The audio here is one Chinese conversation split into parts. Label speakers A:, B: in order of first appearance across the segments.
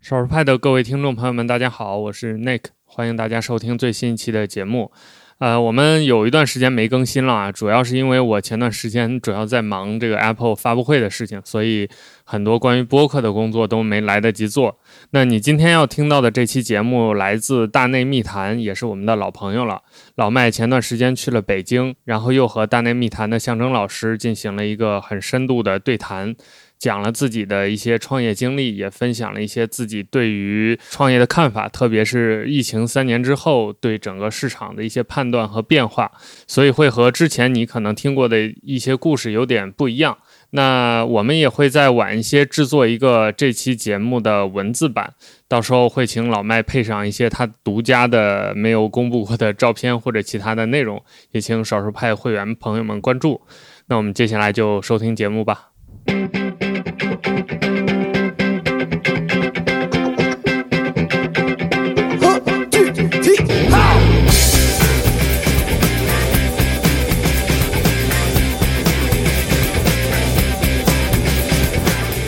A: 少数派的各位听众朋友们，大家好，我是 Nick，欢迎大家收听最新一期的节目。呃，我们有一段时间没更新了啊，主要是因为我前段时间主要在忙这个 Apple 发布会的事情，所以很多关于播客的工作都没来得及做。那你今天要听到的这期节目来自大内密谈，也是我们的老朋友了。老麦前段时间去了北京，然后又和大内密谈的象征老师进行了一个很深度的对谈。讲了自己的一些创业经历，也分享了一些自己对于创业的看法，特别是疫情三年之后对整个市场的一些判断和变化，所以会和之前你可能听过的一些故事有点不一样。那我们也会再晚一些制作一个这期节目的文字版，到时候会请老麦配上一些他独家的没有公布过的照片或者其他的内容，也请少数派会员朋友们关注。那我们接下来就收听节目吧。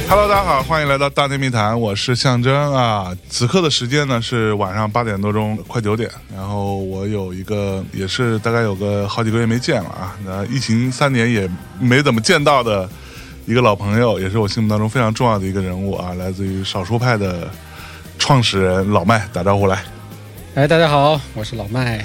B: Hello，大家好，欢迎来到大内密谈，我是象征啊。此刻的时间呢是晚上八点多钟，快九点。然后我有一个，也是大概有个好几个月没见了啊，那疫情三年也没怎么见到的一个老朋友，也是我心目当中非常重要的一个人物啊，来自于少数派的创始人老麦，打招呼来。
C: 哎，大家好，我是老麦。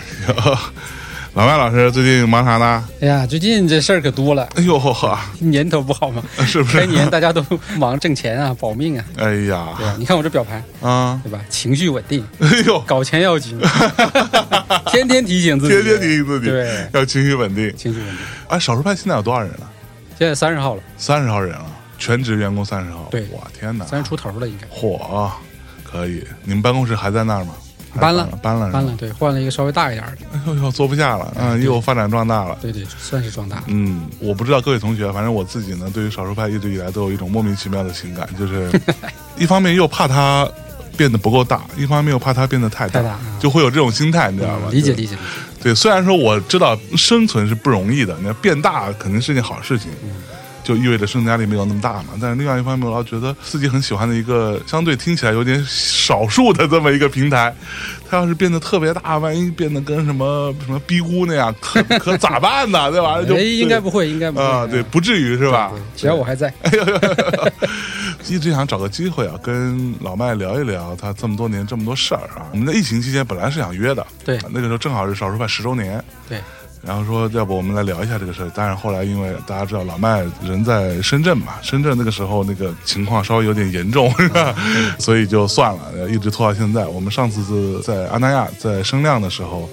B: 老麦老师最近忙啥呢？
C: 哎呀，最近这事儿可多了，
B: 哎呦呵，
C: 年头 不好嘛，
B: 是不
C: 开
B: 是？
C: 年大家都忙挣钱啊，保命啊。
B: 哎呀
C: 对，吧？你看我这表盘，
B: 啊，
C: 对吧？情绪稳定，
B: 哎呦，
C: 搞钱 要紧，天天提醒自己，
B: 天天提醒自己
C: 对，
B: 要情绪稳定。
C: 情绪稳定。
B: 哎，少数派现在有多少人了？
C: 现在三十号了，
B: 三十号人了，全职员工三十号。
C: 对
B: 我天哪，
C: 三十出头了应
B: 嗯
C: 该。
B: 火，啊可以。你们办公室还在那儿吗？还
C: 搬了
B: 搬了，
C: 搬了，。对，换了一个稍微大一点的，
B: 哎呦呦，坐不下了，嗯，又发展壮大了。
C: 对对，算是壮大了。
B: 嗯，我不知道各位同学，反正我自己呢，对于少数派一直以来都有一种莫名其妙的情感，就是 一方面又怕它变得不够大，一方面又怕它变得太大，
C: 太大啊
B: 就会有这种心态，你知道吗？
C: 嗯理解
B: 就是
C: 理解理解，
B: 对，虽然说我知道生存是不容易的，你要变大肯定是件好事情，
C: 嗯
B: 就意味着生存压力没有那么大嘛。但是另外一方面，我老觉得自己很喜欢的一个相对听起来有点少数的这么一个平台，它要是变得特别大，万一变得跟什么什么逼姑那样，可可咋办呢？对吧？就
C: 哎，应该不会，应该不会
B: 啊，对，，不至于是吧？
C: 对只要我 还在，
B: 一直想找个机会啊，跟老麦聊一聊他这么多年这么多事儿啊。我们在疫情期间本来是想约的，
C: 对
B: 啊那个时候正好是少数派十周年，
C: 对，
B: 然后说要不我们来聊一下这个事儿。但是后来因为大家知道老麦人在深圳嘛，深圳那个时候那个情况稍微有点严重，是吧？所以就算了，呃一直拖到现在。我们上次是在阿那亚在声量的时候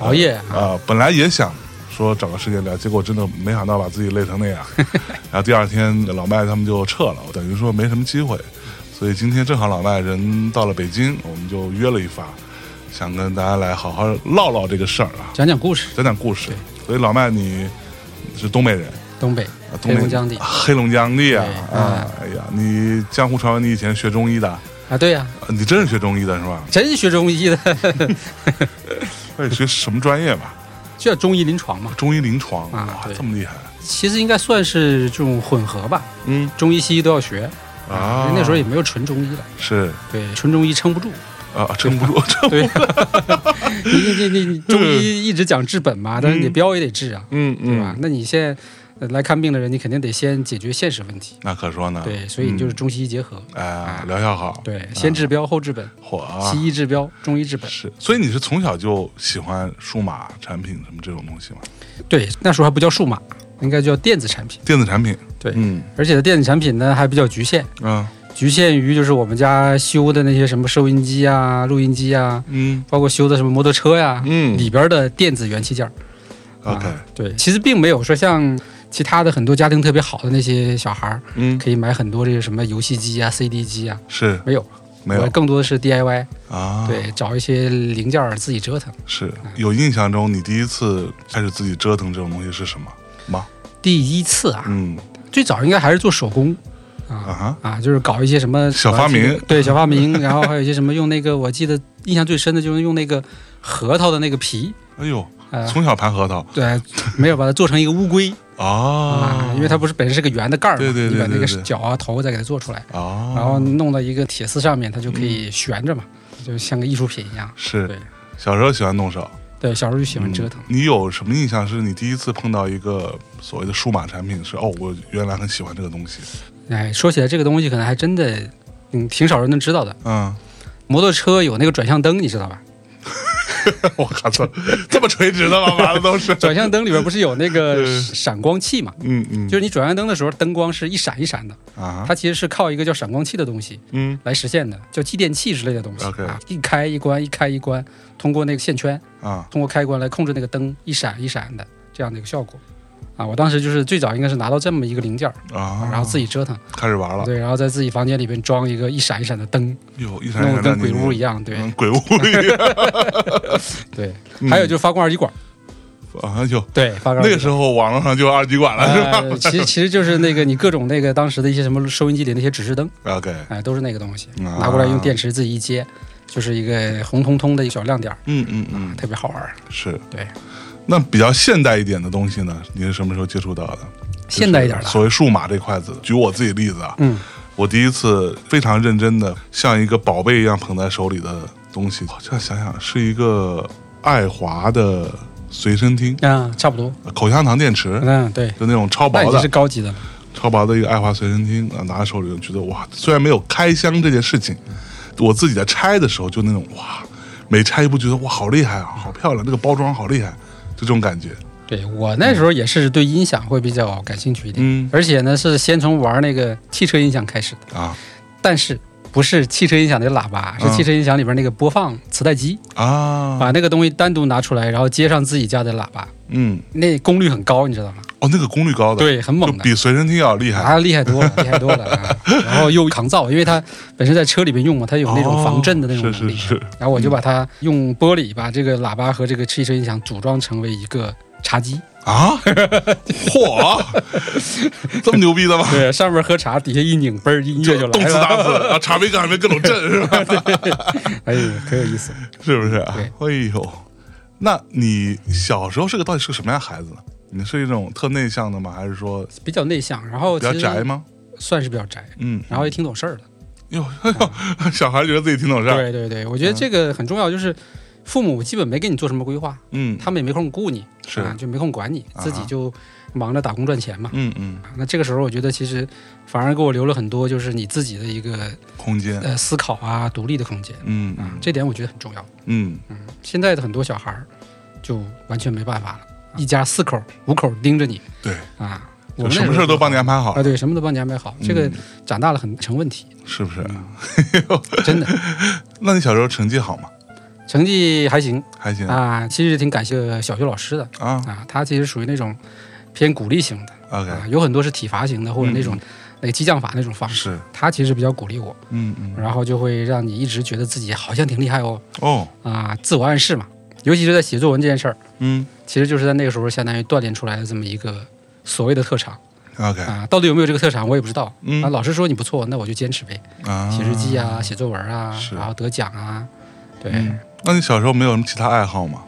C: 熬夜啊，
B: 啊、本来也想。说找个时间聊，结果真的没想到把自己累成那样。然后第二天老麦他们就撤了，等于说没什么机会。所以今天正好老麦人到了北京，我们就约了一发，想跟大家来好好唠唠这个事儿啊。
C: 讲讲故事，
B: 讲讲故事。所以老麦你是东北人，
C: 东北
B: 啊东
C: 黑
B: 北
C: 龙江地
B: 黑龙江地啊
C: 对嗯
B: 啊！哎呀，你江湖传闻你以前学中医的，啊
C: 啊，对呀，
B: 你真是学中医的是吧？
C: 真学中医的，
B: 哎，学什么专业吧？
C: 就叫中医临床嘛。
B: 中医临床
C: 啊
B: 哇，
C: 对
B: 这么厉害，
C: 其实应该算是这种混合吧，
B: 嗯
C: 中医西医都要学
B: 啊
C: 因为那时候也没有纯中医了，
B: 是
C: 对，纯中医撑不住，
B: 啊，撑不住，撑
C: 对，你你你你中医一直讲治本嘛，但是你标也得治啊，
B: 嗯
C: 对吧？，那你现在呃来看病的人，你肯定得先解决现实问题，
B: 那可说呢，
C: 对，所以你
B: 嗯
C: 就是中西医结合，
B: 哎，疗效好，
C: 对，先治标后治本，
B: 火啊
C: 西医治标，中医治本，
B: 是，所以你是从小就喜欢数码产品什么这种东西吗？
C: 对，那时候还不叫数码，应该叫电子产品，
B: 电子产品，
C: 对
B: 嗯
C: 而且电子产品呢还比较局限，
B: 啊
C: 局限于就是我们家修的那些什么收音机啊、录音机啊，
B: 嗯
C: 包括修的什么摩托车呀、
B: 嗯
C: 里边的电子元器件儿。
B: ，OK，
C: 啊对，其实并没有说像其他的很多家庭特别好的那些小孩儿，
B: 嗯
C: 可以买很多这个什么游戏机啊、CD 机啊，
B: 是
C: 没有，
B: 没有
C: 我更多的是 DIY，、
B: 啊？
C: 对，找一些零件儿自己折腾。
B: 是有印象中，你第一次开始自己折腾这种东西是什么吗？
C: 第一次啊，
B: 嗯
C: 最早应该还是做手工
B: 啊
C: 啊
B: 哈，
C: 啊，就是搞一些什么
B: 小发明，
C: 对，小发明，然后还有一些什么用那个，我记得印象最深的就是用那个核桃的那个皮，
B: 哎呦，
C: 呃，
B: 从小盘核桃，
C: 对，没有把它做成一个乌龟，
B: 啊
C: 啊，，因为它不是本身是个圆的盖儿嘛，
B: 对对对
C: 你把那
B: 对
C: 个
B: 对
C: 脚啊头再给它做出来，
B: 啊，
C: 然后弄到一个铁丝上面，它就可以悬着嘛，
B: 嗯
C: 就像个艺术品一样。
B: 是
C: 对
B: 小时候喜欢动手，
C: 对，小时候就喜欢折
B: 嗯
C: 腾。
B: 你有什么印象？是你第一次碰到一个所谓的数码产品，是哦，我原来很喜欢这个东西。
C: 哎，说起来这个东西，可能还真的，嗯，挺少人能知道的。
B: 嗯，
C: 摩托车有那个转向灯，你知道吧？
B: 我靠，这这么垂直的吗？玩的都 是，
C: 转向灯里边不是有那个
B: 嗯
C: 闪光器嘛？
B: 嗯嗯，
C: 就是你转向灯的时候，灯光是一闪一闪的，
B: 啊，
C: 它其实是靠一个叫闪光器的东西
B: 嗯
C: 来实现的，叫继电器之类的东西
B: OK
C: 啊，一开一关，一开一关，通过那个线圈，
B: 啊，
C: 通过开关来控制那个灯一闪一闪的这样的一个效果。啊，我当时就是最早应该是拿到这么一个零件儿，
B: 啊，
C: 然后自己折腾，
B: 开始玩了，
C: 对，然后在自己房间里边装一个一闪一闪的灯，
B: 哟，一闪
C: 弄
B: 一
C: 得
B: 闪
C: 跟鬼屋一
B: 样，
C: 样，对
B: 哎嗯鬼屋一样。
C: 对。
B: 嗯
C: 还有就是发光二极管，
B: 啊，有
C: 对，发光
B: 那个时候网络上就有二极管了，是吧
C: 呃，其实其实就是那个你各种那个当时的一些什么收音机里那些指示灯，
B: ？OK，
C: 哎、都是那个东西，
B: 啊
C: 拿过来用电池自己一接，就是一个红彤彤的一个小亮点儿，
B: 嗯嗯嗯，
C: 特别好玩儿。
B: 是
C: 啊对。
B: 那比较现代一点的东西呢？你是什么时候接触到的？
C: 现代一点
B: 就
C: 的啊
B: 是，所谓数码这块子，举我自己例子啊，
C: 嗯，
B: 我第一次非常认真的，像一个宝贝一样捧在手里的东西，好像想想是一个爱华的随身听，
C: 啊，差不多，
B: 口香糖电池，
C: 嗯，对，
B: 就那种超
C: 那已
B: 薄
C: 经是
B: 的、
C: 高级的了。
B: 超薄的一个爱华随身听，啊拿在手里就觉得哇，虽然没有开箱这件事情，我自己在拆的时候就那种哇，每拆一步觉得哇好厉害啊，好漂亮，这个包装好厉害，就这种感觉。
C: 对我那时候也是对音响会比较感兴趣一点，
B: 嗯
C: 而且呢是先从玩那个汽车音响开始的，
B: 啊
C: 但是不是汽车音响的喇叭，是
B: 嗯
C: 汽车音响里边那个播放磁带机，
B: 啊，
C: 把那个东西单独拿出来，然后接上自己家的喇叭，
B: 嗯，
C: 那功率很高，你知道吗？
B: 哦，那个功率高的，，
C: 对，很
B: 就
C: 猛的。
B: 比随身听要厉害。
C: 啊，厉害多了，厉害多了 啊！然后又抗噪，因为它本身在车里面用嘛，它有那种防震的那种
B: 哦
C: 能力。
B: 是是是
C: 然后我就把它用玻璃把这个喇叭和这个汽车音响组装成为一个茶几，
B: 啊！嚯， 这么牛逼的 吗？
C: 对，上面喝茶，底下一拧，嘣儿音乐就
B: 动
C: 来
B: 次
C: 了。
B: 打次啊，茶杯干杯各种震是吧？
C: 哎呦，可有意思。
B: 是不是啊？哎
C: 对
B: 呦，那你小时候是个到底是个什么样的孩子呢？你是一种特内向的吗？还是说
C: 比较内向，然后
B: 比较
C: 其实
B: 宅吗？
C: 算是比较宅，
B: 嗯，
C: 然后也挺懂事儿的。
B: 哟， 小孩觉得自己挺懂事儿，
C: 对对对，我觉得这个很重要，就是父母基本没给你做什么规划，
B: 嗯，
C: 他们也没空顾你，
B: 是
C: 啊，就没空管你，自己
B: 啊
C: 就忙着打工赚钱嘛。
B: 嗯嗯，
C: 那这个时候，我觉得其实反而给我留了很多，就是你自己的一个
B: 空间，
C: 呃思考啊、独立的空间
B: 嗯
C: 啊，这点我觉得很重要。
B: 嗯
C: 嗯，现在的很多小孩儿就完全没办法了，一家四口、五口盯着你
B: 嗯，对，
C: 啊，我
B: 就
C: 们
B: 什么事儿都帮你安排好
C: 啊，，对，什么都帮你安排好，这个
B: 嗯
C: 长大了很成问题，
B: 是不是？
C: 真的。
B: 那你小时候成绩好吗？
C: 成绩还行
B: 还行
C: 啊，其实挺感谢小学老师的
B: 啊
C: 啊，他其实属于那种偏鼓励型的
B: ，OK，
C: 啊，有很多是体罚型的或者那种
B: 嗯
C: 那个激将法那种方式，
B: 是，
C: 他其实比较鼓励我，
B: 嗯嗯，
C: 然后就会让你一直觉得自己好像挺厉害哦
B: 哦，
C: 啊，自我暗示嘛，尤其是在写作文这件事儿，
B: 嗯
C: 其实就是在那个时候相当于锻炼出来的这么一个所谓的特长
B: ，OK，
C: 啊，到底有没有这个特长我也不知道。
B: 嗯
C: 啊，老师说你不错，那我就坚持呗，
B: 啊，
C: 写日记啊，写作文啊，
B: 是
C: 然后得奖啊，对，
B: 嗯，那你小时候没有什么其他爱好吗？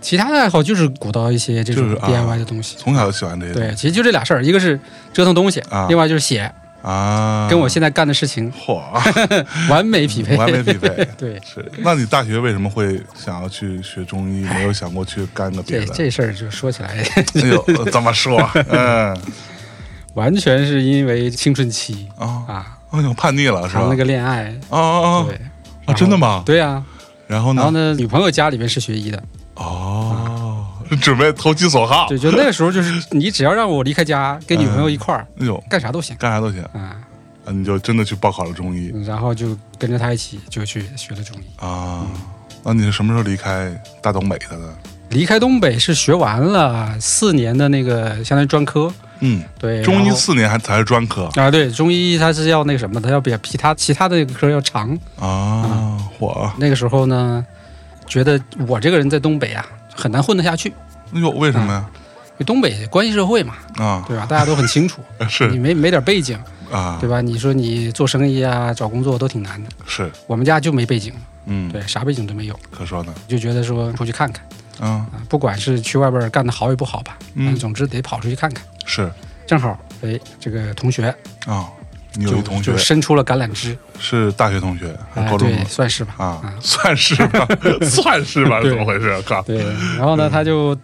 C: 其他的爱好就是鼓捣一些这
B: 就
C: 种
B: 是啊
C: DIY 的东西。
B: 从小就喜欢这些
C: 对，其实就这俩事儿，一个是折腾东西，
B: 啊
C: 另外就是写，
B: 啊，
C: 跟我现在干的 事情
B: 嚯，
C: 完美匹配。。
B: 完美匹配
C: 对，
B: 是，那你大学为什么会想要去学中医？没有想过去干个别
C: 这
B: 的？
C: 这事儿就说起来，
B: 哎呦，怎么说？嗯
C: 完全是因为青春期
B: 啊，
C: 啊，
B: 哎呦，叛逆了是
C: 谈
B: 吧
C: 了？个恋爱，
B: 哦哦
C: 对，
B: 哦，
C: 然后
B: 真的？吗？
C: 对啊，
B: 然后
C: 然后
B: 呢？
C: 呢，女朋友家里面是学医的，
B: 哦，准备投其所好。
C: 对，就那个时候就是你只要让我离开家跟女朋友一块儿
B: 哎呦，
C: 干啥都行
B: 干啥都行，
C: 啊，
B: 啊你就真的去报考了中医
C: 然后就跟着她一起就去学了中医。
B: 啊？那你是什么时候离开大东北的呢？
C: 离开东北是学完了四年的那个相当于专科，
B: 嗯，
C: 对，
B: 中医
C: 然后
B: 四年还才是专科
C: 啊，对，中医它是要那个什么的，它要比其他其他的科要长。嗯
B: 啊，我
C: 那个时候呢，觉得我这个人在东北啊很难混得下去，因
B: 哎呦，为什么呀？
C: 为东北关系社会嘛，
B: 啊，
C: 对吧？大家都很清楚，
B: 是
C: 你没没点背景，
B: 啊
C: 嗯对，吧？你说你做生意啊、找工作都挺难的，
B: 是，
C: 我们家就没背景，
B: 嗯，
C: 对，啥背景都没有，
B: 可说呢，
C: 就觉得说出去看看，
B: 嗯
C: 啊，不管是去外边干得好与不好吧，反正
B: 嗯，
C: 总之得跑出去看看。
B: 是
C: 正好，哎，这个同学
B: 啊，你有
C: 就
B: 一同学
C: 就伸出了橄榄枝，
B: 是大学同学，还是
C: 哎，
B: 高中
C: 对，
B: 同学
C: 算是吧。
B: 啊
C: 啊，
B: 算是吧，算是吧，
C: 对
B: 怎么回事？啊靠，
C: 对，然后呢，他就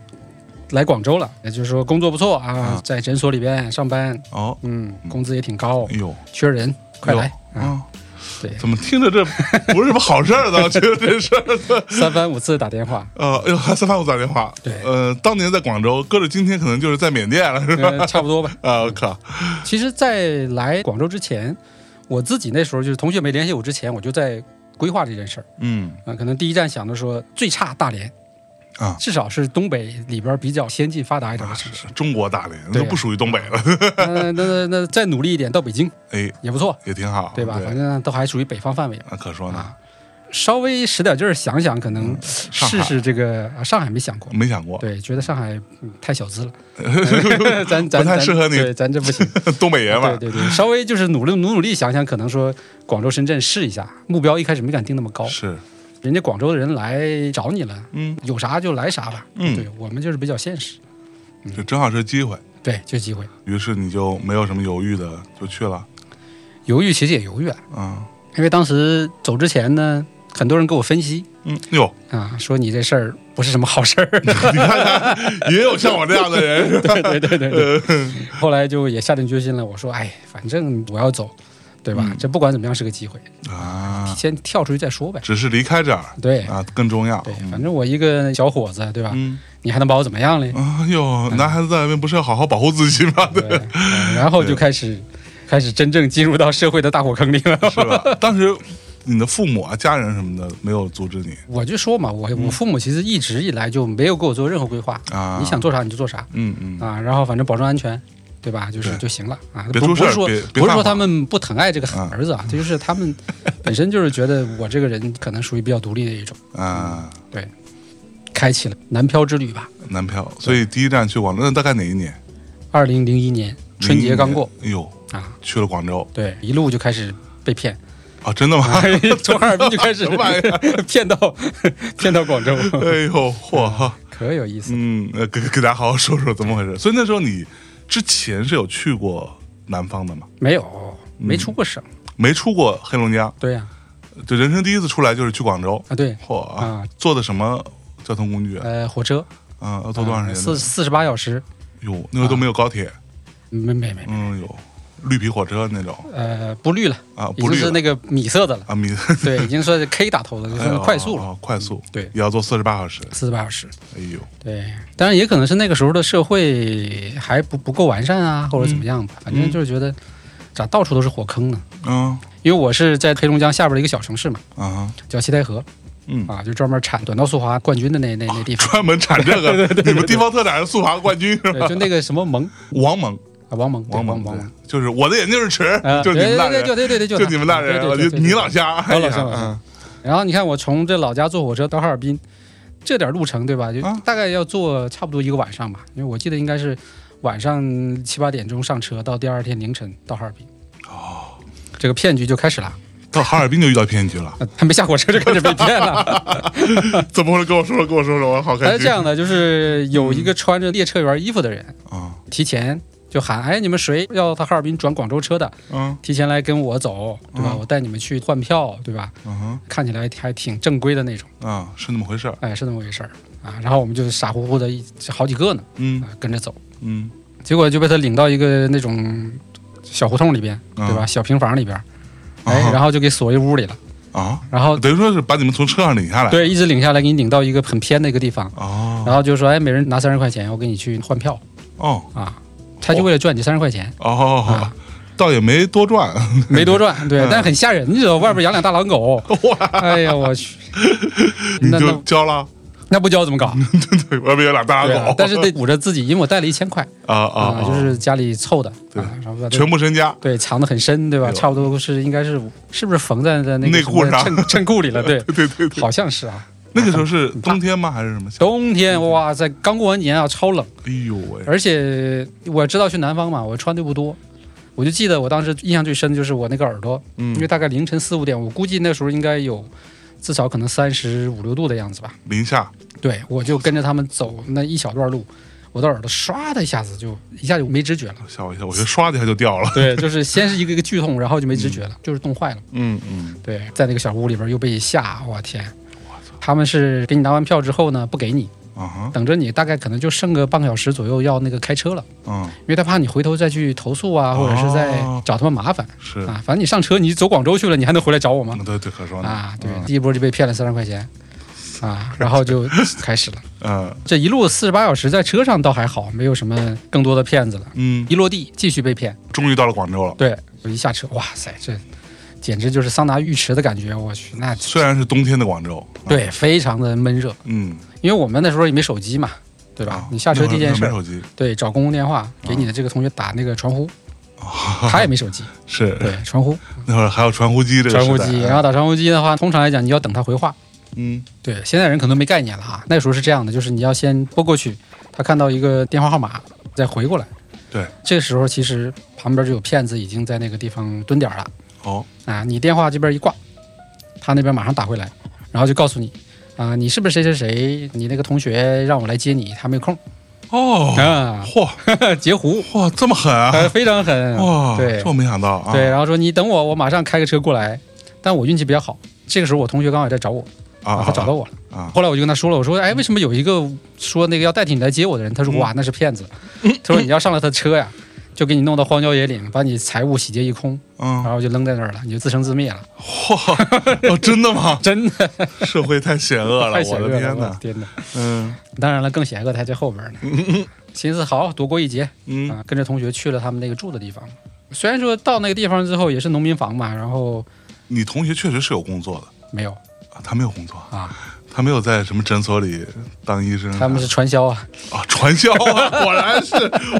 C: 来广州了，也就是说工作不错啊
B: 啊，
C: 在诊所里边上班，
B: 哦，
C: 嗯，工资也挺高
B: 哎，呦，
C: 缺人，快来
B: 哎呦
C: 啊！
B: 啊！
C: 对
B: 怎么听着这不是什么好事儿呢？ 我觉得这事儿，
C: 三番五次打电话，
B: 呃，哎呦，还三番五次打电话。
C: 对
B: 呃，当年在广州，搁着今天可能就是在缅甸了，是吧？
C: 呃，差不多吧。
B: 啊，我靠，
C: 其实，在来广州之前，我自己那时候就是同学没联系我之前，我就在规划这件事儿
B: 嗯
C: 啊、可能第一站想的说最差大连
B: 啊
C: 至少是东北里边比较先进发达一点的城市。
B: 中国大连
C: 对啊
B: 都
C: 呀
B: 不属于东北了，
C: 那 那那那再努力一点到北京
B: 哎，
C: 也不错，
B: 也挺好，
C: 对吧？反正都啊还属于北方范围。
B: 那可说呢，
C: 稍微使点劲儿想想，可能
B: 嗯上海嗯
C: 试试这个啊，上海没想过。
B: 没想过，
C: 对，觉得上海、嗯太小资 了，咱咱
B: 不太
C: 咱
B: 适合你
C: 对，咱这 不行。
B: 东北爷们
C: 对
B: 儿，
C: 对对，稍微就是努力努努力想想，可能说广州、深圳试一下，目标一开始没敢定那么高，
B: 是，
C: 人家广州的人来找你了，
B: 嗯，
C: 有啥就来啥吧。
B: 嗯
C: 对我们就是比较现实，
B: 这正好是机会，
C: 对，就机会。
B: 于是你就没有什么犹豫的就去了，
C: 犹豫其实也犹豫了，
B: 啊，
C: 因为当时走之前呢，很多人给我分析
B: 嗯，哟，
C: 啊，说你这事儿不是什么好事 儿。
B: 你看看，也有像我这样的人，是吧
C: 对对对对对。后来就也下定决心了，我说，哎，反正我要走，对吧？
B: 嗯
C: 这不管怎么样是个机会，
B: 啊，
C: 先跳出去再说呗。
B: 只是离开这儿
C: 对
B: 啊更重要，
C: 对，
B: 嗯
C: 反正我一个小伙子，对吧？
B: 嗯，
C: 你还能把我怎么样嘞？
B: 啊哟，男孩子在外面不是要好好保护自己 吗？
C: 对，嗯然后就开始开始真正进入到社会的大火坑里了。
B: 是吧？当时你的父母啊、家人什么的没有阻止你
C: 我就说嘛，我我父母其实一直以来就没有给我做任何规划，
B: 嗯啊？
C: 你想，做啥你就做啥
B: 嗯嗯，
C: 啊，然后反正保证安全，对吧？就是
B: 对
C: 就行了啊，
B: 别
C: 不
B: 出事
C: 不
B: 儿
C: 是说
B: 别别
C: 不是
B: 犯
C: 说
B: 法
C: 他们不疼爱这个
B: 啊
C: 儿子啊，这就是他们本身就是觉得我这个人可能属于比较独立的一种，
B: 啊，
C: 开启了南漂之旅吧。
B: 南漂，所以第一站去广州，那大概哪一年？
C: 二零零一年春节刚过
B: 01年，哎呦，
C: 啊，
B: 去了广州
C: 对，一路就开始 被骗，
B: 啊？真的吗？
C: 从哈尔滨就开始
B: 什么玩意
C: 骗到骗到广州，
B: 哎呦，嚯哈！
C: 可有意思了。
B: 嗯，呃给给大家好好说说怎么回事。所以那时候你之前是有去过南方的吗？
C: 没有，
B: 嗯
C: 没出过省。
B: 没出过黑龙江，
C: 对呀、
B: 就人生第一次出来就是去广州。
C: 啊，对，
B: 嚯啊！
C: 啊，
B: 坐的什么交通工具啊？
C: 呃，火车
B: 啊，要坐多长时间
C: 四
B: 呢？
C: 四十八小时，
B: 哟，那时候
C: 啊
B: 都没有高铁。
C: 没没没，
B: 嗯，有绿皮火车那种
C: 呃，不绿了，
B: 啊，
C: 已
B: 不
C: 经
B: 绿
C: 是
B: 了，
C: 那个米色的了
B: 啊米，
C: 对，已经算是 K 打头的，就
B: 哎
C: 算是
B: 呦
C: 快速了，嗯
B: 哦快速
C: 对
B: 也要坐四十八小时。
C: 四十八小时。
B: 哎呦，
C: 对，当然也可能是那个时候的社会还不不够完善啊，或者怎么样吧，反正就是觉得咋到处都是火坑呢？
B: 嗯
C: 因为我是在黑龙江下边的一个小城市嘛，
B: 啊，
C: 叫西戴河
B: 嗯，
C: 啊，就专门产短道速滑冠军的那那那地方，
B: 专门产 这个，你们地方特产是速滑冠军是吧？
C: 对，就那个什么蒙
B: 王蒙，
C: 啊，王蒙，对
B: 王
C: 王
B: 蒙，
C: 蒙，
B: 对就是我的眼镜是尺
C: 啊，，
B: 就是你们大
C: 对
B: 人
C: 对，对对对，
B: 就你们大人，
C: 对
B: 我
C: 对
B: 就
C: 对，
B: 你老乡，哎
C: 我老
B: 呀
C: 乡，老乡然后你看，我从这老家坐火车到哈尔滨，这点路程对吧？就
B: 啊
C: 大概要坐差不多一个晚上吧，因为我记得应该是晚上七八点钟上车，到第二天凌晨到哈尔滨。
B: 哦，
C: 这个骗局就开始了，
B: 嗯到哈尔滨就遇到骗局 了，
C: 呃还没下火车就开始被骗 了。
B: 怎么回事？跟我说说，跟我说说，我好
C: 他
B: 开
C: 是
B: 心。
C: 这样的，就是有一个穿着列车员衣服的人，
B: 啊，
C: 提前就喊：“哎，你们谁要到哈尔滨转广州车的，
B: 嗯
C: 提前来跟我走，对吧？
B: 嗯
C: 我带你们去换票，对吧？
B: 嗯哼
C: 看起来还挺正规的那种，
B: 啊，是那么回事儿。
C: 哎，是那么回事儿啊。”然后我们就傻乎乎的一好几个呢，
B: 嗯
C: 啊，跟着走。
B: 嗯，
C: 结果就被他领到一个那种小胡同里边，
B: 啊
C: 对吧？小平房里边，哎
B: 啊，
C: 然后就给锁一屋里了。
B: 啊，
C: 然后
B: 等于说是把你们从车上领下来。
C: 对，一直领下来，给你领到一个很偏的一个地方，
B: 哦
C: 然后就说，哎，每人拿三十块钱，我给你去换票
B: 哦
C: 啊。他就为了赚你三十块钱，
B: 哦
C: 啊，
B: 倒也没多赚。
C: 没多 赚，
B: 嗯
C: 对，但很吓人，你知道，外边养俩大狼狗，哎呀，我 去，
B: 你
C: 那
B: 就
C: 那
B: 交了，
C: 那不教怎么搞？
B: 对，外面有俩大
C: 对
B: 狼
C: 啊
B: 狗，，
C: 但是得捂着自己，因为我带了一千块
B: 啊啊，
C: 啊，就是家里凑的，
B: 对
C: 啊，然后把这
B: 全部身家，
C: 对，藏得很深，对
B: 哎
C: 吧？
B: 呦
C: 差不多是应该是是不是缝在在那个
B: 内裤
C: 什么
B: 上
C: 衬衬裤里了？对，
B: 对对对，
C: 好像是啊。
B: 那个时候是冬天吗？还是什么？
C: 冬天哇塞，刚过完年啊，超冷，
B: 哎呦喂，
C: 而且我知道去南方嘛，我穿的不多。我就记得我当时印象最深的就是我那个耳朵，
B: 嗯
C: 因为大概凌晨四五点，我估计那时候应该有至少可能三十五六度的样子吧。
B: 零下，
C: 对我就跟着他们走那一小段路，我的耳朵唰的一下子就一下就没知觉了。
B: 吓我一跳，我觉得唰的一下就掉了。
C: 对， 就是先是一个一个剧痛，然后就没知觉了，就是冻坏了。
B: 嗯嗯，
C: 对，在那个小屋里边又被吓，我天！他们是给你拿完票之后呢，不给你，
B: 啊哈，
C: 等着你大概可能就剩个半个小时左右要那个开车了，
B: 嗯
C: 因为他怕你回头再去投诉啊，或者是再
B: 哦
C: 找他们麻烦、
B: 是，
C: 啊。反正你上车，你走广州去了，你还能回来找我吗？
B: 嗯对嗯对，可说呢。
C: 啊，对，第一波就被骗了三十块钱， 啊，然后就开始了。
B: 嗯
C: 这一路四十八小时在车上倒还好，没有什么更多的骗子了。
B: 嗯，
C: 一落地继续被骗，
B: 终于到了广州了。
C: 对，我一下车，哇塞，这简直就是桑拿浴池的感觉，我去，那
B: 虽然是冬天的广州，
C: 对，非常的闷热，
B: 嗯，
C: 因为我们那时候也没手机嘛，对吧？
B: 啊
C: 你下车第一件事
B: 那会儿没手啊机
C: 对，找公共电话给你的这个同学打那个传呼，
B: 啊
C: 他也没手机，
B: 是
C: 对，传呼，
B: 那会儿还有传呼机这个
C: 传呼
B: 时代
C: 机，
B: 啊
C: 然后打传呼机的话，通常来讲你要等他回话。
B: 嗯
C: 对，现在人可能没概念了哈，那时候是这样的，就是你要先拨过去，他看到一个电话号码，再回过来。
B: 对，
C: 这时候其实旁边就有骗子已经在那个地方蹲点儿了
B: 哦
C: 啊，你电话这边一挂，他那边马上打回来，然后就告诉你。啊、你是不是谁谁谁？你那个同学让我来接你，他没空
B: 哦，
C: 啊，
B: 嚯
C: 截胡，
B: 嚯，这么狠
C: 呃，
B: 啊！
C: 非常狠，
B: 哇，
C: 对
B: 这我没想到啊！
C: 对，然后说你等我，我马上开个车过来。但我运气比较好，这个时候我同学刚好也在找我，
B: 啊，
C: 他找到我了。
B: 啊
C: 后来我就跟他说了，我说哎，为什么有一个说那个要代替你来接我的人？他
B: 嗯
C: 说哇，那是 骗子。他说你要上了他的车呀，就给你弄到荒郊野岭，把你财物洗劫一空，
B: 嗯
C: 然，后就扔在那儿了，你就自生自灭了。？
B: 嚯，哦，真的吗
C: 真的
B: 社会太险恶了，
C: 太险
B: 我
C: 恶
B: 的
C: 了，
B: 天
C: 我的
B: 哪！
C: 天哪！
B: 嗯
C: 当然了，更险恶的还在后边 呢。寻思好躲过一劫
B: 嗯
C: 啊，跟着同学去了他们那个住的地方。虽然说到那个地方之后也是农民房嘛，然后
B: 你同学确实是有工作的
C: 没有
B: 啊，他没有工作，
C: 啊，
B: 他没有在什么诊所里当医生啊，
C: 他们是传销啊。
B: 啊，传销 啊，果然是，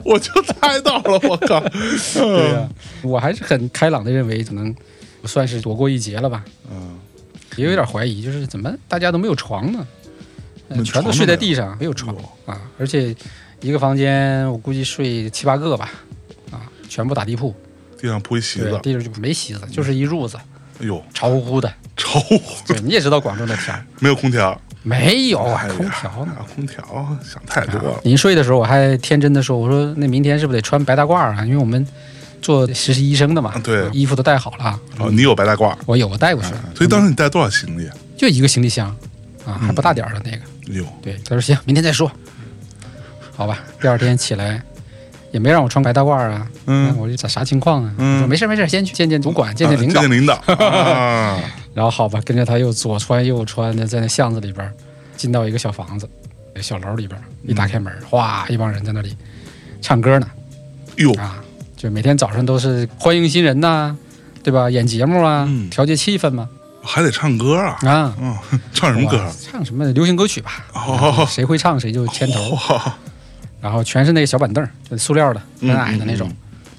B: 我就猜到了，我靠，嗯
C: 对呀、我还是很开朗的认为，可能我算是躲过一劫了吧。
B: 嗯，
C: 也有点怀疑，就是怎么大家都没有床呢？呃
B: 那
C: 全
B: 床都
C: 都睡
B: 没
C: 在
B: 有
C: 地上，没有床
B: 哦
C: 啊！而且一个房间我估计睡七八个吧，啊，全部打地铺，
B: 地上铺一席
C: 对
B: 子，，
C: 地上就没席子，就是一褥子，
B: 哎呦，
C: 潮乎 乎的。
B: 臭，
C: 对，你也知道广州那天儿
B: 没有空调，
C: 没有啊
B: 哎，呀
C: 空调呢。
B: 啊空调想太 多了，
C: 临睡的时候我还天真的说，我说那明天是不是得穿白大褂啊？因为我们做实习医生的嘛，
B: 对嗯
C: 衣服都带好了啊，
B: 哦，你有白大褂，
C: 我有我带过去了，
B: 所以当时你带多少行李啊？
C: 就一个行李箱啊，还不大点儿的那个。
B: 哎呦，
C: 对，他说行，明天再说，好吧。第二天起来也没让我穿白大褂啊，
B: 嗯
C: 那我就咋啥情况啊？
B: 嗯
C: 我说没事没事，先去见见主管，见见领
B: 啊
C: 导。
B: 见见 领导啊，
C: 然后好吧，跟着他又左穿右穿的，在那巷子里边儿进到一个小房子，小楼里边儿，一
B: 嗯
C: 打开门，哗，一帮人在那里唱歌呢
B: 哟，
C: 啊，就每天早上都是欢迎新人呐、对吧？演节目啊，
B: 嗯
C: 调节气氛嘛
B: 还得唱歌啊，
C: 啊。
B: 嗯，唱什么歌
C: 哇？唱什么流行歌曲吧，
B: 哦，
C: 谁会唱谁就牵头。
B: 哇，
C: 然后全是那个小板凳儿，就塑料的，很矮的那种。
B: 嗯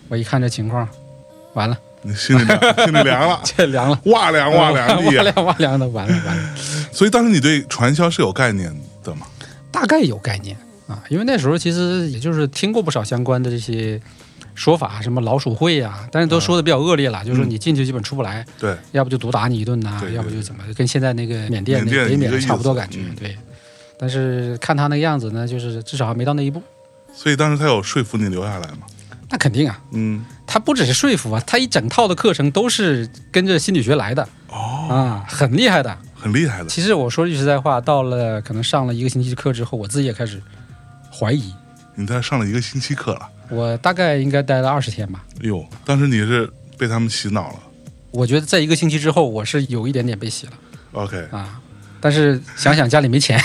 C: 我一看这情况，完了，
B: 你心里凉心里凉 了，
C: 这凉了，
B: 哇凉哇凉
C: 哇
B: 地啊，
C: 凉哇凉的，完了完了，
B: 所以当时你对传销是有概念的嘛？
C: 大概有概念啊，因为那时候其实也就是听过不少相关的这些说法，什么老鼠会呀、但是都说的比较恶劣了，就是说你进去基本出不来，
B: 对，
C: 要不就毒打你一顿呐、
B: 嗯对对
C: 要不就怎么，跟现在那个缅甸
B: 缅甸
C: 那北
B: 一个
C: 缅
B: 意思
C: 差不多感觉，
B: 嗯
C: 对。但是看他那个样子呢，就是至少还没到那一步，
B: 所以当时他有说服你留下来嘛？
C: 那肯定啊，
B: 嗯，
C: 他不只是说服啊，他一整套的课程都是跟着心理学来的
B: 哦，
C: 啊，很厉害的。
B: 很厉害的，
C: 其实我说句实在话，到了可能上了一个星期课之后，我自己也开始怀疑。
B: 你在上了一个星期课了。
C: 我大概应该待了二十天吧，
B: 哎呦，当时你是被他们洗脑了
C: 我觉得在一个星期之后，我是有一点点被洗了
B: ，OK，
C: 啊。但是想想家里 没钱，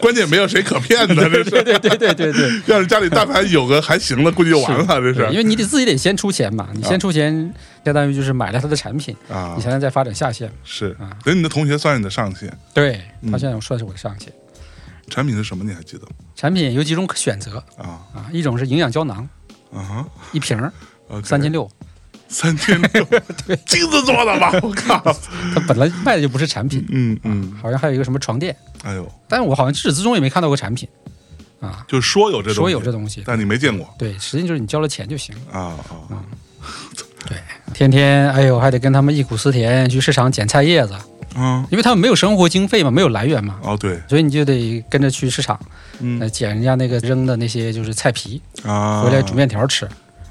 B: 关键没有谁可骗的，这是。
C: 对对对对对，
B: 要是家里但凡有个还行的，估计就完了，这
C: 对因
B: 是啊
C: 为你得自己得先出钱嘛，你先出钱，相当于就是买了他的产品，
B: 啊
C: 你，才能再发展下线。
B: 是
C: 啊。
B: 等你的同学算是你的上线，
C: 对
B: 嗯
C: 他现在我算是我的上线，
B: 产品是什么？你还记得吗？
C: 产品有几种可选择
B: 啊
C: 啊，一种是营养胶囊，
B: 啊哈
C: 一瓶儿
B: ，OK，
C: 三千六，
B: 三千 六，金子做的吧？我靠，
C: 它本来卖的就不是产品，
B: 嗯嗯，
C: 好像还有一个什么床垫，
B: 哎呦，
C: 但我好像至始至终也没看到过产品啊，
B: 就说有这东西，
C: 说有这东西，
B: 但你没见过啊
C: 对，实际就是你交了钱就行了。
B: 啊啊，
C: 对，天天哎呦还得跟他们忆苦思甜，去市场捡菜叶子，
B: 嗯，
C: 因为他们没有生活经费嘛，没有来源嘛，
B: 哦对，
C: 所以你就得跟着去市场，呃，
B: 嗯
C: 捡人家那个扔的那些就是菜皮，
B: 啊，
C: 回来煮面条吃。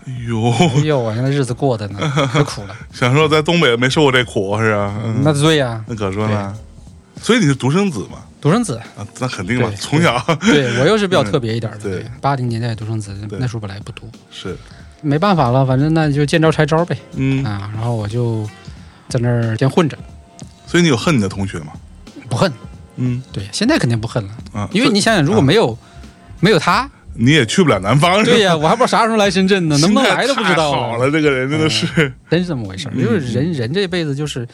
B: 哎呦，
C: 哎呦，我现在日子过的呢，可苦了。
B: 想说在东北没受过这苦是吧？ 嗯
C: 那对呀、
B: 那可说呢，所以你是独生子嘛？
C: 独 生子，
B: 啊，那肯定嘛，
C: 对
B: 从小
C: 对我又是比较特别一点的。
B: 嗯对，
C: 八零年代独生子
B: 对
C: 那时候本来不多，
B: 是，
C: 没办法了，反正那就见招拆招呗
B: 嗯，
C: 啊。然后我就在那儿先混着，
B: 所以你有恨你的同学吗？
C: 不恨。
B: 嗯
C: 对，现在肯定不恨了，
B: 啊，
C: 因为你想想，如果没有、没 有他，
B: 你也去不了南方，是吧
C: 对呀、我还不知道啥时候来深圳呢，能不能来都不知道啊
B: 心态太好了，这个人真的是
C: 真是这么回事儿，
B: 嗯
C: 就是人人这辈子就是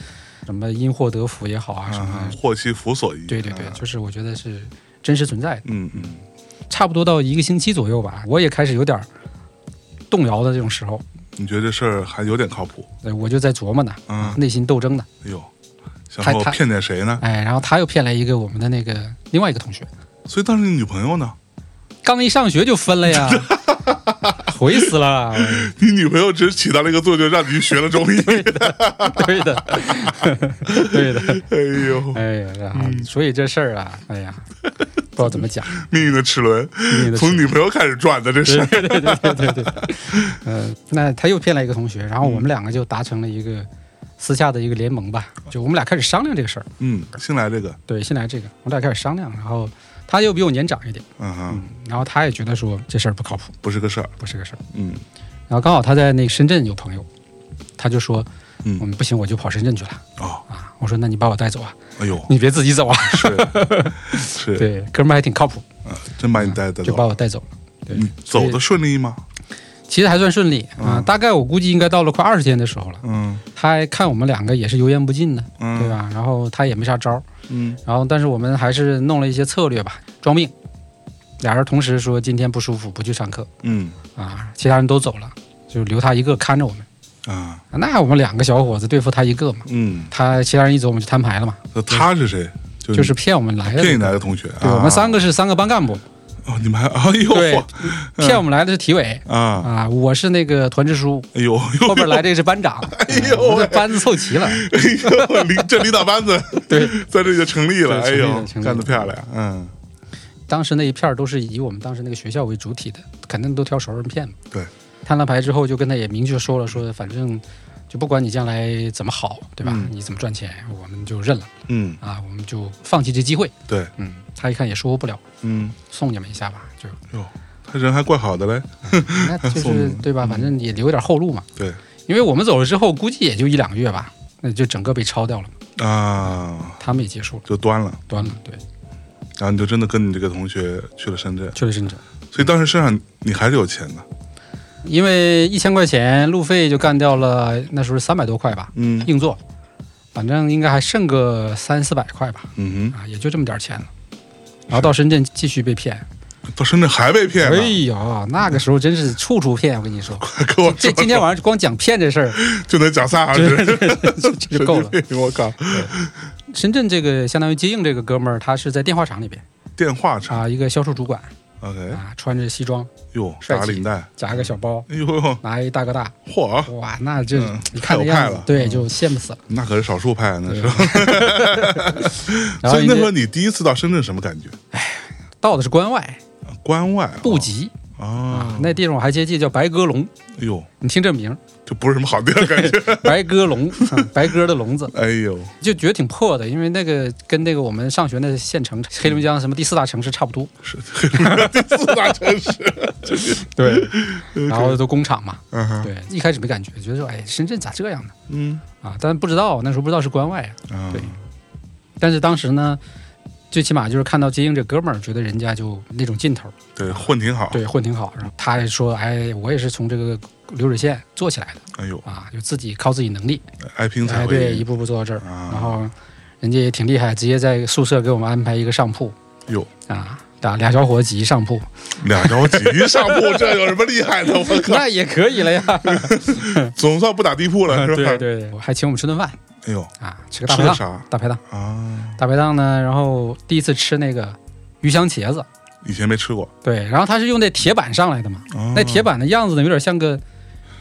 C: 什么因祸得福也好啊，什
B: 啊
C: 么，
B: 祸其福所依。
C: 对对对
B: 啊，
C: 就是我觉得是真实存在的。
B: 嗯嗯
C: 差不多到一个星期左右吧，我也开始有点儿动摇的这种时候，
B: 你觉得这事儿还有点靠谱？
C: 对我就在琢磨呢，
B: 嗯，
C: 内心斗争呢。
B: 哎呦，想
C: 他
B: 说我
C: 他
B: 骗点谁呢？
C: 哎，然后他又骗来一个我们的那个另外一个同学，
B: 所以当时你女朋友呢？
C: 刚一上学就分 了呀，悔死了。
B: 你女朋友只起到了一个作用，让你学了中医。
C: 对的，对的，
B: 哎呦，
C: 哎呀，然后所以这事儿啊，哎呀，不知道怎么讲，
B: 命运的齿轮
C: 运的齿轮
B: 从女朋友开始转的，这是
C: 对 对对对对对，嗯，那他又骗来一个同学，然后
B: 嗯
C: 我们两个就达成了一个私下的一个联盟吧，就我们俩开始商量这个事儿。
B: 嗯，新来这个，
C: 对，先来这个，我们俩开始商量，然后他又比我年长一点，
B: 嗯哼，
C: 然后他也觉得说这事儿不靠谱，
B: 不是个事儿，
C: 不是个事儿。
B: 嗯
C: 然后刚好他在那深圳有朋友，他就说，
B: 嗯
C: 我们不行，我就跑深圳去了
B: 哦，
C: 啊。我说那你把我带走啊，
B: 哎呦，
C: 你别自己走啊。
B: 是是，
C: 对，哥们儿还挺靠谱，
B: 啊真把你带带
C: 就把
B: 走，
C: 我带走了。对
B: 你，走的顺利吗？
C: 其实还算顺利啊，大概我估计应该到了快二十天的时候了，
B: 嗯
C: 他还看我们两个也是油盐不进呢，
B: 嗯，
C: 对？啊吧？然后他也没啥招儿，
B: 嗯
C: 然后但是我们还是弄了一些策略吧，装病。俩人同时说今天不舒服，不去上课
B: 嗯
C: 啊，其他人都走了，就留他一个看着我们。
B: 啊
C: 那我们两个小伙子对付他一个嘛，
B: 嗯，
C: 他其他人一走我们就摊牌了嘛，
B: 那他是谁？就
C: 就是骗我们来的。啊
B: 骗你来的同学，
C: 对，我
B: 啊
C: 们三个是三个班干部，
B: 哦，你们还哎呦
C: 对
B: 我，
C: 骗我们来的是体委
B: 啊，
C: 啊，我是那个团支书，
B: 哎呦，
C: 后边来这个是班 长，哎
B: 呦
C: 我们这 班子凑齐了。
B: 哎呦，领这领导班子
C: 对，
B: 在这就成立了，哎
C: 对成立了
B: 呦，
C: 成立了
B: 干得漂亮，嗯，
C: 当时那一片儿都是以我们当时那个学校为主体的，肯定都挑熟人骗嘛。
B: 对，
C: 摊了牌之后就跟他也明确说了，说反正就不管你将来怎么好，对吧？
B: 嗯
C: 你怎么赚钱，我们就认了
B: 嗯，
C: 啊，我们就放弃这机会。
B: 对，
C: 嗯，他一看也说服不了，
B: 嗯，
C: 送你们一下吧，就
B: 哟，他人还怪好的嘞，
C: 那就
B: 送你
C: 是
B: 们嗯
C: 对吧？反正也留点后路嘛，
B: 对
C: 因为我们走了之后，估计也就一两个月吧，那就整个被抄掉了，
B: 啊，
C: 他们也结束了，
B: 就端了，
C: 端了，对，
B: 然后你就真的跟你这个同学去了深圳，
C: 去了深圳，
B: 所以当时身上你还是有钱的，
C: 因为一千块钱路费就干掉了，那时候三百多块吧，
B: 嗯
C: 硬座，反正应该还剩个三四百块吧，
B: 嗯
C: 啊，也就这么点儿钱了。然后到深圳继续被骗，
B: 哼，到深圳还被骗
C: 哎
B: 了，
C: 呦，那个时候真是处处骗，我跟你说，
B: 给我
C: 这
B: 说
C: 今天晚上光讲骗这 事儿
B: 就能讲仨小
C: 就
B: 时，
C: 就就就够了。
B: 神经病，我靠，
C: 深圳这个相当于接应这个哥们儿，他是在电话厂里边
B: 电话差
C: 啊，一个销售主管
B: ，OK，
C: 啊，穿着西装，
B: 哟，
C: 帅
B: 打
C: 气
B: 个领带，
C: 夹个小包，
B: 哎呦，
C: 拿一大哥大，
B: 嚯，
C: 哇，那这
B: 嗯
C: 你看这
B: 太有派
C: 样子
B: 了，
C: 对，就羡慕死了。
B: 那可是少数派，啊 那是。
C: 然后
B: 所以
C: 人
B: 那会儿
C: 家
B: 你第一次到深圳什么感觉？啊
C: 到的是关外
B: 哦关外
C: 布吉
B: 啊
C: 啊，，那地方我还接记叫白 鸽笼，
B: 哎呦，
C: 你听这名儿，
B: 这不是什么好地儿，感觉。
C: 白鸽笼，嗯白鸽的笼子，
B: 哎呦，
C: 就觉得挺破的，因为那个跟那个我们上学那县
B: 嗯
C: 城黑龙江什么第四大城市差不多。
B: 是第四大城市。
C: 对， 然后都工厂嘛。
B: 嗯哼
C: 对，一开始没感觉，觉得说哎，深圳咋这样呢？
B: 嗯
C: 啊，但不知道那时候不知道是关外啊。
B: 啊
C: 对但是当时呢，最起码就是看到接应这哥们儿，觉得人家就那种劲头，
B: 对，混挺好。
C: 对，混挺好。然后他还说，哎，我也是从这个流水线做起来的
B: 哎呦，
C: 啊，就自己靠自己能力，
B: 爱拼才
C: 哎，
B: 会
C: 对，一
B: 赢。
C: 步步做到这儿。
B: 啊
C: 然后人家也挺厉害，直接在宿舍给我们安排一个上铺
B: 哟，
C: 啊，俩俩小伙子挤 一上铺，
B: 俩着急上 铺，这有什么厉害的？我靠，
C: 那也可以了呀。
B: 总算不打地铺了，是吧？
C: 啊对对，我还请我们吃顿饭
B: 哎呦，
C: 啊，吃个大
B: 吃的
C: 排档，
B: 啥
C: 大排档，
B: 啊？
C: 大排档呢。然后第一次吃那个鱼香茄子，
B: 以前没吃过。
C: 对，然后它是用那铁板上来的嘛，
B: 啊
C: 那铁，板的样子呢，有点像个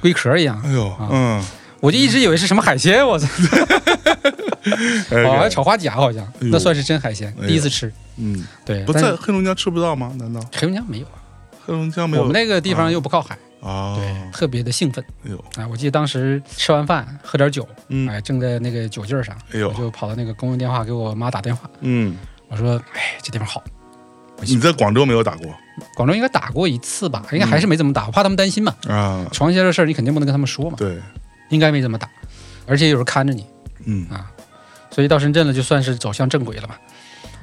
C: 龟壳一样。
B: 哎呦，
C: 啊
B: 嗯，
C: 我就一直以为是什么海鲜，我操！哦，还炒花甲好像，
B: 哎呦
C: 那算是真海鲜
B: 哎，呦
C: 第一次吃。
B: 嗯，
C: 对，
B: 不
C: 但
B: 在
C: 是
B: 黑龙江吃不到吗？难道
C: 黑龙江没有啊，
B: 黑龙江没有？
C: 我们那个地方又不靠海，
B: 啊，
C: 对，特别的兴奋
B: 哎呦，
C: 啊！我记得当时吃完饭喝点酒，
B: 嗯，
C: 哎，正在那个酒劲儿上，
B: 哎
C: 我
B: 呦，
C: 就跑到那个公用电话给我妈打电话，
B: 嗯，
C: 我说，哎，这地方好。
B: 你在广州没有打过
C: 广州应该打过一次吧，应该还是没怎么打，我怕他们担心嘛。
B: 啊？
C: 床下的事儿你肯定不能跟他们说嘛，
B: 对，
C: 应该没怎么打，而且有人看着你，
B: 嗯
C: 所以到深圳了就算是走向正轨了吧。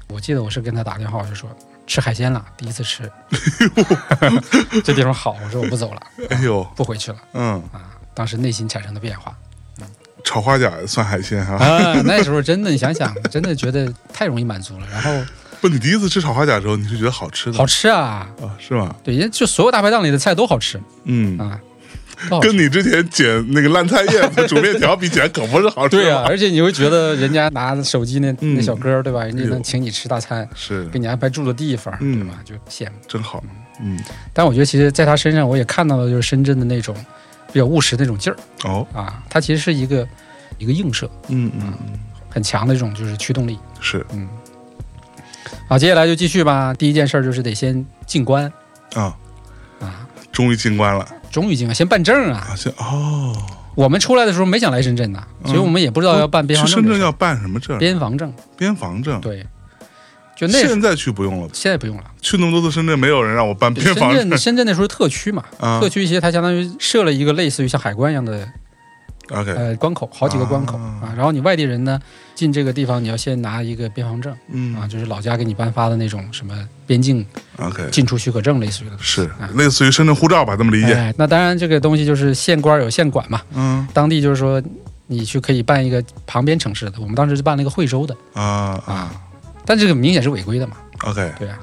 C: 我记得我是跟他打电话，我就说吃海鲜了，第一次吃， 这地方好，我说我不走了，
B: 哎呦，
C: 不回去了
B: 嗯，
C: 啊。当时内心产生的变化
B: 炒花甲算海鲜哈、
C: 啊，那时候真的，你想想，真的觉得太容易满足了。然后
B: 不，你第一次吃炒花甲的时候，你是觉得好吃的
C: 好吃啊，
B: 啊？是吗？
C: 对，人家就所有大排档里的菜都好吃
B: 嗯。
C: 啊，都好吃
B: 跟。你之前捡那个烂菜叶子煮面条比起来，可不是好吃
C: 对啊，
B: 吗
C: 而且你会觉得人家拿手机那、
B: 嗯
C: 那小哥儿对吧？人家
B: 哎呦
C: 能请你吃大餐，
B: 是
C: 给你安排住的地方，
B: 嗯
C: 对吧？就羡慕。
B: 真好，嗯，
C: 但我觉得其实在他身上，我也看到了就是深圳的那种比较务实那种劲儿
B: 哦，
C: 啊，他其实是一个一个映射
B: 嗯嗯嗯，
C: 很强的这种就是驱动力。
B: 是
C: 嗯，好，接下来就继续吧。第一件事儿就是得先进关
B: 啊，
C: 啊，
B: 终于进关了，
C: 终于进关，先办证啊。
B: 好像哦，
C: 我们出来的时候没想来深圳呐，
B: 嗯
C: 所以我们也不知道要办边
B: 去
C: 防证
B: 深
C: 的
B: 圳
C: 事儿。
B: 要办什嗯么证？
C: 边防证，
B: 边防证，
C: 对，就那时候
B: 现在去不用了，
C: 现在不用了。
B: 去那么多次深圳，没有人让我办边
C: 深
B: 防证
C: 圳深圳那时候特区嘛，
B: 啊
C: 特区其实它相当于设了一个类似于像海关一样的
B: ，OK，
C: 呃关口，好几个关口
B: 啊
C: 啊。然后你外地人呢进这个地方，你要先拿一个边防证
B: 嗯
C: 啊，就是老家给你颁发的那种什么边境
B: ，OK，
C: 进出许可证类似于的。
B: 是类似于深圳护照吧，这么理解，
C: 啊哎，那当然这个东西就是县官有县管嘛，
B: 嗯
C: 当地就是说你去可以办一个旁边城市的，我们当时就办了一个惠州的，
B: 啊啊
C: 但这个明显是违规的嘛，
B: ，OK
C: 对啊，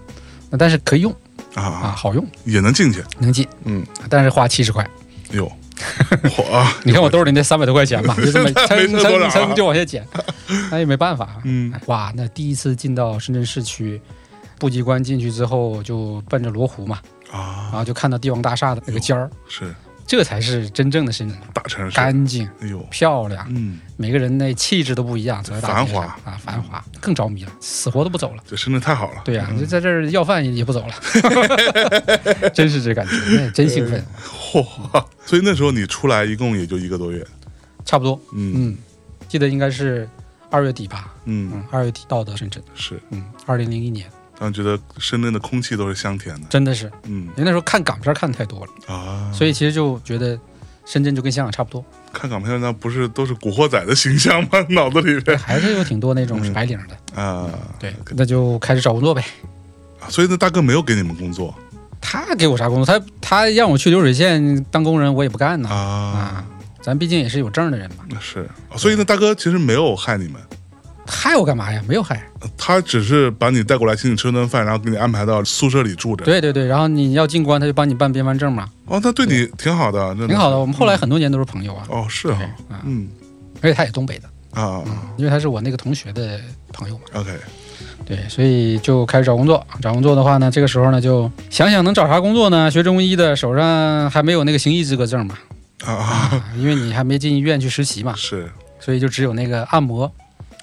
C: 那但是可以用啊，
B: 啊，
C: 好用，
B: 也能进去，
C: 能进，
B: 嗯，
C: 但是花七十块。
B: 哟，啊哇，
C: 你看我兜里那三百多块钱 吧，就这么蹭
B: 没剩多少
C: 蹭
B: 啊
C: 蹭就往下减，那也没办法。啊
B: 嗯
C: 哇，那第一次进到深圳市区，部级关进去之后，就奔着罗湖嘛，然
B: 啊，
C: 后就看到帝王大厦的那个尖儿，
B: 是
C: 这才是真正的深圳，
B: 大城市，哎
C: 干净
B: 呦，
C: 漂亮，
B: 嗯。
C: 每个人那气质都不一样，走在大街上
B: 繁
C: 啊，繁华更着迷了，死活都不走了。
B: 这深圳太好了，
C: 对呀、你就在这儿要饭也也不走了， 真是这感觉，那真兴奋，
B: 嚯、所以那时候你出来一共也就一个多月，
C: 差不多，
B: 嗯
C: 嗯，记得应该是二月底吧，
B: 嗯，
C: 嗯，二月底到的深圳，
B: 是，
C: 嗯，二零零一年，
B: 让觉得深圳的空气都是香甜的，
C: 真的是，
B: 嗯
C: 因为那时候看港片看太多了，
B: 啊，
C: 所以其实就觉得深圳就跟香港 差不多，
B: 看港片那不是都是古惑仔的形象吗？ 脑子里边
C: 还是有挺多那种是白领的，
B: 啊，
C: 对，那就开始找工作呗。
B: 所以那大哥没有给你们工作
C: 他给我啥工作？他他让我去流水线当工人，我也不干呐。
B: 啊，
C: 啊，咱毕竟也是有证的人嘛，
B: 那是，啊所以那大哥其实没有害你们，
C: 害我干嘛呀？没有害。
B: 他只是把你带过来，请你吃顿饭，然后给你安排到宿舍里住着。
C: 对对对，然后你要进关，他就帮你办边防证嘛，
B: 哦，那对你挺好的，真的
C: 挺好的。我们后来很多年都是朋友啊，
B: 哦，是
C: 对
B: 哈，
C: 啊，
B: 嗯
C: 而且他也东北的，
B: 啊
C: 因为他是我那个同学的朋友嘛。
B: ，OK，
C: 对，所以就开始找工作。找工作的话呢，这个时候呢，就想想能找啥工作呢？学中医的手上还没有那个行医资格 证嘛，
B: 啊啊，
C: 啊，因为你还没进医院去实习嘛，
B: 是，
C: 所以就只有那个按摩、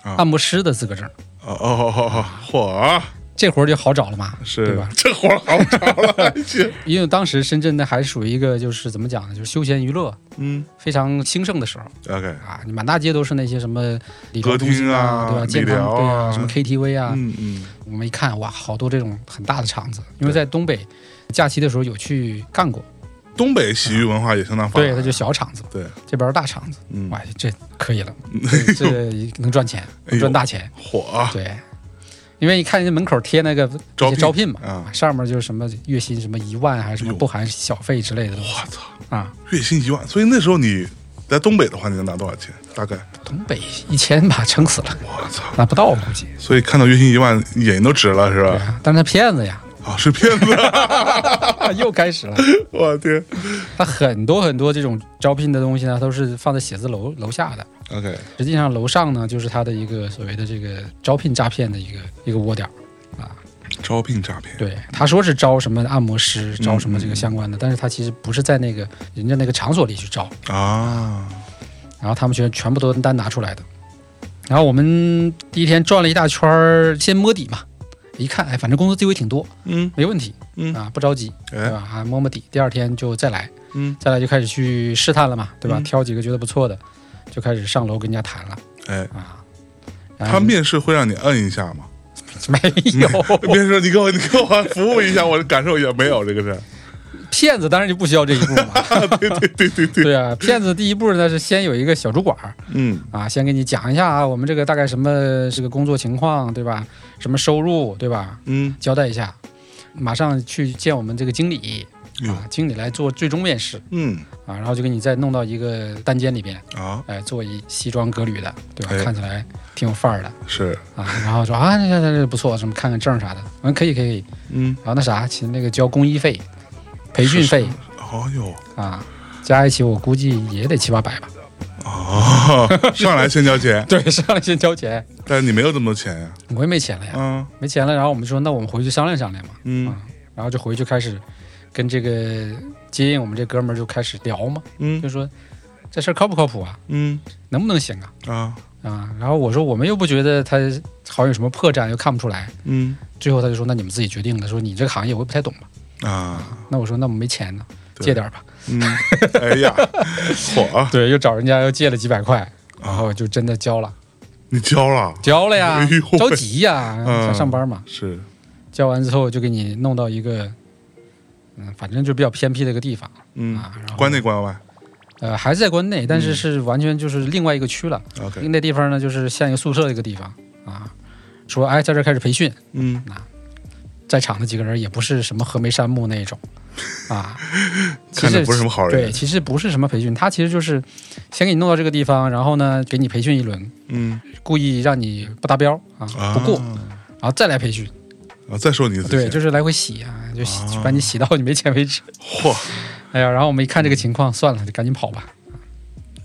B: 啊
C: 按摩师的资格证。
B: 哦哦哦哦，嚯啊！
C: 这活儿就好找了嘛，
B: 是
C: 对吧？
B: 这活儿好不着了，已经。
C: 因为当时深圳呢还是属于一个就是怎么讲呢，就是休闲娱乐
B: 嗯
C: 非常兴盛的时候
B: ，OK，
C: 啊，你满大街都是那些什么理疗
B: 歌
C: 中心
B: 厅啊
C: 对吧？健
B: 理疗
C: 康
B: 啊
C: 对啊，什么 KTV 啊，
B: 嗯嗯，
C: 我们一看哇，好多这种很大的场子，因为在东北假期的时候有去干过，
B: 东北洗浴文化也相当发达。
C: 对，它就小场子，
B: 对，
C: 这边儿大场子，
B: 嗯，
C: 哇，这可以 了，这这能赚钱，
B: 哎呦
C: 能赚大钱，
B: 火啊
C: 对。因为你看人家门口贴那个
B: 招聘
C: 招聘嘛，
B: 啊
C: 上面就是什么月薪什么一万还是什
B: 哎
C: 么
B: 呦
C: 不含小费之类的东西
B: 我操，
C: 啊，
B: 月薪一万，所以那时候你在东北的话，你能拿多少钱？大概，
C: 东北一千吧，撑死了，
B: 我操，
C: 拿不到我估计。
B: 所以看到月薪一万，眼睛都直了，是
C: 对
B: 吧？
C: 啊，但是他骗子呀，
B: 啊， 是骗子！
C: 又开始了。
B: 我天
C: 他很多很多这种招聘的东西呢，都是放在写字楼楼下的。
B: ，OK，
C: 实际上楼上呢，就是他的一个所谓的这个招聘诈骗的一个一个窝点儿。
B: 招聘诈骗，
C: 对，他说是招什么按摩师，招什么
B: 嗯
C: 这个
B: 嗯
C: 相关的，但是他其实不是在那个人家那个场所里去招
B: 啊，
C: 然后他们全全部都单拿出来的。然后我们第一天转了一大圈儿，先摸底嘛，一看，哎，反正工作机会挺多，
B: 嗯
C: 没问题，
B: 嗯
C: 啊，不着急，对
B: 哎
C: 吧？啊，摸摸底，第二天就再来，
B: 嗯
C: 再来就开始去试探了嘛，对吧？
B: 嗯
C: 挑几个觉得不错的，就开始上楼跟人家谈了
B: 哎，
C: 啊。然后
B: 他面试会让你摁一下吗？
C: 没有
B: 面试你给我你给我服务一下，我感受一下，没有这个事儿。
C: 骗子，当然就不需要这一步嘛。
B: 对对对对对，
C: 对啊，骗子第一步呢是先有一个小主管儿
B: 嗯
C: 啊，先给你讲一下啊，我们这个大概什么这个工作情况，对吧？什么收入，对吧？
B: 嗯，
C: 交代一下，马上去见我们这个经理
B: 哟
C: 啊，经理来做最终面试
B: 嗯
C: 啊，然后就给你再弄到一个单间里边，
B: 啊
C: 哎，做一西装革履的，对吧？
B: 哎
C: 看起来挺有范儿的
B: 是
C: 啊，然后说啊，这这这不错，什么看看证啥的，嗯，可以可以可以，
B: 嗯，
C: 然后那啥，其实那个交工医费、培训费
B: 哦哟
C: 啊，加一起我估计也得七八百吧。
B: 哦，上来先交 钱，
C: 对，上来先交钱，
B: 但是你没有这么多钱呀，
C: 我也没钱了呀，
B: 啊
C: 没钱了，然后我们说那我们回去商量商量嘛，
B: 嗯
C: 然后就回去开始跟这个接应我们这哥们儿就开始聊嘛，
B: 嗯
C: 就说这事儿靠不靠谱啊，
B: 嗯
C: 能不能行啊
B: 啊
C: 啊，然后我说我们又不觉得他好像有什么破绽，又看不出来，
B: 嗯
C: 最后他就说那你们自己决定的，说你这个行业我也不太懂吧，
B: 啊，
C: 那我说那我们没钱呢，
B: 对
C: 借点儿吧，
B: 嗯， 哎呀，火，啊
C: 对，又找人家又借了几百块，然后就真的交了，
B: 你交了
C: 交了呀
B: 哎呦，喂
C: 着急呀，
B: 嗯
C: 想上班嘛，
B: 是
C: 交完之后就给你弄到一个，嗯，反正就比较偏僻的一个地方
B: 嗯，
C: 啊。然后
B: 关内关外
C: 呃还是在关内，但
B: 嗯
C: 是是完全就是另外一个区了。
B: ，OK，
C: 那地方呢，就是像一个宿舍的一个地方啊。说哎，在这儿开始培训，
B: 嗯，
C: 在场的几个人也不是什么峨眉山木那一种 啊，其
B: 看着
C: 实
B: 不是什么好
C: 对，
B: 人，
C: 其实不是什么培训，他其实就是先给你弄到这个地方，然后呢给你培训一轮，
B: 嗯
C: 故意让你不达标啊，
B: 啊，
C: 不过，然后再来培训，
B: 啊，再说你一次
C: 对，
B: 钱，
C: 就是来回洗啊，就洗
B: 啊
C: 把你洗到你没钱为止。
B: 嚯，
C: 哎呀，然后我们
B: 嗯
C: 一看这个情况，算了，就赶紧跑吧，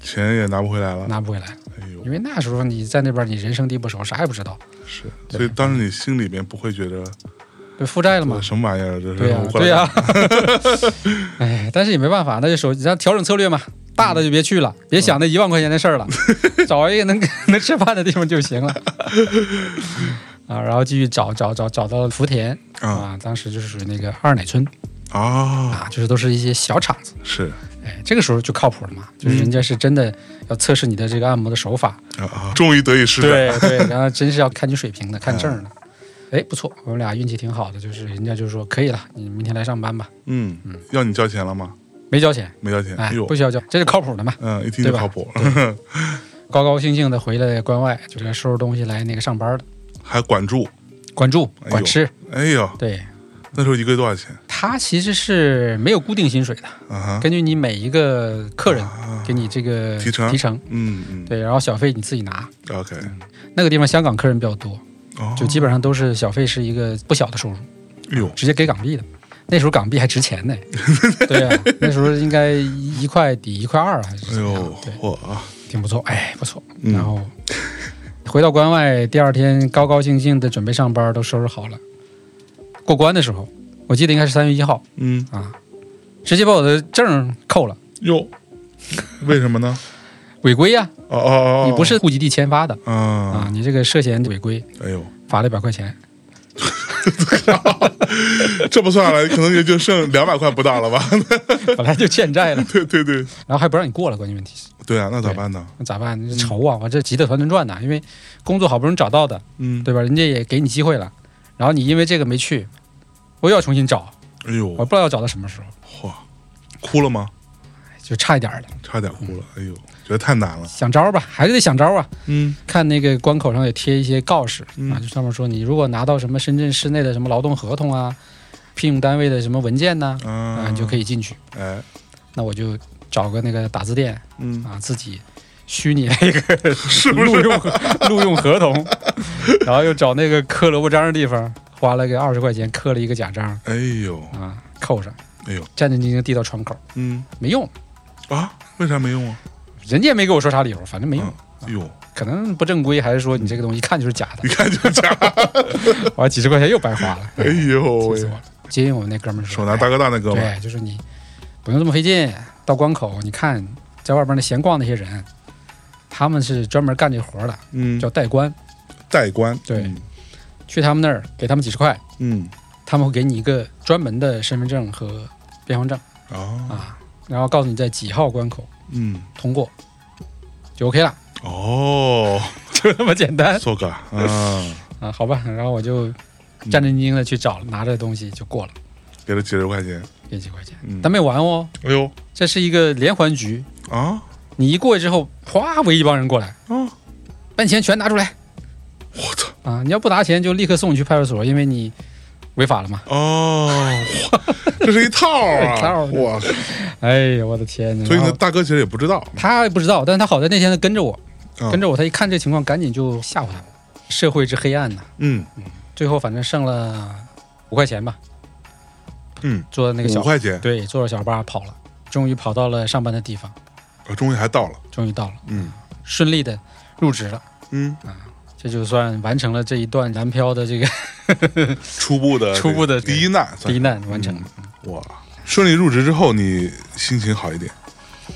B: 钱也拿不回来了，
C: 拿不回来。
B: 哎呦
C: 因，为那时候你在那边，你人生地不熟，啥也不知道，
B: 是，
C: 对
B: 所以当时你心里边不会觉得
C: 对，负债了嘛
B: 这。什么玩意儿，这是
C: 对呀、啊
B: 我过来
C: 对呀、 哎，但是也没办法，那就手你要调整策略嘛，大的就别去了，别想那一万块钱的事 儿了，找一个能 能吃饭的地方就行了。 啊，然后继续找找找找到了福田
B: 啊
C: 啊，当时就是属于那个二奶村
B: 啊，
C: 啊，就是都是一些小厂子，
B: 是
C: 哎，这个时候就靠谱了嘛，就是人家是真的要测试你的这个按摩的手法，
B: 啊啊，终于得以施展，
C: 对对， 嗯然后真是要看你水平的，看证儿的。哎，不错，我们俩运气挺好的，就是人家就说可以了，你明天来上班吧，
B: 嗯，要你交钱了吗？
C: 没交钱，
B: 没交钱，
C: 哎
B: 哎，呦
C: 不，需要交，这是靠谱的嘛，
B: 嗯，一听就
C: 对吧
B: 靠谱，
C: 高高兴兴的回来关外，就是收拾东西来那个上班的，
B: 还管住，
C: 管住
B: 哎呦
C: 管吃。
B: 哎呦，
C: 对，
B: 那时候一个月多少钱
C: 他其实是没有固定薪水的，
B: 啊？哈，
C: 根据你每一个客人
B: 啊
C: 给你这个
B: 提成
C: 提成，
B: 嗯嗯
C: 对，然后小费你自己拿。
B: ，OK，
C: 那个地方香港客人比较多，
B: 哦，
C: 嗯就基本上都是小费是一个不小的收入。
B: 哎呦，
C: 直接给港币的。那时候港币还值 钱呢，对呀、那时候应该一块抵一块二还是
B: 哎
C: 怎么样
B: 呦，？
C: 对，
B: 嚯啊，
C: 挺不错，哎，不错。
B: 嗯
C: 然后回到关外，第二天高高兴兴的准备上班，都收拾好了。过关的时候，我记得应该是三月一号
B: 嗯，
C: 啊，直接把我的证儿扣了，
B: 哟，为什么呢？
C: 违规呀、
B: 哦哦哦，哦
C: 你不是户籍地签发的啊
B: 啊，，
C: 你这个涉嫌违规，
B: 哎呦，
C: 罚了一百 块钱。
B: 这不算了，可能也就剩两百块不到了吧？
C: 本来就欠债了，
B: 对对对，
C: 然后还不让你过了，关键问题是
B: 对啊，那咋办呢？
C: 那咋办？那愁啊，我这急得团团转呐，因为工作好不容易找到的，
B: 嗯，
C: 对吧？人家也给你机会了，然后你因为这个没去，我又要重新找，
B: 哎呦，
C: 我不知道要找到什么时候，哎
B: 嚯，哭了吗？
C: 就差一点儿了。
B: 差点哭了，哎呦，觉得太难了。
C: 想招儿吧，还是得想招儿啊。
B: 嗯
C: 看那个关口上也贴一些告示、
B: 嗯
C: 啊，就上面说你如果拿到什么深圳市内的什么劳动合同啊、聘用单位的什么文件呐、啊，
B: 啊
C: 你就可
B: 以，
C: 以进去。
B: 哎，
C: 那我就找个那个打字店
B: 嗯，
C: 啊，自己虚拟那 个
B: 是不
C: 录
B: 是？
C: 用录用合同，然后又找那个刻萝卜章的地方，花了个二十块钱刻了一个假章
B: 哎呦，
C: 啊，扣上，
B: 哎呦，
C: 战战兢兢地递到窗口。
B: 嗯
C: 没用，
B: 啊，为啥没用啊？
C: 人家也没给我说啥理由，反正没用，
B: 嗯哎呦，
C: 可能不正规，还是说你这个东西一看就是假
B: 一
C: 的，
B: 看就假。
C: 完了几十块钱又白花了，
B: 哎呦
C: 气
B: 喂
C: 死我，了。接应我们那哥们儿
B: 手
C: 说，
B: 拿大哥大那哥们儿，
C: 对，就说你不用这么费劲，到关口你看在外边那闲逛那些人，他们是专门干这活儿的，
B: 嗯，
C: 叫代官。
B: 代官，
C: 对去他们那儿给他们几十块，
B: 嗯，
C: 他们会给你一个专门的身份证和边防证
B: 嗯，哦，
C: 啊，然后告诉你在几号关口
B: 嗯，
C: 通过，就 OK 了，
B: 哦，
C: 就这么 简单
B: 搜个，嗯，
C: 啊，好吧。然后我就战战兢兢的去找，拿着东西就过了，
B: 给了几十块钱，
C: 给几块钱，
B: 嗯，
C: 但没完哦，
B: 哎呦，
C: 这是一个连环局，
B: 啊，
C: 你一过去之后，哗围一帮人过来，
B: 哦，
C: 把你钱全拿出来
B: 我操，
C: 啊！你要不拿钱，就立刻送你去派出所，因为你违法了嘛。
B: 哦， 哇这是一套
C: 一套
B: 啊，
C: 的
B: 哇，
C: 哎呀，我的天！
B: 所以
C: 然
B: 呢，
C: 后
B: 大哥其实也不知道，
C: 他也不知道，但是他好在那天他跟着我，
B: 啊
C: 跟着我，他一看这情况，赶紧就吓唬他们。社会之黑暗呐、
B: 嗯，
C: 最后反正剩了五块钱吧。
B: 嗯，
C: 坐那个
B: 五
C: 小
B: 块钱，
C: 对，坐着小巴跑了，终于跑到了上班的地方，
B: 啊终于还到了，
C: 终于到了，
B: 嗯
C: 顺利的入职了。
B: 嗯，
C: 这就算完成了这一段南漂的这个
B: 初步的
C: 初步的
B: 第一难，算
C: 第一难完成了。
B: 哇，顺利入职之后，你心情好一点，嗯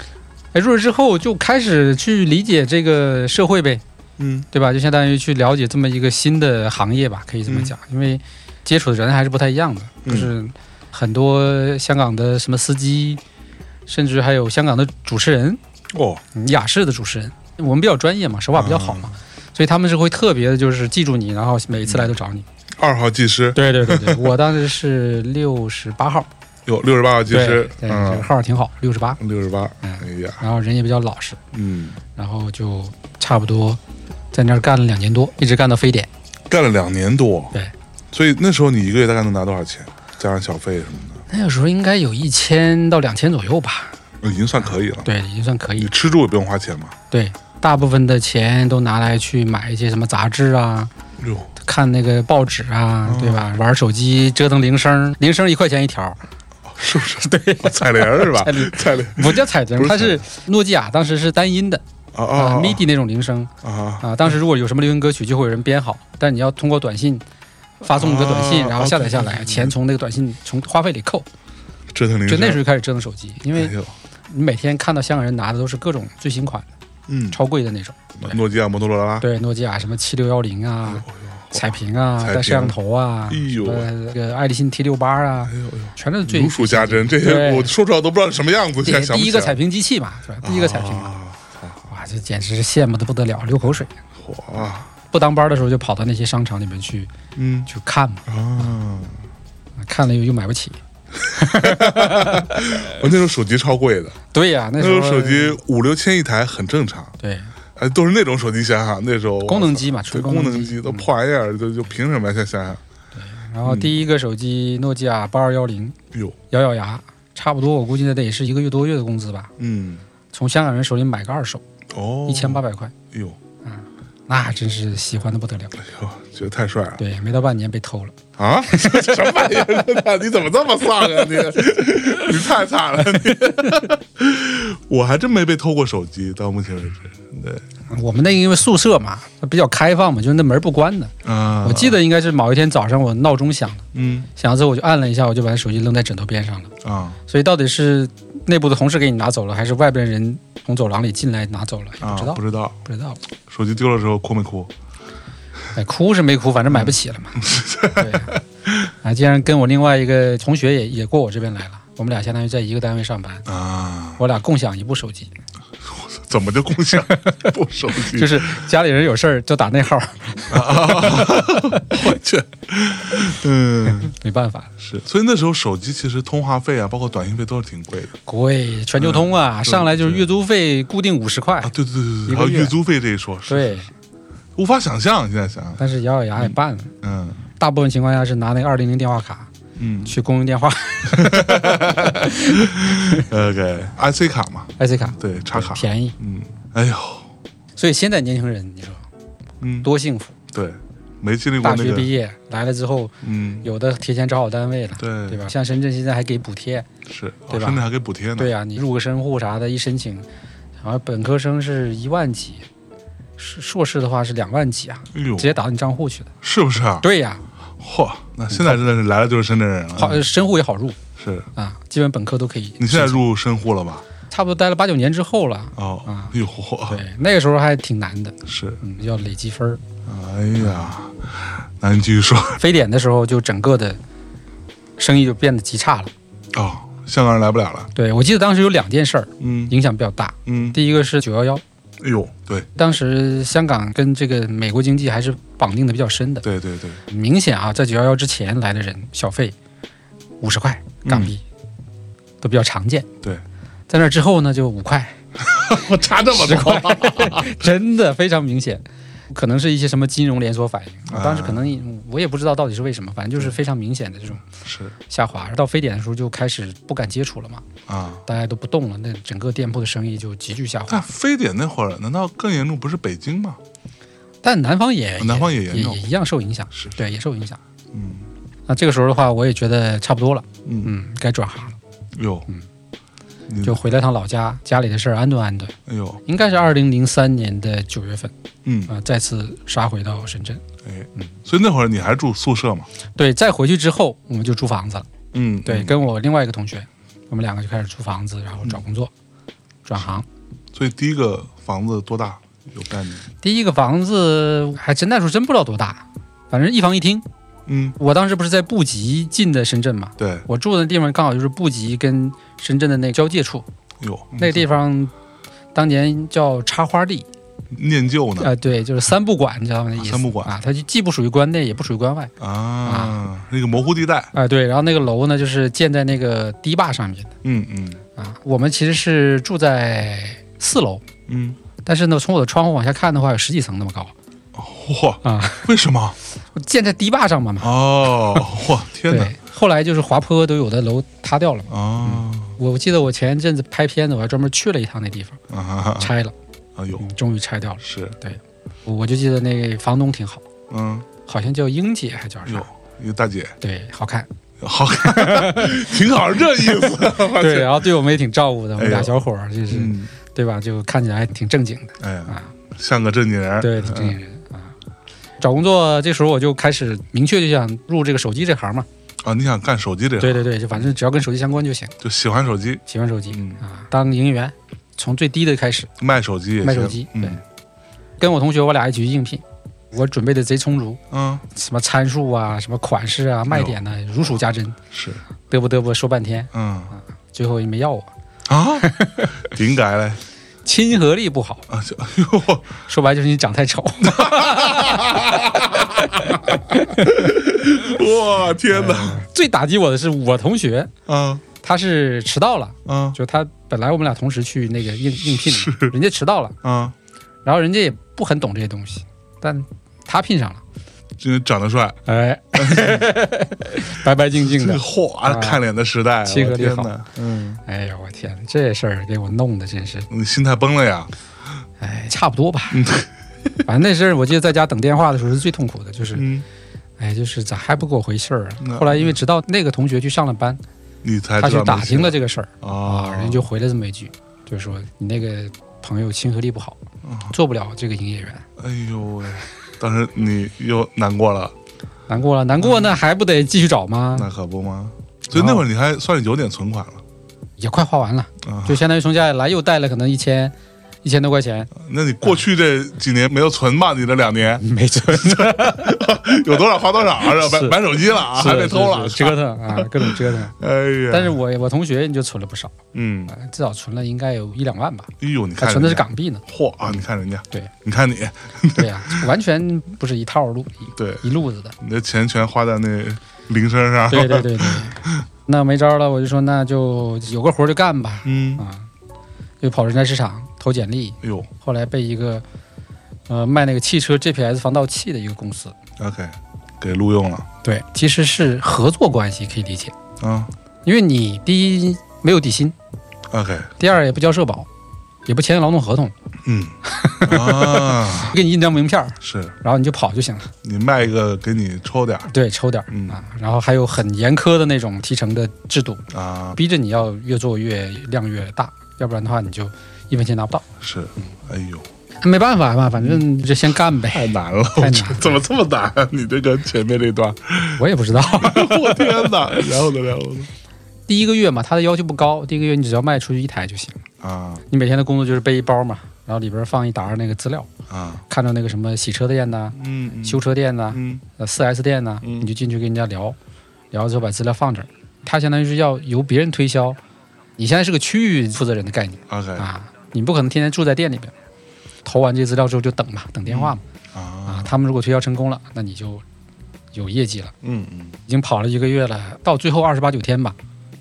C: 哎，入职之后就开始去理解这个社会呗，
B: 嗯
C: 对吧？就相当于去了解这么一个新的行业吧，可以这么
B: 嗯
C: 讲，因为接触的人还是不太一样的，
B: 嗯
C: 就是很多香港的什么司机，甚至还有香港的主持人，
B: 哦，
C: 嗯雅士的主持人，我们比较专业嘛，手法比较好嘛，所以他们是会特别的，就是记住你，然后每次来都找你。
B: 二号技师
C: 嗯对对对对， 我当时是六十八号，
B: 有六十八号技
C: 对
B: 师，
C: 对，这个
B: 嗯，
C: 号儿挺好，六十八，
B: 六十八，
C: 嗯
B: 哎呀，
C: 然后人也比较老实，
B: 嗯，
C: 然后就差不多在那儿干了两年多，一直干到非典。
B: 干了两年多，
C: 对，
B: 所以那时候你一个月大概能拿多少钱？加上小费什么
C: 那个时候应该有一千到两千左右吧，
B: 的，已经算可以了。
C: 对，已经算可以
B: 你。吃住也不用花钱嘛？
C: 对，大部分的钱都拿来去买一些什么杂志啊，
B: 哟，
C: 看那个报纸啊
B: 哦，
C: 对吧？玩手机，折腾铃声，铃声一块钱一条，
B: 是不 是？对，彩铃儿是吧
C: 彩铃？
B: 彩铃
C: 不叫彩
B: 不
C: 铃，
B: 是
C: 它
B: 彩铃
C: 是诺基亚当时是单音的
B: 啊啊
C: 啊
B: 啊
C: ，MIDI 那种铃声
B: 啊！
C: 啊。当时如果有什么流行歌曲，就会有人编好，但你要通过短信。发送你的短信，
B: 哦
C: 然后下载下
B: 哦
C: 来，
B: 对
C: 钱从那个短信从话费里扣。
B: 折腾铃
C: 就
B: 声，
C: 那时候就开始折腾手机，因为
B: 哎呦，
C: 你每天看到香港人拿的都是各种最新款、
B: 嗯，
C: 超贵的那种，
B: 诺基亚、摩托罗拉，
C: 对，诺基亚什么七六幺零
B: 哎呦，
C: 啊、
B: 哎呦
C: 彩屏啊、
B: 彩屏
C: 带摄像头啊，
B: 哎呦
C: 呃，那个爱立信 T 六八啊
B: 哎，呦哎呦，
C: 全都是最
B: 如数家珍，这些
C: 对
B: 我说出来我都不知道是什么样子，
C: 第
B: 现在想不
C: 第
B: 起
C: 一个
B: 来
C: 彩屏机器嘛，对吧？第一个彩屏嘛，
B: 啊，
C: 哇，这简直是羡慕的不得了，流口水。啊
B: 哇，
C: 不当班的时候就跑到那些商场里面去
B: 啊嗯
C: 去看嘛，
B: 啊，
C: 看了又又买不起。
B: 我那时候手机超贵的，
C: 对呀、那
B: 那
C: 时
B: 时
C: 候
B: 候手机五六千一台很正常，
C: 对
B: 哎，都是那种手机，想想那时候
C: 功能机嘛，
B: 对
C: 纯
B: 功能
C: 能
B: 机
C: 机
B: 都。破玩意儿，就就凭什么呀？现在啊想想，
C: 嗯然后第一个手机诺基亚八二幺零，
B: 哟，
C: 咬咬牙，差不多我估计那得也是一个月多月的工资吧，
B: 嗯，
C: 从香港人手里买个二手，
B: 哦，
C: 一千八，百块，
B: 哟，
C: 那真是喜欢的不得了。
B: 哎呦，觉得太帅了
C: 对，没到半年被偷了，
B: 啊！ 什么玩意儿？ 你怎么这么丧啊？你你太惨了！你 我还真没被偷过手机，到目前为止，对
C: 我们那个因为宿舍嘛，它比较开放嘛，就是那门不关的。
B: 啊，
C: 我记
B: 得，
C: 得应该是某一天早上我闹钟响了，
B: 嗯
C: 响了之后我就按了一下，我就把手机扔在枕头边上了。
B: 啊
C: 所以到底是内部的同事给你拿走了，还是外边人从走廊里进来拿走了？也
B: 啊
C: 不知道，，
B: 不知道
C: 不知道。
B: 手机丢了之后哭没哭？
C: 哎，哭是没哭，反正买不起了 嘛。对，啊，竟然跟我另外一个同学也也过我这边来了，我们俩相当于在一个单位上班，
B: 啊，
C: 我俩共享一部手机，
B: 怎么就共享 不手机？
C: 就是家里人有事儿就打那号，
B: 我去，啊嗯，
C: 没办法。
B: 是，所以那时候手机其实通话费啊，包括短信费都是挺贵的
C: 贵，全球通啊，上来就是月租费固定五十块
B: 嗯啊。，对对对对
C: 一
B: 对，
C: 个
B: 还有
C: 月
B: 月租费这一说，是
C: 对，
B: 无法想象。现在想想，
C: 但是咬咬牙也办了。
B: 嗯
C: 大部分情况下是拿那个二零零电话卡
B: 嗯
C: 去公用电话
B: 哎，OK，IC 卡嘛，
C: IC 嗯卡，
B: 对，插卡，
C: 便宜。
B: 嗯，哎呦，
C: 所以现在年轻人，你说
B: 嗯，
C: 多幸福？
B: 对，没经历过
C: 大
B: 那
C: 学
B: 个
C: 毕，业来了之后，
B: 嗯，
C: 有的提前找好单位了，
B: 对
C: 对吧？像深圳现在还给补贴，
B: 是，哦
C: 对吧
B: 甚至还给补贴呢，
C: 对，呀、啊你入个深户啥的，一申请，好像本科生是一万几，硕硕士的话是两万几啊，
B: 哎呦
C: 直，接打到你账户去的。
B: 是不是啊？
C: 对呀、
B: 嚯，那现在真的是来了就是深圳人了，
C: 好深户也好入
B: 是
C: 啊，基本本科都可以申请。
B: 你现在入深户了吧？
C: 差不多待了八九年之后了。
B: 哦
C: 啊，
B: 哎呦嚯，
C: 对，那个时候还挺难的，
B: 是，
C: 嗯，要累积分儿。
B: 哎呀，那你继续说。
C: 非典的时候，就整个的生意就变得极差了。
B: 哦，香港人来不了了。
C: 对我记得当时有两件事儿
B: 嗯
C: 影响比较大，
B: 嗯，
C: 第一个是九幺幺，
B: 哎呦，对
C: 当时香港跟这个美国经济还是绑定的比较深的，
B: 对对对，
C: 明显啊，在九幺幺之前来的人小费五十块港币、都比较常见，
B: 嗯对，
C: 在那之后呢就五块，
B: 我差这么多。
C: 真的非常明显，可能是一些什么金融连锁反应，
B: 啊
C: 当时可能也我也不知道到底是为什么，反正就是非常明显的这种
B: 是
C: 下滑。到非典的时候就开始不敢接触了嘛，
B: 啊，
C: 大家都不动了，那整个店铺的生意就急剧下滑。
B: 但非典那会儿难道更严重不是北京吗？
C: 但南方也
B: 南方也
C: 也
B: 严重
C: 也一样受影响，
B: 是
C: 对，也受影响。
B: 嗯
C: 那这个时候的话，我也觉得差不多了，
B: 嗯，
C: 嗯，该转行了，
B: 哟，你
C: 就回了趟老家，家里的事儿安顿安顿。
B: 哎呦，
C: 应该是二零零三年的九月份
B: 嗯
C: 啊、，再次杀回到深圳。
B: 哎，所以那会儿你还住宿舍嘛？
C: 对，再回去之后，我们就租房子了。
B: 嗯，
C: 对，
B: 嗯
C: 跟我另外一个同学，我们两个就开始租房子，然后找工作，转行。
B: 所以第一个房子多大？有概念？
C: 第一个房子还真那时候真不知道多大，反正一房一厅。
B: 嗯，
C: 我当时不是在布吉进的深圳嘛，
B: 对，
C: 我住的地方刚好就是布吉跟深圳的那个交界处，
B: 有
C: 那个地方当年叫插花地，
B: 念旧呢
C: 呃，对，就是三不管，你知道吗？那意
B: 嗯
C: 思
B: 三不管
C: 啊，它就既不属于关内，也不属于关外
B: 啊，那个模糊地带。
C: 啊、对，然后那个楼呢，就是建在那个堤坝上面的
B: 嗯嗯
C: 啊。我们其实是住在四楼，
B: 嗯，
C: 但是呢，从我的窗户往下看的话，有十几层那么高
B: 嚯，
C: 啊，
B: 为什么？
C: 建在堤坝上嘛嘛。
B: 哦，嚯，天哪！
C: 对，后来就是滑坡都有的楼塌掉了嘛。
B: 哦
C: 我记得我前一阵子拍片子，我还专门去了一趟那地方，
B: 啊哈哈，
C: 拆了，
B: 哎呦，
C: 嗯，终于拆掉了。
B: 是，
C: 我就记得那个房东挺好，
B: 嗯，
C: 好像叫英姐还叫啥
B: 哟？，一个大姐，
C: 对，好 看。
B: 好， 挺好，是这意思。我
C: 对，
B: 去，
C: 然后对我们也挺照顾的，我们
B: 哎
C: 俩
B: 呦
C: 小伙儿就是、
B: 嗯，
C: 对吧？就看起来还挺正经的，
B: 哎呀
C: 啊，
B: 像个正经人。嗯
C: 对，挺正经人
B: 哎
C: 啊。找工作这时候我就开始明确就想入这个手机这行嘛，
B: 啊，你想干手机这个，
C: 对对对，就反正只要跟手机相关就行，
B: 就喜欢手机，
C: 喜欢手机、
B: 嗯
C: 啊，当营业员，从最低的开始
B: 卖手机也行。
C: 卖手机，对
B: 嗯，
C: 跟我同学我俩一起去应聘，我准备的贼充足，
B: 嗯，
C: 什么参数啊，什么款式啊，卖点呢、如数家珍，
B: 是，
C: 嘚啵嘚啵说半天，
B: 嗯
C: 最后也没要我，
B: 啊， 顶改嘞
C: 亲和力不好，
B: 啊，就 哎呦，
C: 说白就是你长太丑。
B: 我天哪，
C: 最打击我的是我同学，
B: 嗯
C: 他是迟到了，
B: 嗯
C: 就他本来我们俩同时去那个应应聘的，人家迟到了，
B: 嗯，
C: 然后人家也不很懂这些东西，但他聘上了，
B: 因为长得帅，
C: 哎， 白白净净
B: 这个
C: 的，啊
B: 嚯，看脸的时代，
C: 亲和
B: 我
C: 力
B: 天
C: 好
B: 哪，嗯，
C: 哎呦我天，这事儿给我弄的真是，
B: 你心态崩了呀？
C: 哎，差不多吧。
B: 嗯
C: 反正那事儿，我记得在家等电话的时候是最痛苦的，就是，
B: 嗯，
C: 哎，就是咋还不给我回信儿啊
B: 那？
C: 后来因为直到那个同学去上了班，
B: 你才
C: 他
B: 知
C: 去
B: 道
C: 打
B: 没戏
C: 听了这个事儿，
B: 啊
C: 啊，，人家就回了这么一句，就说你那个朋友亲和力不好，
B: 哦
C: 做不了这个营业员。
B: 哎呦喂，当时你又难过了，
C: 难过了，难过
B: 嗯
C: 那还不得继续找吗？
B: 那可不吗？所以那会儿你还算是有点存款了
C: 也快花完了，
B: 啊
C: 就。相当于从家里来又带了可能一千一千多块钱，
B: 那你过去这几年没有存吧？你这两 年
C: 没准
B: 有多少花多少啊？是吧
C: 是
B: 买买手机了啊，还被偷了。
C: 折腾啊，各种 折腾。
B: 哎呀！
C: 但是我我同学你就存了不少，
B: 嗯，
C: 啊至少存了应该有一两万吧，
B: 哎呦，你
C: 还
B: 看
C: 啊存的是
B: 人家
C: 港币呢。
B: 嚯啊！你看人家，
C: 对，
B: 你看你，
C: 对呀、完全不是一套路
B: 对，
C: 一路子的。
B: 你的钱全花在那铃声上。
C: 对对对对，那没招了，我就说那就有个活儿就干吧
B: 嗯，
C: 啊，就跑人才市场投简历，
B: 哎呦
C: 后来被一个呃卖那个汽车 GPS 防盗器的一个公司，
B: ，OK，给录用了
C: 对，其实是合作关系可以理解，
B: 啊
C: 因为你第一没有底薪，
B: ，OK，
C: 第二也不交社保，也不签劳动合同，
B: 嗯啊，
C: 给你印张名片儿，
B: 是
C: 然后你就跑就行了，
B: 你卖一个给你抽点儿
C: 对，抽点儿、
B: 嗯
C: 啊，然后还有很严苛的那种提成的制度，
B: 啊，
C: 逼着你要越做越量越大，要不然的话你就一分钱拿不到，
B: 是，哎呦。
C: 没办法嘛，反正就先干呗，
B: 太难了，
C: 太
B: 我
C: 难
B: 觉得
C: 了
B: 怎么这么难、啊？你这个前面这段，
C: 我也不知道。
B: 我天哪！然后呢，然后呢？
C: 第一个月嘛，他的要求不高，第一个月你只要卖出去一台就行了
B: 啊
C: 你每天的工作就是背一包嘛，然后里边放一沓那个资料，
B: 啊，
C: 看到那个什么洗车店呐、
B: 嗯，嗯
C: 修车店呐、
B: 嗯
C: 呃四 S 店呐、
B: 嗯
C: 你就进去跟人家聊，聊之后把资料放这儿，他相当于是要由别人推销，你现在是个区域负责人的概念
B: ，OK
C: 啊，你不可能天天住在店里边。投完这些资料之后就等嘛，等电话嘛。啊
B: 啊，，
C: 他们如果推销成功了，那你就有业绩了。
B: 嗯嗯，
C: 已经跑了一个月了，到最后二十八九天吧，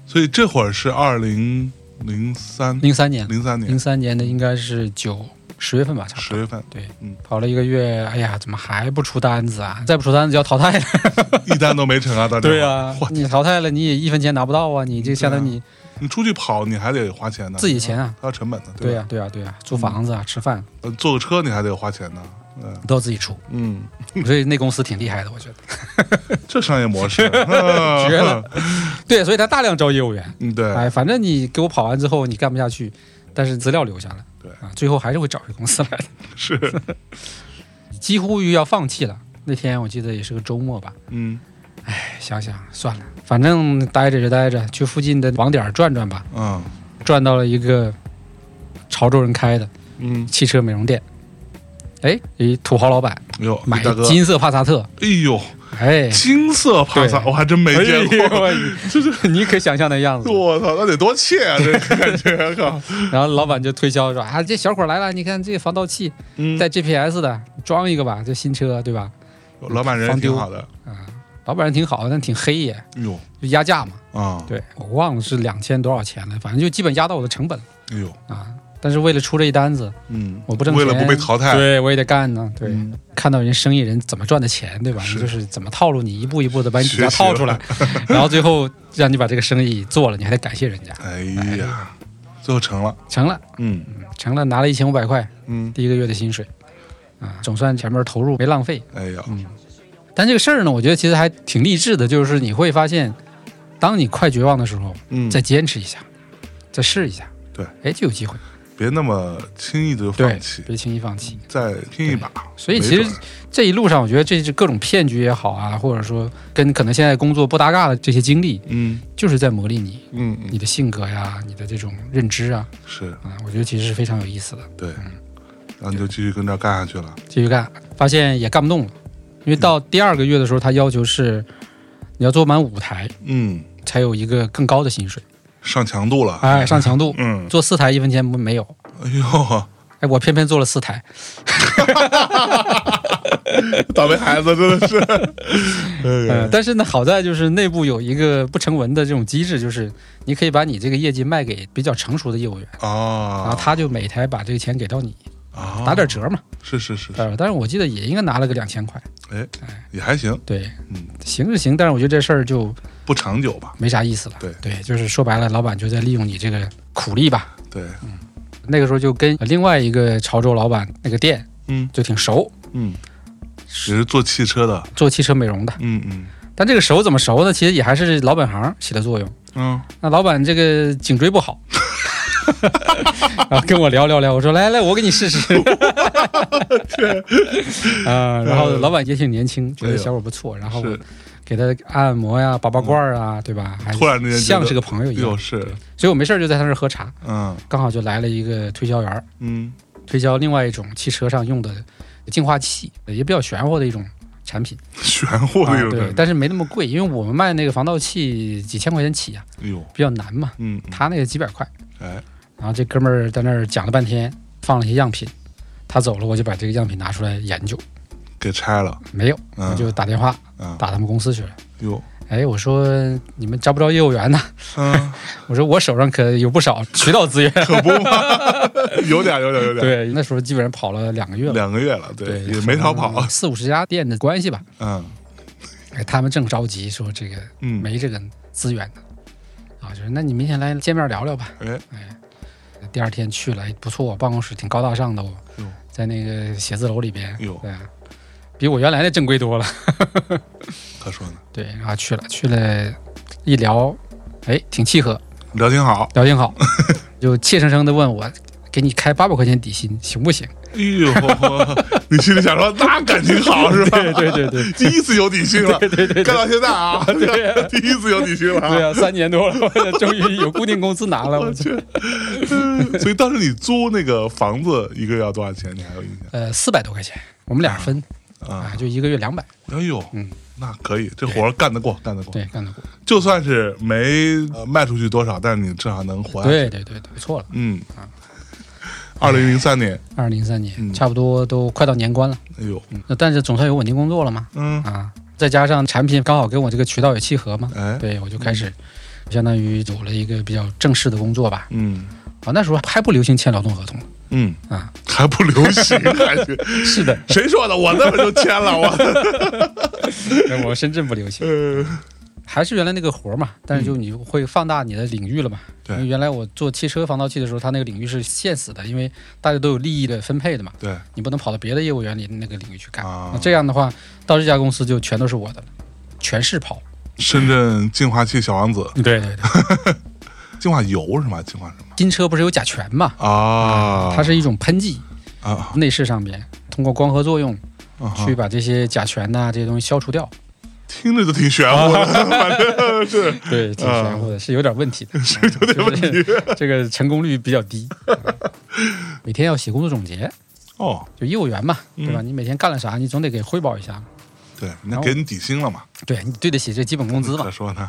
B: 所以这会儿是二零零三
C: 零三年，
B: 零三
C: 零
B: 年
C: 三年的应该是九十月份吧，差不多。
B: 十月份，
C: 跑了一个月，哎呀，怎么还不出单子啊？再不出单子就要淘汰了。
B: 一单都没成啊，大家。
C: 呀、 你淘汰了，你也一分钱拿不到啊！你这相当于你
B: 你出去跑你还得花钱呢，
C: 自己钱啊。
B: 还有成本呢，
C: 对
B: 吧
C: 呀、对呀、对呀、租房子啊，吃饭
B: 呃坐个车你还得花钱呢，嗯
C: 都要自己出，
B: 嗯，
C: 所以那公司挺厉害的，我觉得。
B: 这商业模 式啊
C: 绝了对，所以他大量招业务员。
B: 嗯，对，
C: 哎，反正你给我跑完之后，你干不下去，但是资料留下了。
B: 对
C: 啊，最后还是会找回公司来的，
B: 是，
C: 几乎于要放弃了。那天我记得也是个周末吧，
B: 嗯
C: 哎想想算了，反正待着就待着，去附近的网点儿转转吧。
B: 嗯
C: 转到了一个潮州人开的，
B: 嗯，
C: 汽车美容店。哎，一土豪老板
B: 哟，
C: 买
B: 大哥，
C: 金色帕萨特，
B: 哎呦，
C: 哎，
B: 金色帕萨，
C: 对
B: 我还真没见过，
C: 哎呦就是你可想象那 样子。
B: 我操，那得多切啊，这个感觉，靠，
C: 然后老板就推销说啊，这小伙来了，你看这防盗器
B: 嗯，
C: 带 GPS 的，装一个吧，这新车对吧？
B: 老板人也
C: 防丢
B: 挺好的，
C: 啊，老板人挺好，但挺黑也，
B: 哎呦
C: 就压价嘛。
B: 啊，
C: 对我忘了是两千多少钱了，反正就基本压到我的成本了
B: 哎呦，
C: 啊。但是为了出这一单子，
B: 嗯，
C: 我不挣
B: 为
C: 钱，
B: 了不被淘汰，
C: 对我也得干呢。对，
B: 嗯
C: 看到人生意人怎么赚的钱，对吧？
B: 是
C: 就是怎么套路你，一步一步的把你底价
B: 学习了
C: 套 出来，然后最后让你把这个生意做了，你还得感谢人家，
B: 哎呀，最后成了，
C: 成了，
B: 哎嗯
C: 成了，拿了一千五百块，
B: 嗯，
C: 第一个月的薪水，啊，总算前面投入没浪费。
B: 哎呀，
C: 但这个事儿呢，我觉得其实还挺励志的，就是你会发现，当你快绝望的时候，
B: 嗯，
C: 再坚持一下，再试一下，
B: 对，
C: 哎，就有机会，
B: 别那么轻易的就放弃，
C: 别轻易放弃。
B: 再拼一把。
C: 所以其
B: 嗯没
C: 实
B: 准儿
C: 这一路上，我觉得这是各种骗局也好啊，或者说跟可能现在工作不搭嘎的这些经历，
B: 嗯
C: 就是在磨砺你
B: 嗯嗯，
C: 你的性格呀，你的这种认知啊，
B: 是
C: 啊、我觉得其实是非常有意思的。
B: 对，然后你就继续跟这儿干下去了。
C: 继续干，发现也干不动了，因为到第二个月的时候，他要求是你要做满五台
B: 嗯，
C: 才有一个更高的薪水，
B: 上强度了。
C: 哎，上强度，
B: 嗯，
C: 做四台一分钱不没有，
B: 哎呦，
C: 哎，我偏偏做了四台，
B: 倒霉孩子真的 是。哎
C: 呃，
B: 呀，
C: 但是呢，好在就是内部有一个不成文的这种机制，就是你可以把你这个业绩卖给比较成熟的业务员，然后
B: 啊，
C: 他就每台把这个钱给到你，
B: 啊
C: 打点折嘛，
B: 是是是，是
C: 呃，但是我记得也应该拿了个两千块，
B: 也还行，
C: 对，
B: 嗯，
C: 行是行，但是我觉得这事儿就
B: 不长久吧？
C: 没啥意思了。
B: 对
C: 对，就是说白了，老板就在利用你这个苦力吧。
B: 对，
C: 那个时候就跟另外一个潮州老板那个店
B: 嗯
C: 就挺熟，
B: 嗯，只是做汽车的，
C: 做汽车美容的。
B: 嗯嗯
C: 但这个熟怎么熟呢？其实也还是老本行起的作用。
B: 嗯，
C: 那老板这个颈椎不好， 然后跟我聊聊聊，我说来来，我给你 试试。啊，然后老板也挺年轻，觉
B: 哎
C: 得
B: 呦
C: 小伙不错，然后我
B: 是，嗯
C: 给他按摩呀、拔拔罐儿啊，对吧？还
B: 突然之间觉得
C: 像是个朋友一
B: 又
C: 样，
B: 是，
C: 所以我没事儿就在他那儿喝茶，
B: 嗯
C: 刚好就来了一个推销员儿，
B: 嗯
C: 推销另外一种汽车上用的净化器，也比较玄乎的一种产品，
B: 玄乎的
C: 啊
B: 哦有
C: 对，
B: 点，
C: 但是没那么贵，因为我们卖那个防盗器几千块钱起啊，
B: 哎呦，
C: 比较难嘛，
B: 嗯，
C: 他那个几百块。
B: 哎，
C: 然后这哥们儿在那儿讲了半天，放了些样品，他走了，我就把这个样品拿出来研究，
B: 给拆了，
C: 没有，我
B: 嗯
C: 就打电话
B: 嗯，
C: 打他们公司去了。
B: 哟，
C: 哎，我说你们招不招业务员呢？
B: 嗯，
C: 我说我手上可有不少渠道资源。
B: 可不嘛， 有点有点有点，
C: 对，那时候基本上跑了两个月了，
B: 两个月了，对，
C: 对，
B: 也没少跑
C: 可能，四五十家店的关系吧。
B: 嗯
C: 哎，他们正着急，说这个
B: 嗯，
C: 没这个资源呢。啊，就是那你明天来见面聊聊吧。
B: 哎，
C: 第二天去了，哎不错，办公室挺高大上的，哦
B: 哟，
C: 在那个写字楼里边，
B: 哟
C: 对，比我原来的正规多了。
B: 可说呢，
C: 对，然后去了，去了，一聊，哎，挺契合，
B: 聊挺好，
C: 聊挺好，就怯生生的问我，给你开八百块钱底薪，行不行？
B: 哎呦，你心里想说，那感情好是吧？
C: 对对对对，
B: 第一次有底薪了，
C: 对对对对
B: 干到现在 啊，
C: 对
B: 第一次有底薪了、
C: 对啊，三年多了，我终于有固定工资拿了。我
B: 我去，嗯所以当时你租那个房子一个月要多少钱？你还有印象？
C: 呃，四百多块钱，我们俩分
B: 啊
C: 啊，就一个月两百，
B: 哎呦，
C: 嗯，
B: 那可以，这活儿干得过，干得过。
C: 对，干得过。
B: 就算是没、呃卖出去多少，但你至少能活。，
C: 对对对，对不错了。
B: 嗯。
C: 啊
B: 二零零三年，
C: 二零零三
B: 嗯
C: 年，差不多都快到年关了，
B: 哎呦，
C: 那但是总算有稳定工作了嘛，
B: 嗯，
C: 啊，再加上产品刚好跟我这个渠道也契合嘛，
B: 哎，
C: 对我就开始。相当于有了一个比较正式的工作吧，
B: 嗯
C: 啊，那时候还不流行签劳动合同，
B: 嗯
C: 啊，
B: 还不流行，还 是
C: 是的，
B: 谁说的？我那会儿就签了， 我
C: 我们深圳不流行，
B: 呃
C: 还是原来那个活儿嘛，但是就你会放大你的领域了嘛。
B: 嗯对
C: 因为原来我做汽车防盗器的时候，它那个领域是限死的，因为大家都有利益的分配的嘛，
B: 对，
C: 你不能跑到别的业务员里那个领域去干。
B: 啊
C: 那这样的话，到这家公司就全都是我的了，全是跑。
B: 深圳净化器小王子，
C: 对对对，
B: 净化油是吗？净化什么？
C: 新车不是有甲醛嘛？
B: 啊，
C: 它是一种喷剂，
B: 啊，
C: 内饰上边通过光合作用
B: 啊哈
C: 去把这些甲醛呐、这些东西消除掉。
B: 听着就挺玄乎的，反正是
C: 对，挺玄乎的，是有点问题的， 是有点问题。这个成功率比较 低，每天要写工作总结。
B: 哦，
C: 就业务员嘛，对吧？你每天干了啥，你总得给汇报一下嘛。
B: 对，那给你底薪了嘛，
C: 对你对得起这基本工资
B: 可
C: 嘛。
B: 说呢，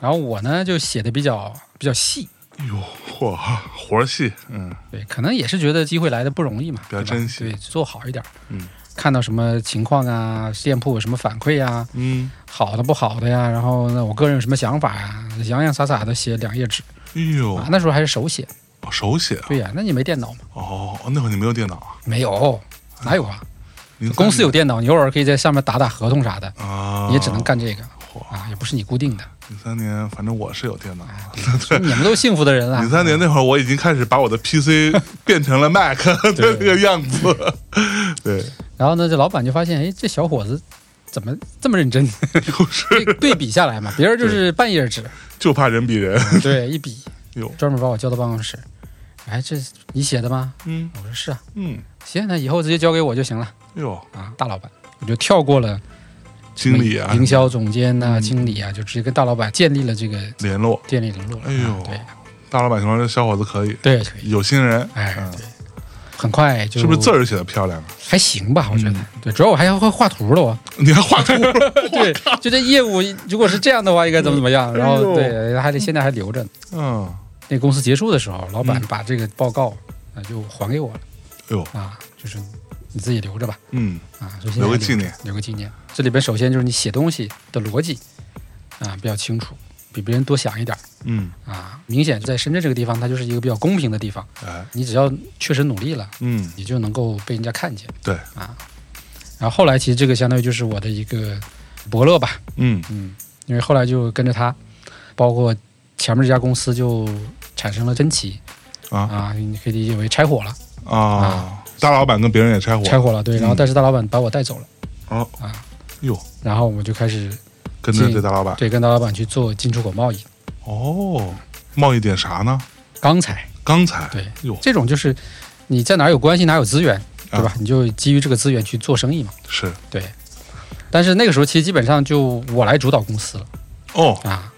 C: 然后我呢就写的比较比较细，
B: 嚯，活儿细，嗯，
C: 对，可能也是觉得机会来的不容易嘛，
B: 比较
C: 对吧
B: 珍惜
C: 对，做好一点。
B: 嗯，
C: 看到什么情况啊，店铺有什么反馈啊呀，
B: 嗯，
C: 好的不好的呀，然后呢，我个人有什么想法呀，洋洋洒洒的写两页纸
B: 哎呦
C: 啊，，那时候还是手写。
B: 哦手写啊
C: 对呀，那你没电脑吗？
B: 哦，那会儿你没有电脑啊，
C: 没有，哪有啊？
B: 03
C: 公司有电脑，你偶哦尔可以在上面打打合同啥的，
B: 啊，
C: 你也只能干这个
B: 嚯
C: 啊，也不是你固定的。
B: 零三年，反正我是有电脑的。
C: 所以 你们都幸福的人啊
B: 零。三年那会儿，我已经开始把我的 PC 变成了 Mac 的那个样子。对，
C: 然后呢，这老板就发现，哎，这小伙子怎么这么认真？对对比下来嘛，别人就是半页 纸，
B: 就怕人比人。
C: 对，一比，
B: 哟，
C: 专门把我叫到办公室，哎，这是你写的吗？
B: 嗯
C: 我说是啊，
B: 嗯，
C: 行，那以后直接交给我就行了
B: 哟，
C: 啊，大老板，我就跳过了
B: 经理啊，
C: 营销总监呐、
B: 嗯
C: 经理啊，就直接跟大老板建立了这个
B: 联络，
C: 建立联络。
B: 哎呦
C: 啊
B: 大老板说这小伙子可以，
C: 对对，可以，
B: 有心人，
C: 哎，
B: 嗯
C: 对，很快就是
B: 不是字儿写嗯的漂亮啊？
C: 还行吧？我觉得，对，主要我还会画图了，我。
B: 你还画图？
C: 对，就这业务如果是这样的话，应该怎么怎么样？然
B: 哎呦
C: 后对，还得现在还留着呢。
B: 嗯，
C: 那公司结束的时候，老板
B: 嗯
C: 把这个报告啊就还给我了
B: 哎呦，
C: 啊，就是你自己留着吧
B: 嗯，
C: 啊，首先
B: 留个
C: 还着
B: 纪，念。
C: 留个纪念。这里边首先就是你写东西的逻辑啊比较清楚，比别人多想一点
B: 嗯，
C: 啊。明显在深圳这个地方，它就是一个比较公平的地方，
B: 哎，
C: 你只要确实努力了，
B: 嗯，
C: 你就能够被人家看见。
B: 对，
C: 啊。然后后来其实这个相当于就是我的一个伯乐吧，
B: 嗯，
C: 嗯，因为后来就跟着他，包括前面这家公司就产生了分歧
B: 啊
C: 啊，你可以理解为拆伙了，
B: 啊，大老板跟别人也拆伙，
C: 拆伙了，对。然后
B: 嗯
C: 但是大老板把我带走了，
B: 哦
C: 啊，
B: 哟，
C: 然后我就开始
B: 跟着这大老板，
C: 对跟大老板去做进出口贸易。
B: 哦，贸易点啥呢？
C: 钢材，
B: 钢材，
C: 对
B: 哟，
C: 这种就是你在哪儿有关系，哪儿有资源，对吧？
B: 啊
C: 你就基于这个资源去做生意嘛，
B: 是，
C: 对。但是那个时候其实基本上就我来主导公司了
B: 哦，
C: 啊，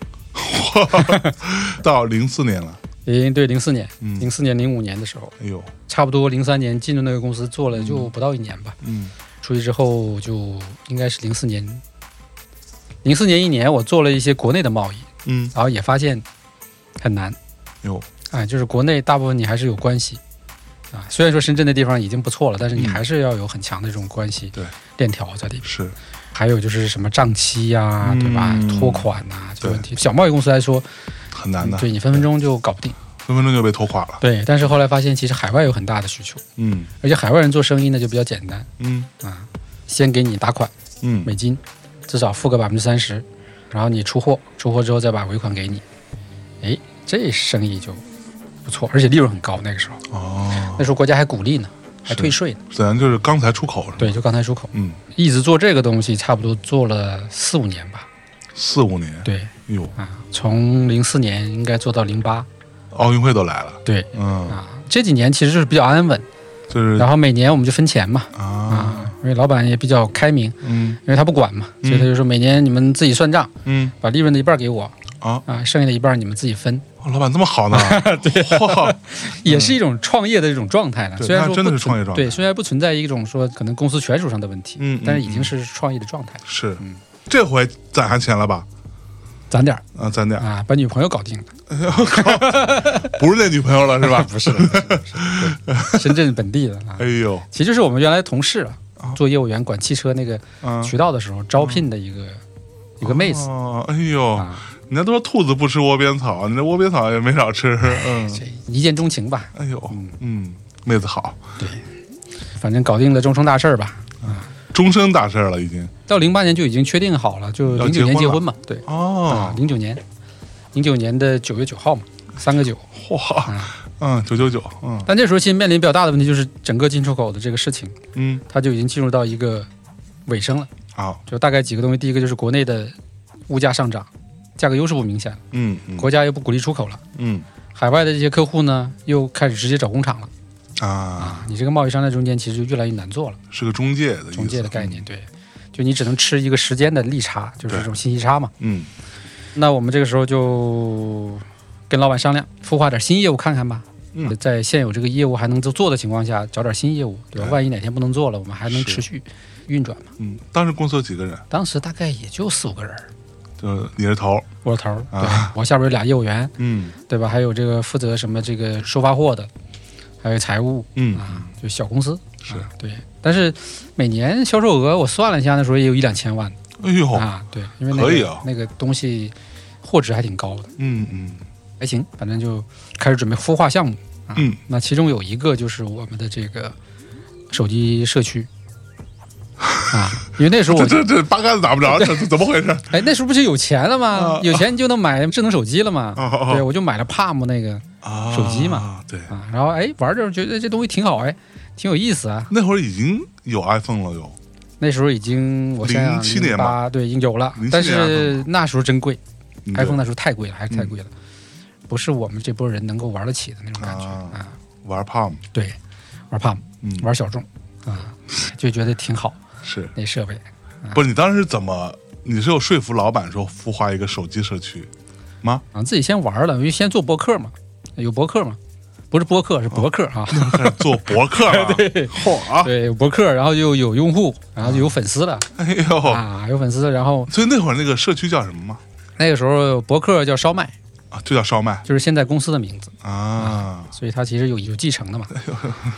B: 到零四年了，
C: 零对零四年、
B: 嗯
C: 零四年、零五年的时候，
B: 哎呦，
C: 差不多零三年进入那个公司做了就不到一年吧。
B: 嗯，
C: 出去之后就应该是零四年，零四年一年我做了一些国内的贸易，
B: 嗯，
C: 然后也发现很难，
B: 哟，
C: 哎，就是国内大部分你还是有关系啊，虽然说深圳那地方已经不错了，但是你
B: 嗯
C: 还是要有很强的这种关系、
B: 对
C: 链条在里边，
B: 是，
C: 还有就是什么账期呀、
B: 嗯
C: 对吧？拖款呐、这
B: 对
C: 个问题，小贸易公司来说，
B: 很难的，
C: 对你分分钟就搞不定。
B: 分分钟就被拖垮了，
C: 对，但是后来发现其实海外有很大的需求，
B: 嗯，
C: 而且海外人做生意呢就比较简单
B: 嗯，
C: 啊，先给你打款。
B: 嗯，
C: 美金，至少付个百分之三十，然后你出货，出货之后再把尾款给你，哎，这生意就不错，而且利润很高。那个时候，
B: 哦，
C: 那时候国家还鼓励呢，还
B: 是嗯
C: 退税呢。
B: 咱就是钢材出口是吧？
C: 对，就刚才出口，
B: 嗯，
C: 一直做这个东西，差不多做了四五年吧。
B: 四五年，
C: 对
B: 哟，
C: 啊，从零四年应该做到零八，
B: 奥运会都来了，
C: 对
B: 嗯，
C: 啊，这几年其实就是比较安稳，
B: 就是
C: 然后每年我们就分钱嘛，
B: 啊，
C: 啊，因为老板也比较开明，
B: 嗯
C: 因为他不管嘛，所以他就说每年你们自己算账，
B: 嗯
C: 把利润的一半给我
B: 啊，
C: 啊，剩下的一半你们自己分，
B: 哇老板这么 好呢？对，
C: 也是一种创业的一种状态了。
B: 嗯对
C: 虽然说
B: 那真的
C: 不
B: 是创业
C: 存
B: 状态
C: 对，虽然不存在一种说可能公司权属上的问题，
B: 嗯嗯
C: 但是已经是创业的状态了，
B: 是，这回攒下钱了吧？
C: 攒点儿
B: 啊，攒点儿，
C: 啊，把女朋友搞 定了，
B: 不是那女朋友了是 吧？
C: 不是了，不是了不是了对深圳本地的啊
B: 哎，呦，
C: 其实就是我们原来同事啊
B: 啊，
C: 做业务员管汽车那个
B: 嗯，
C: 渠道的时候招聘的一个一个妹子
B: 哦，哎呦，
C: 啊，
B: 人家都说兔子不吃窝边草，你这窝边草也没少 吃，嗯，
C: 这一见钟情吧，
B: 哎呦，嗯，妹子好，
C: 反正搞定了终成大事儿吧。
B: 终身大事儿了已经。
C: 到零八年就已经确定好了，就
B: 要
C: 零
B: 结
C: 九
B: 婚
C: 年结
B: 了
C: 婚嘛，对，啊
B: 哦，，
C: 零九年，零九年的九月九号嘛，三个九。
B: 嚯，
C: 啊
B: 嗯，九九九，嗯
C: 但这时候其实面临比较大的问题就是整个进出口的这个事情，
B: 嗯，
C: 它就已经进入到一个尾声了，
B: 好，
C: 就大概几个东西，第一个就是国内的物价上涨，价格优势不明显了，
B: 嗯嗯
C: 国家又不鼓励出口了，
B: 嗯
C: 海外的这些客户呢又开始直接找工厂了
B: 啊，
C: 啊，你这个贸易商在中间其实就越来越难做了，
B: 是个中介的意思
C: 中介的概，念，对，就你只能吃一个时间的利差，就
B: 嗯
C: 是
B: 对
C: 这种信息差嘛。
B: 嗯
C: 那我们这个时候就跟老板商量，孵化点新业务看看吧。
B: 嗯
C: 在现有这个业务还能做做的情况下，找点新业务，对吧？
B: 对
C: 万一哪天不能做了，我们还能
B: 哎是
C: 持续运转嘛。
B: 嗯，当时公司有几个人？
C: 当时大概也就四五个人儿，
B: 就是你是头儿，
C: 我是头儿，对、
B: 啊
C: 我下边有俩业务员，
B: 嗯
C: 对吧？还有这个负责什么这个收发货的，还有财务
B: 嗯，
C: 啊，就小公司。
B: 是，
C: 啊对，但是每年销售额我算了一下，那时候也有一两千万、
B: 哎呦，
C: 啊，对，因为那
B: 可以
C: 个、
B: 啊
C: 那个东西货值还挺高的。
B: 嗯嗯
C: 还行，反正就开始准备孵化项目啊。
B: 嗯，
C: 那其中有一个就是我们的这个手机 社区啊，因为那时候
B: 这
C: 我
B: 这这八竿子打不着，这这怎么 回事？
C: 哎，那时候不是有钱了吗
B: 啊？
C: 有钱你就能买智能手机了嘛。
B: 哦哦哦
C: 对，我就买了 Palm 那个
B: 啊
C: 手机嘛，
B: 对，
C: 啊，然后哎玩着觉得这东西挺好哎，挺有意思啊。
B: 那会儿已经有 iPhone 了，有，
C: 那时候已经我想想
B: 07年吧
C: 08对，已经有了
B: 07年，啊
C: 但是那时候真贵
B: 嗯
C: ，iPhone 那时候太贵了，还是太贵了，不是我们这波人能够玩得起的那种感觉
B: 啊
C: 啊。
B: 玩 Palm，
C: 对，玩 Palm。
B: 嗯，
C: 玩小众啊，就觉得挺好
B: 是，
C: 那设备。
B: 不是你当时怎么？你是有说服老板说孵化一个手机社区 吗？
C: 啊，自己先玩了，因为先做博客嘛，有博客嘛，不是播客
B: 哦
C: 是博客啊，
B: 开始做博客了，嚯啊！
C: 对，有博客，然后又有用户，然后就有粉丝了
B: 哎呦，
C: 啊，有粉丝，然后
B: 所以那会儿那个社区叫什么吗？
C: 那个时候博客叫烧麦，
B: 啊，就叫烧麦
C: 就是现在公司的名字，
B: 啊
C: 所以它其实有有继 承的嘛。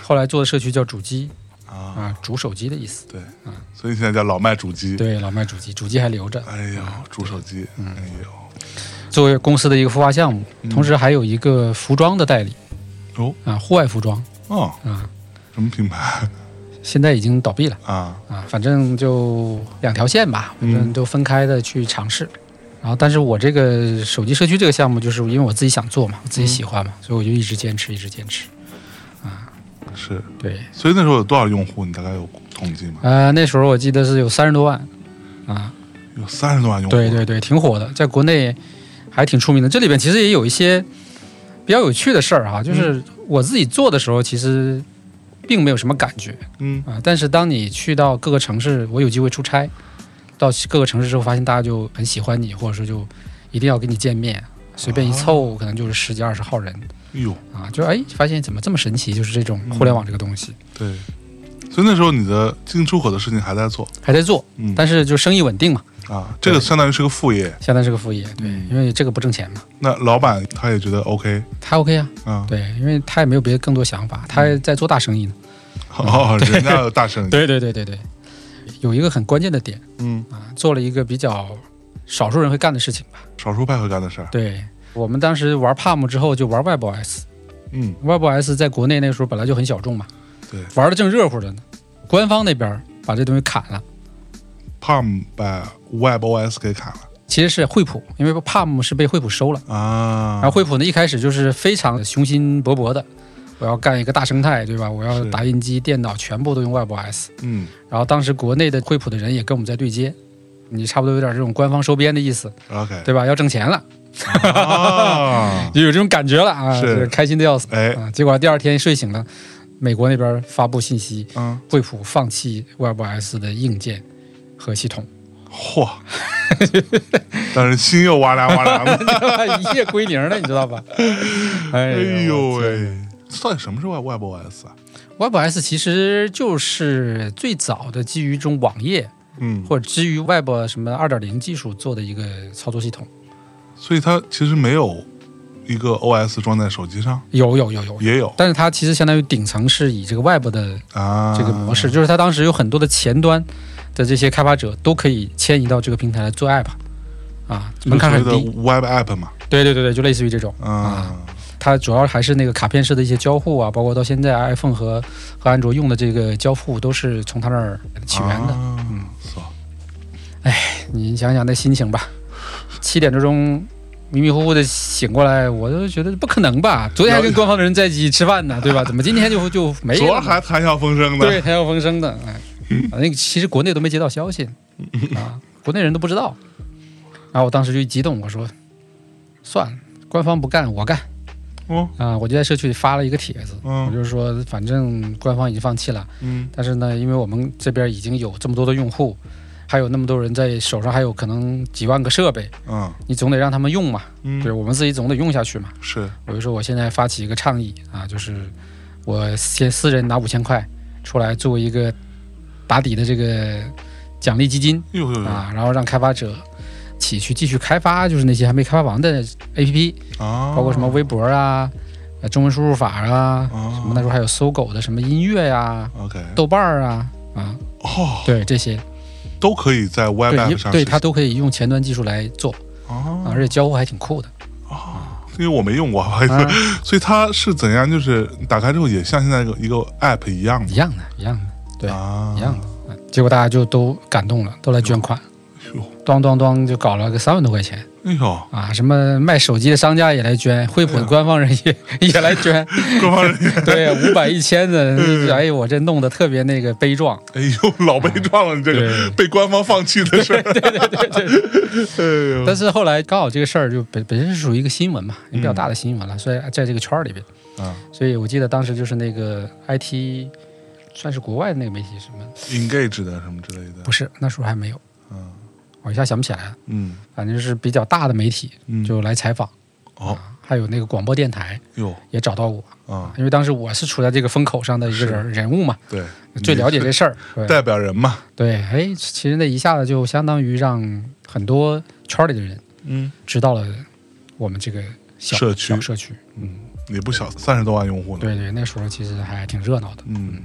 C: 后来做的社区叫主机
B: 啊！
C: 啊，主手机的意思。
B: 对，所以现在叫老麦主机。
C: 对，嗯老卖主机，主机还留着，
B: 哎呦，主手机，哎呦，
C: 作为公司的一个孵化项目，同时还有一个服装的代理
B: 哦
C: 啊，户外服装
B: 哦，
C: 啊，
B: 什么品牌
C: 现在已经倒闭了。
B: 啊？
C: 啊，反正就两条线吧，反正都分开的去尝试。然后，但是我这个手机社区这个项目，就是因为我自己想做嘛，我自己喜欢嘛，所以我就一直坚持，一直坚持。
B: 是，
C: 对，
B: 所以那时候有多少用户？你大概有统计吗？
C: 呃，那时候我记得是有三十多万，啊，
B: 有三十多万用户。
C: 对对对，挺火的，在国内还挺出名的。这里边其实也有一些比较有趣的事儿哈，就是我自己做的时候，其实并没有什么感觉
B: 嗯
C: 啊，但是当你去到各个城市，我有机会出差，到各个城市之后，发现大家就很喜欢你，或者说就一定要跟你见面，随便一凑，可能就是十几二十号人
B: 哎呦，
C: 啊，就哎发现怎么这么神奇，就是这种互联网这个东西
B: 对，所以那时候你的进出口的事情还在做，
C: 还在做，
B: 嗯
C: 但是就生意稳定嘛，
B: 啊，这个相当于是个副业。
C: 相当于是个副业，对，
B: 嗯
C: 因为这个不挣钱嘛，
B: 那老板他也觉得 OK
C: 他 OK 啊，
B: 啊，
C: 对，因为他也没有别的更多想法，他还在做大生意呢，
B: 哦，人家有大生意，
C: 对对对对对，有一个很关键的点
B: 嗯，
C: 啊，做了一个比较少数人会干的事情吧，
B: 少数派会干的事儿，
C: 对。我们当时玩 Palm 之后就玩 WebOS，
B: 嗯，
C: WebOS 在国内那时候本来就很小众嘛，
B: 对
C: 玩的正热乎着呢，官方那边把这东西砍了，
B: Palm 把 WebOS 给砍了
C: 其实是惠普，因为 Palm 是被惠普收了，
B: 啊，
C: 然后惠普呢一开始就是非常雄心勃勃的，我要干一个大生态，对吧？我要
B: 是
C: 打印机、电脑全部都用 WebOS，
B: 嗯
C: 然后当时国内的惠普的人也跟我们在对接，你差不多有点这种官方收编的意思，
B: ，OK，
C: 对吧？要挣钱了，
B: 啊，
C: 就有这种感觉了啊，
B: 是
C: 就开心的要死
B: 哎，
C: 啊。结果第二天睡醒了，美国那边发布信息，
B: 嗯，
C: 惠普放弃 WebOS 的硬件和系统，
B: 嚯， 但是心又哇啦哇啦的，
C: 一夜归零了，你知道吧？ 哎
B: 哎呦
C: 我天
B: 喂，这到底什么是 Web Web OS 啊？
C: ！WebOS 其实就是最早的基于一种网页
B: 嗯，
C: 或者基于 Web 什么二点零技术做的一个操作系统，
B: 所以它其实没有一个 OS 装在手机上，
C: 有有有有有。
B: 也有
C: 但是它其实相当于顶层是以这个 Web 的
B: 啊，
C: 这个模式，就是它当时有很多的前端的这些开发者都可以迁移到这个平台来做 App，啊，门槛很
B: 就所谓
C: 低。
B: 的 Web App 嘛，
C: 对对对对，就类似于这种。
B: 嗯
C: 啊它主要还是那个卡片式的一些交互啊，包括到现在 iPhone 和和安卓用的这个交互都是从它那儿起源的。
B: 啊
C: 嗯
B: ，so，
C: 你想想那心情吧，七点多钟。迷迷糊糊的醒过来，我就觉得不可能吧？昨天还跟官方的人在一起吃饭呢，对吧？怎么今天就就没了呢？
B: 昨儿还嗯谈笑风生的，
C: 对，谈笑风生的，哎，啊那个其实国内都没接到消息
B: 嗯
C: 啊，国内人都不知道。然后我当时就激动，我说算了，官方不干我干
B: 哦，
C: 啊！我就在社区里发了一个帖子，我
B: 嗯
C: 就是说反正官方已经放弃了，
B: 嗯
C: 但是呢，因为我们这边已经有这么多的用户，还有那么多人在手上，还有可能几万个设备，
B: 嗯
C: 你总得让他们用嘛，对
B: 嗯，
C: 我们自己总得用下去嘛。
B: 是，
C: 我就说我现在发起一个倡议啊，就是我先私人拿五千块出来作为一个打底的这个奖励基金
B: 呦呦呦
C: 啊，然后让开发者起去继续开发，就是那些还没开发完的 APP，
B: 啊，
C: 包括什么微博啊、呃中文输入法啊，
B: 什
C: 什么那时候还有搜狗的什么音乐呀、
B: ，OK，
C: 豆瓣儿啊啊，
B: 哦，
C: 对这些，
B: 都可以在 Web
C: 对
B: App
C: 因
B: 上
C: 对
B: 实
C: 它都可以用前端技术来做
B: 现啊
C: 啊，而且交互还挺酷的。
B: 啊，因为我没用过， 不好意思
C: 啊，
B: 所以它是怎样？就是打开之后也像现在一个一个 App 一样
C: 一
B: 吗？
C: 样的，一样的。对
B: 啊，
C: 一样的结果大家就都感动了，都来捐款，
B: 哟。哦
C: 咚咚咚就搞了个三万多块钱
B: 哎呦，
C: 啊！什么卖手机的商家也来捐，惠
B: 哎
C: 普的官方人也、 也来捐，
B: 官方人员，
C: 对，五百一千的
B: 嗯，
C: 哎呦，我这弄得特别那个悲壮。
B: 哎呦，老被撞了，你这个
C: 对
B: 被官方放弃的事儿，
C: 对对对对。
B: 哎
C: 但是后来刚好这个事儿就本本身是属于一个新闻嘛，也比较大的新闻了，所以在这个圈儿里边，
B: 呦，啊
C: 所以我记得当时就是那个 IT，算是国外的那个媒体什么，
B: ，engage 的什么之类的
C: 不，是那时候还没有，
B: 嗯
C: 我一下想不起来了，
B: 嗯
C: 反正就是比较大的媒体
B: 嗯，
C: 就来采访，
B: 哦
C: 啊还有那个广播电台
B: 哟
C: 也找到我。
B: 啊，
C: 因为当时我是处在这个风口上的一个人人物嘛，
B: 对，
C: 最了解
B: 你
C: 这事儿。
B: 是
C: 对
B: 代表人嘛，
C: 对，哎，其实那一下子就相当于让很多圈里的人
B: 嗯，
C: 知道了我们这个小
B: 社区
C: 小社区。
B: 嗯也不小，三十多万用户呢，
C: 对对，那时候其实还挺热闹的。
B: 嗯，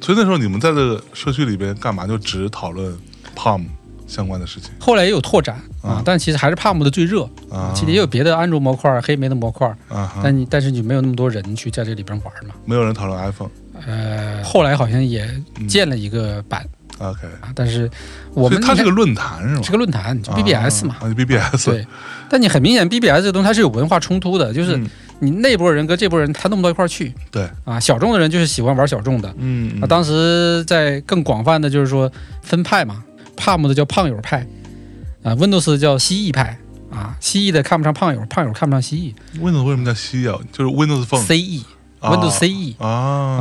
B: 所以那时候你们在这个社区里边干嘛？就只讨论 Palm 相关的事情
C: 后来也有拓展
B: 啊
C: 啊，但其实还是 Palm 的最热。
B: 啊，
C: 其实也有别的安卓模块、黑莓的模块，
B: 啊哈，
C: 但你但是你没有那么多人去在这里边玩嘛。
B: 没有人讨论 iPhone。
C: 呃，后来好像也
B: 嗯
C: 建了一个版
B: OK，
C: 啊，但是我
B: 所以
C: 们
B: 它
C: 你
B: 是
C: 看
B: 个论坛是吗？
C: 是个论坛就，BBS 嘛
B: 啊，，啊就 BBS，
C: 对，但你很明显，BBS 这东西它是有文化冲突的，就是
B: 嗯
C: 你那波人跟这波人他弄不到一块儿去。
B: 对
C: 啊，小众的人就是喜欢玩小众的。
B: 嗯，
C: 啊，当时在更广泛的就是说分派嘛，Palm 的叫胖友派，啊，Windows 的叫蜥蜴派，啊，蜥蜴的看不上胖友，胖友看不上蜥蜴 E，
B: Windows 为什么叫西啊？就是 Windows Phone
C: ，CE，Windows
B: 啊
C: CE
B: 啊
C: E，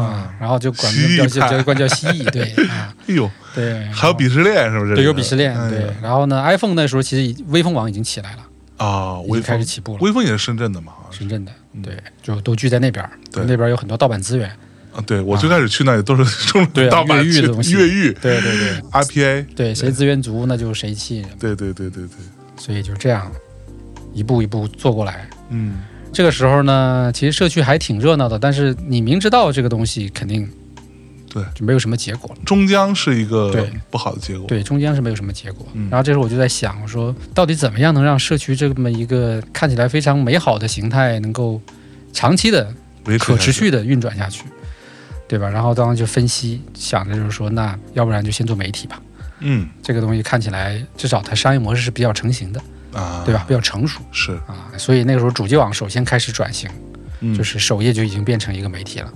C: 啊，，然后就管
B: 蜥蜴
C: 叫叫
B: 派
C: 叫管叫蜥蜴，对 啊，
B: 哎呦，
C: 对，
B: 还有鄙视链是不是？
C: 对有鄙视链，
B: 哎呀
C: 对，然后呢，iPhone 那时候其实已微风网已经起来了，
B: 啊，
C: 已经
B: 微
C: 开始
B: 风，
C: 起步了。
B: 微风也是深圳的嘛，好像是
C: 深圳的
B: 嗯，
C: 对，就都聚在那边儿，
B: 对
C: 那边儿有很多盗版资源，
B: 啊，对我最开始去那里都 是中
C: 对啊
B: 盗版
C: 越狱
B: 去
C: 的东西
B: 越狱
C: 对对对
B: IPA，
C: 对，谁资源足那就谁气，
B: 对对对对对，
C: 所以就这样一步一步做过来。
B: 嗯
C: 这个时候呢，其实社区还挺热闹的，但是你明知道这个东西肯定
B: 对
C: 就没有什么结果了，
B: 终将是一个
C: 对
B: 不好的结果，
C: 对，中间是没有什么结果。
B: 嗯
C: 然后这时候我就在想，我说到底怎么样能让社区这么一个看起来非常美好的形态能够长期的
B: 维
C: 可
B: 持下
C: 持
B: 去
C: 续的运转下去，对吧？然后当时就分析，想着就是说，那要不然就先做媒体吧。
B: 嗯
C: 这个东西看起来，至少它商业模式是比较成型的，
B: 啊，
C: 对吧？？比较成熟
B: 是，
C: 啊，所以那个时候主机网首先开始转型，
B: 嗯
C: 就是首页就已经变成一个媒体了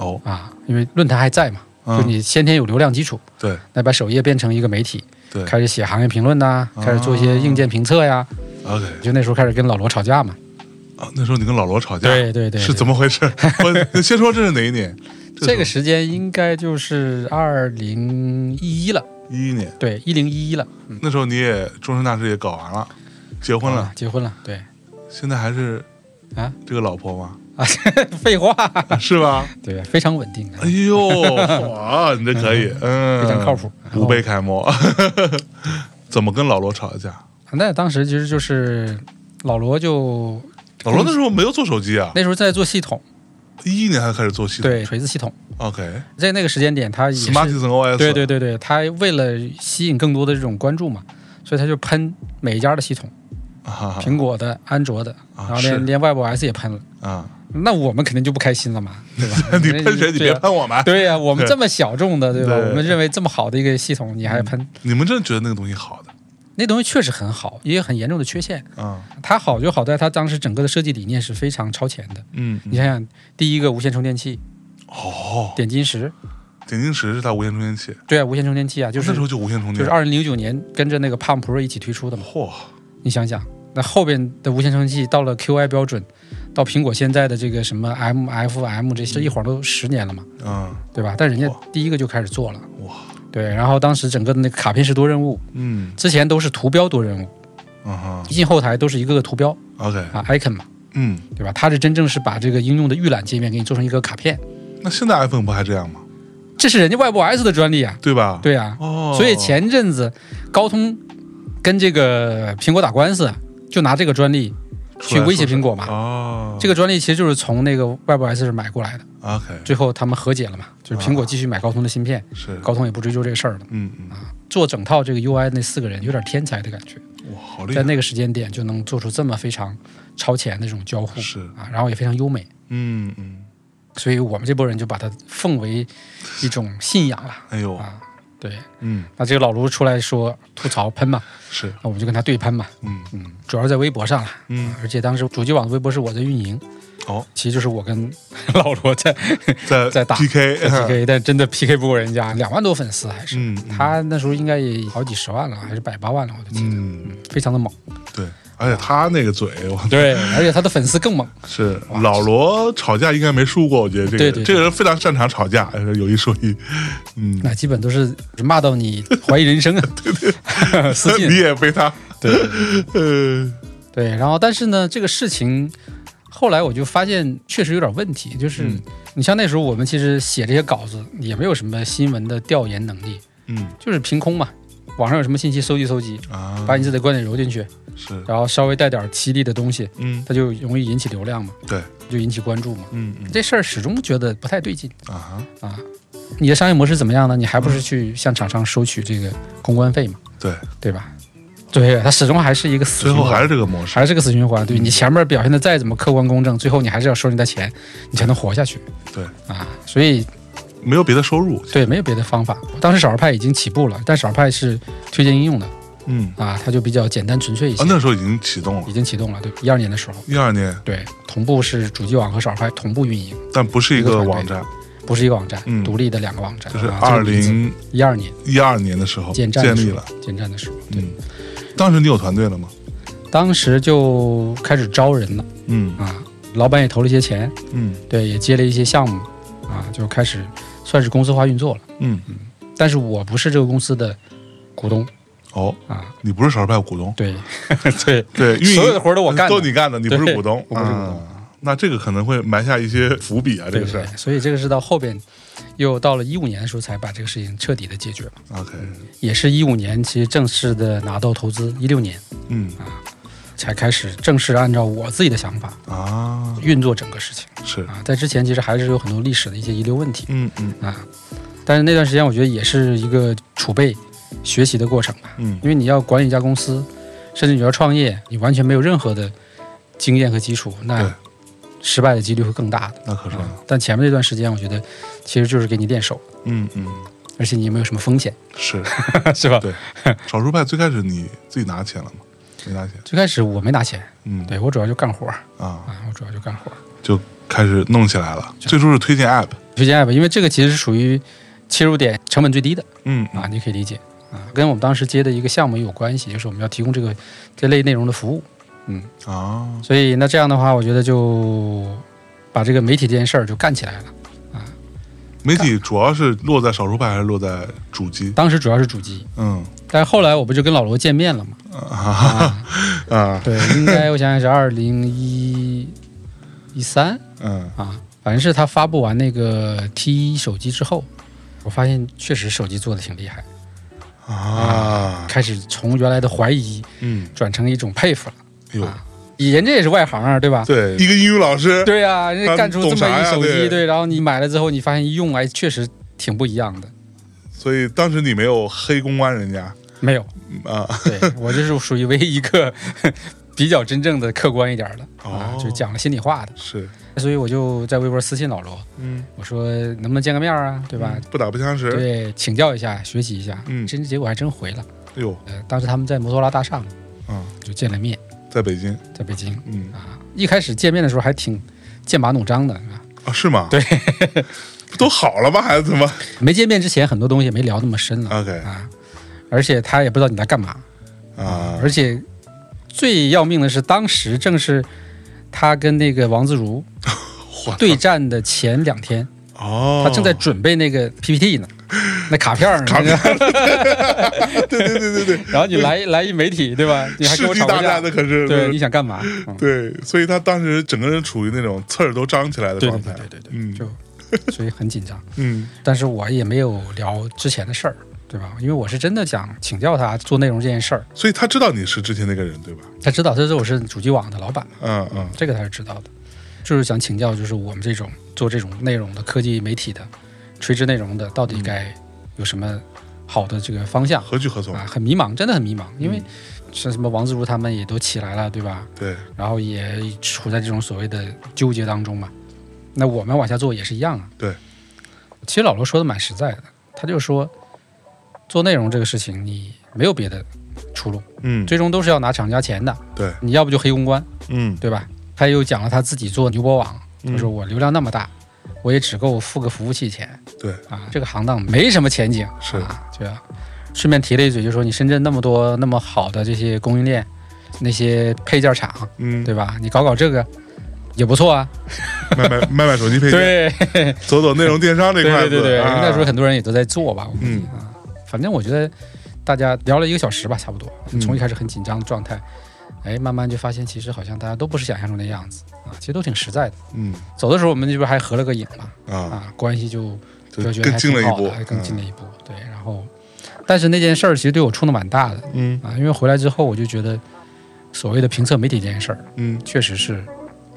B: 哦，
C: 啊，因为论坛还在嘛，就
B: 嗯
C: 你先天有流量基础，
B: 对
C: 那把首页变成一个媒体，
B: 对，
C: 开始写行业评论呐、
B: 啊
C: 开始做一些硬件评测呀，
B: OK，
C: 你就那时候开始跟老罗吵架嘛。
B: 啊那时候你跟老罗吵架，
C: 对对对，
B: 是怎么回事？ 我先说这是哪一年？
C: 这个时间应该就是二零一一了，
B: 一一年，
C: 对，一零一一了，
B: 那时候你也终身大事也搞完了，结婚了，
C: 啊结婚了， 对
B: 现在还是
C: 啊
B: 这个老婆吗？
C: 啊，废话，
B: 是吧？
C: 对，非常稳定，啊
B: 哎 呦，哇，你这可以，嗯，
C: 非常靠，谱。啊哦然后
B: 五倍楷模。 怎么跟老罗吵的架？
C: 那当时其实就是老罗就
B: 老罗那时候没有做手机啊，
C: 那时候在做系统，
B: 一一年才开始做系统。
C: 对锤子系统，
B: ，OK，Smartisan
C: 在那个时间点他也是
B: OS，
C: 对对对对，他为了吸引更多的这种关注嘛，所以他就喷每一家的系统，
B: 啊
C: 苹果的、安卓的，
B: 啊
C: 然后
B: 是
C: 连连 WebOS 也喷了。
B: 啊，？
C: 那我们肯定就不开心了嘛，对吧
B: 你喷谁？你
C: 对
B: 别
C: 啊
B: 喷我们。
C: 对呀、我们这么小众的，对吧？
B: 对嗯
C: 我们认为这么好的一个系统，你还喷？
B: 你们真的觉得那个东西好的
C: 那东西确实很好，也有很严重的缺陷。
B: 啊？
C: 它好就好在它当时整个的设计理念是非常超前的。
B: 嗯，
C: 你想想，第一个无线充电器，
B: 哦，
C: 点金石，
B: 点金石是它无线充电器，
C: 对啊，无线充电器啊，就是
B: 那时候就无线充电，
C: 就是二零零九年跟着那个帕姆 Pro 一起推出的嘛。
B: 嚯，
C: 你想想，那后边的无线充电器到了 QI 标准，到苹果现在的这个什么 MFM 这些，一晃都十年了嘛，
B: 嗯
C: 对吧？但人家
B: 哇
C: 第一个就开始做了，
B: 哇，
C: 对。然后当时整个的那个卡片式多任务，
B: 嗯
C: 之前都是图标多任务，
B: 嗯哈
C: 一进后台都是一个个图标
B: ，OK，
C: 啊 icon 嘛，
B: 嗯，
C: 对吧？它是真正是把这个应用的预览界面给你做成一个卡片，
B: 那现在 iPhone 不还这样吗？
C: 这是人家 WebOS 的专利啊，
B: 对吧？，
C: 对啊。
B: 哦，
C: 所以前阵子高通跟这个苹果打官司，啊就拿这个专利
B: 出
C: 去
B: 来
C: 威胁
B: 说
C: 苹果嘛。
B: 哦，
C: 这个专利其实就是从那个 WebOS 是买过来的，
B: OK
C: 最后他们和解了嘛，就是苹果继续买高通的芯片，
B: 是，
C: 高通也不追究这个事儿了。
B: 嗯嗯，
C: 做整套这个 UI 那四个人有点天才的感觉，
B: 哇，好厉
C: 在
B: 害，
C: 那个时间点就能做出这么非常超前的这种交互
B: 是，
C: 啊，然后也非常优美，
B: 嗯嗯，
C: 所以我们这波人就把它奉为一种信仰了。
B: 哎呦，
C: 啊对，
B: 嗯
C: 那这个老卢出来说吐槽喷嘛，
B: 是，
C: 那我们就跟他对喷嘛，
B: 嗯
C: 嗯，主要是在微博上了，
B: 嗯，
C: 而且当时主机网的微博是我在运营，
B: 哦，
C: 其实就是我跟 老罗在
B: 在
C: 在打
B: PK
C: 在 PK，但真的 PK 不过人家，两万多粉丝还是。
B: 嗯，
C: 他那时候应该也好几十万了，还是百八万了，我就记得，
B: 嗯
C: 嗯非常的猛。
B: 对，而且他那个嘴，我
C: 对，而且他的粉丝更猛。
B: 是老罗吵架应该没输过，我觉得这个
C: 对
B: 人
C: 对对
B: 这个人非常擅长吵架，有一说一，嗯，
C: 那基本都是骂到你怀疑人生 啊，私
B: 你
C: 信
B: 也被他，
C: 对
B: 呃，
C: 对。然后，但是呢，这个事情后来我就发现确实有点问题，就是、
B: 嗯
C: 你像那时候我们其实写这些稿子也没有什么新闻的调研能力，
B: 嗯
C: 就是凭空嘛，网上有什么信息搜集搜集，
B: 啊，
C: 把你自己的观点揉进去，
B: 是，
C: 然后稍微带点犀利的东西，
B: 嗯
C: 它就容易引起流量嘛，
B: 对，
C: 就引起关注嘛。
B: 嗯嗯
C: 这事儿始终觉得不太对劲
B: 啊哈，
C: 啊。你的商业模式怎么样呢？你还不是去向厂商收取这个公关费嘛？
B: 对，
C: 对吧？对，它始终还是一个死
B: 最
C: 循环，
B: 后还是这个模式，
C: 还是个死循环。对你前面表现的再怎么客观公正，最后你还是要收人家钱，你才能活下去。
B: 对
C: 啊，所以
B: 没有别的收入，
C: 对没有别的方法。当时少儿派已经起步了，但少儿派是推荐应用的
B: 嗯
C: 啊，它就比较简单纯粹一些。
B: 啊，那时候已经启动了
C: 已，经启动了，对，一二年的时候，
B: 一二年，
C: 对，同步是主机网和少儿派同步运营，
B: 但不是一
C: 一个
B: 个
C: 团队
B: 网站，
C: 不是一个网站，
B: 嗯
C: 独立的两个网站。
B: 就是
C: 啊
B: 二零
C: 一二年
B: 一二年的时候
C: 建
B: 建
C: 站的
B: 立
C: 时候
B: 了，，
C: 建站的时候，对，
B: 嗯，当时你有团队了吗？
C: 当时就开始招人了
B: 嗯
C: 啊，老板也投了一些钱，
B: 嗯
C: 对，也接了一些项目，啊，就开始算是公司化运作了。
B: 嗯，
C: 但是我不是这个公司的股东
B: 哦，
C: 啊，
B: 你不是少数派股东，
C: 对，对，
B: 对，运营
C: 所有的活儿都我干的
B: 都你干的，你不是
C: 对
B: 股东，
C: 我不是股
B: 啊那这个可能会埋下一些伏笔啊，这
C: 对
B: 个事
C: 对
B: 儿。，
C: 所以这个是到后边，又到了一五年的时候才把这个事情彻底的解决嘛，
B: OK，
C: 也是一五年其实正式的拿到投资，一六年
B: 嗯
C: 才开始正式按照我自己的想法
B: 啊，
C: 运作整个事情
B: 是，
C: 啊，在之前其实还是有很多历史的一些遗留问题
B: 嗯嗯
C: 啊，但是那段时间我觉得也是一个储备学习的过程吧。
B: 嗯
C: 因为你要管理一家公司，甚至你要创业，你完全没有任何的经验和基础，
B: 对
C: 那失败的几率会更大的。啊
B: 那可说呢，
C: 但前面这段时间，我觉得其实就是给你练手，
B: 嗯嗯，
C: 而且你也没有什么风险，
B: 是
C: 是吧
B: 对？少数派最开始你自己拿钱了吗？没拿钱，
C: 最开始我没拿钱，
B: 嗯，
C: 对我主要就干活儿
B: 啊，
C: 啊，我主要就干活儿。
B: 就开始弄起来了。最初是推荐 app，
C: 推荐 app，因为这个其实是属于切入点成本最低的
B: 嗯
C: 啊，你可以理解。啊，跟我们当时接的一个项目也有关系，就是我们要提供这个这类内容的服务。
B: 啊，
C: 所以那这样的话，我觉得就把这个媒体这件事儿就干起来了。
B: 媒体主要是落在少数派还是落在主机？
C: 当时主要是主机，
B: 嗯
C: 但是后来我不就跟老罗见面了嘛？
B: 啊啊
C: 对，应该我想想是二零一一三
B: 嗯
C: 啊，反正是他发布完那个 T 一手机之后，我发现确实手机做的挺厉害，
B: 啊
C: 开始从原来的怀疑
B: 嗯，
C: 转成一种佩服了。
B: 哎呦，
C: 啊人家也是外行啊，对吧？
B: 对，一个英语老 师，
C: 对呀、人家干出这
B: 懂啥
C: 么一
B: 呀
C: 手
B: 对
C: 机，对，然后你买了之后，你发现一用，哎，确实挺不一样的。
B: 所以当时你没有黑公关人家
C: 没有，
B: 嗯啊，
C: 对我这是属于唯一一个比较真正的客观一点的、啊
B: 哦，
C: 就是讲了心里话的。
B: 是，
C: 所以我就在微博私信老罗，
B: 嗯，
C: 我说能不能见个面啊，对吧？
B: 不打不相识，
C: 对，请教一下，学习一下。
B: 嗯
C: 真结果还真回了。
B: 哎呦，
C: 呃，当时他们在摩托罗拉大厦嘛，
B: 嗯，
C: 就见了面，
B: 在北京，
C: 在北京
B: 嗯
C: 啊。一开始见面的时候还挺剑拔弩张的，啊
B: 啊，是吗？
C: 对，
B: 都好了吧，孩子们
C: 没见面之前很多东西也没聊那么深了
B: ？OK
C: 啊，而且他也不知道你在干嘛。
B: 啊，
C: 而且最要命的是，当时正是他跟那个王自如对战的前两天，
B: 哦，
C: 他正在准备那个 PPT 呢，那卡片儿呢。
B: 卡片
C: 对对对对对。然后你来来一媒体，对吧？你还跟
B: 世
C: 我
B: 纪
C: 吵
B: 大
C: 个
B: 战
C: 架
B: 的，可是
C: 对，你想干嘛？嗯
B: 对，所以他当时整个人处于那种刺儿都张起来的
C: 对
B: 状
C: 对
B: 态
C: 对，对对对，
B: 嗯
C: 就所以很紧张。
B: 嗯
C: 但是我也没有聊之前的事儿，对吧？因为我是真的想请教他做内容这件事儿。
B: 所以他知道你是之前那个人，对吧？
C: 他知道，他是我是主机网的老板嘛。
B: 嗯嗯
C: 这个他是知道的，就是想请教，就是我们这种做这种内容的科技媒体的垂直内容的，到
B: 嗯
C: 底该有什么好的这个方向、
B: 何去何从
C: 啊？？很迷茫，真的很迷茫，因
B: 嗯
C: 为像什么王自如他们也都起来了，对吧？
B: 对，
C: 然后也处在这种所谓的纠结当中嘛。那我们往下做也是一样啊。
B: 对，
C: 其实老罗说的蛮实在的，他就说做内容这个事情，你没有别的出路，
B: 嗯
C: 最终都是要拿厂家钱的，
B: 对，
C: 你要不就黑公关。
B: 嗯
C: 对吧？他又讲了他自己做牛博网，
B: 嗯
C: 他说我流量那么大，我也只够付个服务器钱。
B: 对
C: 啊，这个行当没什么前景，
B: 是
C: 啊，对吧？顺便提了一嘴，就说你深圳那么多那么好的这些供应链，那些配件厂，
B: 嗯，
C: 对吧？你搞搞这个也不错啊。
B: 卖卖卖卖手机配件，
C: 对
B: 走走内容电商这
C: 对
B: 块子，
C: 对对对，
B: 啊
C: 那时候很多人也都在做吧。
B: 嗯
C: 反正我觉得大家聊了一个小时吧，差不多
B: 嗯。
C: 从一开始很紧张的状态，哎，慢慢就发现其实好像大家都不是想象中的样子啊，其实都挺实在的。
B: 嗯
C: 走的时候我们这边还合了个影嘛，
B: 啊，
C: 啊，关系就
B: 就
C: 我觉得
B: 更
C: 还
B: 进了
C: 挺
B: 一
C: 好
B: 步嗯
C: 的，还，更进了一步。对，然后，但是那件事儿其实对我冲的蛮大的
B: 嗯
C: 啊，因为回来之后我就觉得，所谓的评测媒体这件事儿，
B: 嗯，
C: 确实是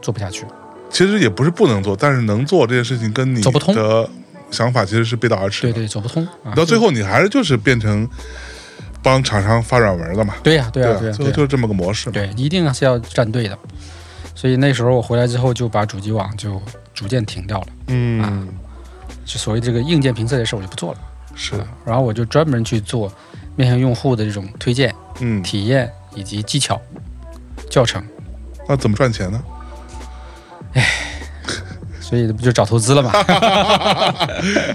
C: 做不下去。
B: 其实也不是不能做，但是能做这件事情跟你
C: 走不通
B: 的想法其实是背道而驰
C: 对
B: 的。
C: 对，走不通。啊、
B: 到最
C: 后，
B: 后你还是就是变成帮厂商发软文了嘛？
C: 对呀、对呀、
B: 啊
C: 对呀、
B: 最后
C: 对
B: 就
C: 呀、
B: 是这么个模式嘛。
C: 对，一定是要站队的。所以那时候我回来之后就把主机网就逐渐停掉了，
B: 嗯，
C: 就所谓这个硬件评测这事儿我就不做了。啊
B: 是，
C: 然后我就专门去做面向用户的这种推荐、
B: 嗯，
C: 体验以及技巧、教程。
B: 那怎么赚钱呢？
C: 所以不就找投资了嘛？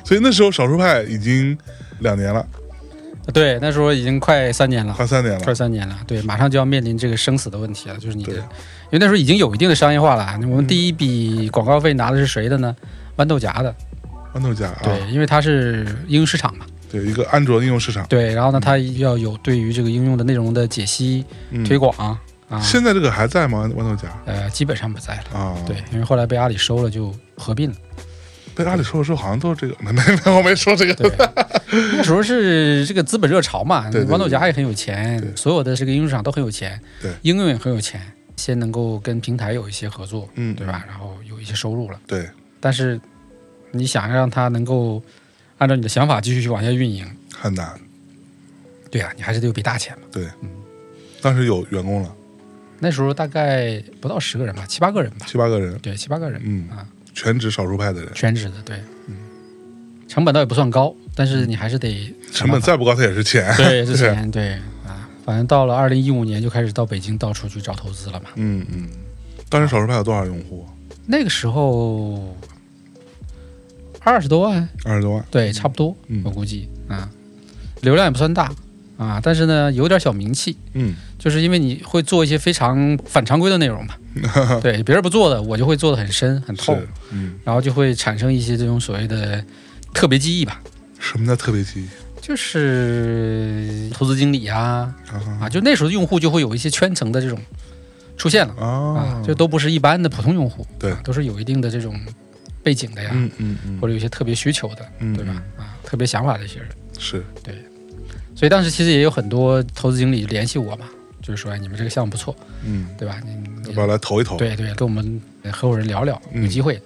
B: 所以那时候少数派已经两年了，
C: 对，那时候已经快三年了，
B: 快三年
C: 快
B: 了。
C: 三年了，对，马上就要面临这个生死的问题了，就是你的，
B: 对嗯
C: 因为那时候已经有一定的商业化了。啊我们第一笔广告费拿的是谁的呢？豌豆荚的，
B: 豌豆荚啊，
C: 对，因为它是应用市场嘛，
B: 对，一个安卓应用市场
C: 对，然后呢，它要有对于这个应用的内容的解析、
B: 嗯
C: 推广啊，
B: 现在这个还在吗？豌豆荚
C: 呃，基本上不在了，
B: 啊，
C: 对，，因为后来被阿里收了，就合并了。
B: 被阿里说的时候好像都是这个， 没没没，我没说这个。
C: 对，啊那时候是这个资本热潮嘛，
B: 对对对
C: 豌豆荚也很有钱
B: 对，
C: 所有的这个应用市场都很有钱，
B: 对
C: 应用也很有钱，先能够跟平台有一些合作，
B: 嗯，
C: 对吧？然后有一些收入了，
B: 对，
C: 但是你想让它能够按照你的想法继续去往下运营，
B: 很难。
C: 对啊，你还是得有笔大钱嘛。
B: 当时有员工了，
C: 那时候大概不到十个人吧，七八个人吧，
B: 七八个人，
C: 对，七八个人，
B: 嗯
C: 啊，
B: 全职少数派的人，
C: 全职的，对，嗯，成本倒也不算高，但是你还是得
B: 成本
C: 在。
B: 再不高，它也是钱。
C: 对，
B: 是
C: 之前对啊，反正到了二零一五年就开始到北京到处去找投资了嘛。
B: 嗯嗯。当时少数派有多少用户？
C: 那个时候二十多万，
B: 二十多万。
C: 对，差不多，
B: 嗯
C: 我估计啊，流量也不算大，啊，但是呢，有点小名气，
B: 嗯，
C: 就是因为你会做一些非常反常规的内容 嘛。对，别人不做的，我就会做的很深很透，
B: 是，嗯，
C: 然后就会产生一些这种所谓的特别记忆吧，
B: 什么叫特别记
C: 就是投资经理啊
B: 忆啊
C: 啊，就那时候用户就会有一些圈层的这种出现了啊
B: 啊，
C: 这都不是一般的普通用户，
B: 对
C: 啊都是有一定的这种背景的呀，
B: 嗯嗯嗯，
C: 或者有一些特别需求的，
B: 嗯
C: 对吧？？啊，特别想法的一些人。
B: 嗯是，
C: 所以当时其实也有很多投资经理联系我嘛，就是说哎，你们这个项目不错，
B: 嗯，
C: 对吧？你
B: 要
C: 你
B: 不要来投一投？，
C: 对对，跟我们合伙人聊聊，
B: 嗯
C: 有机会，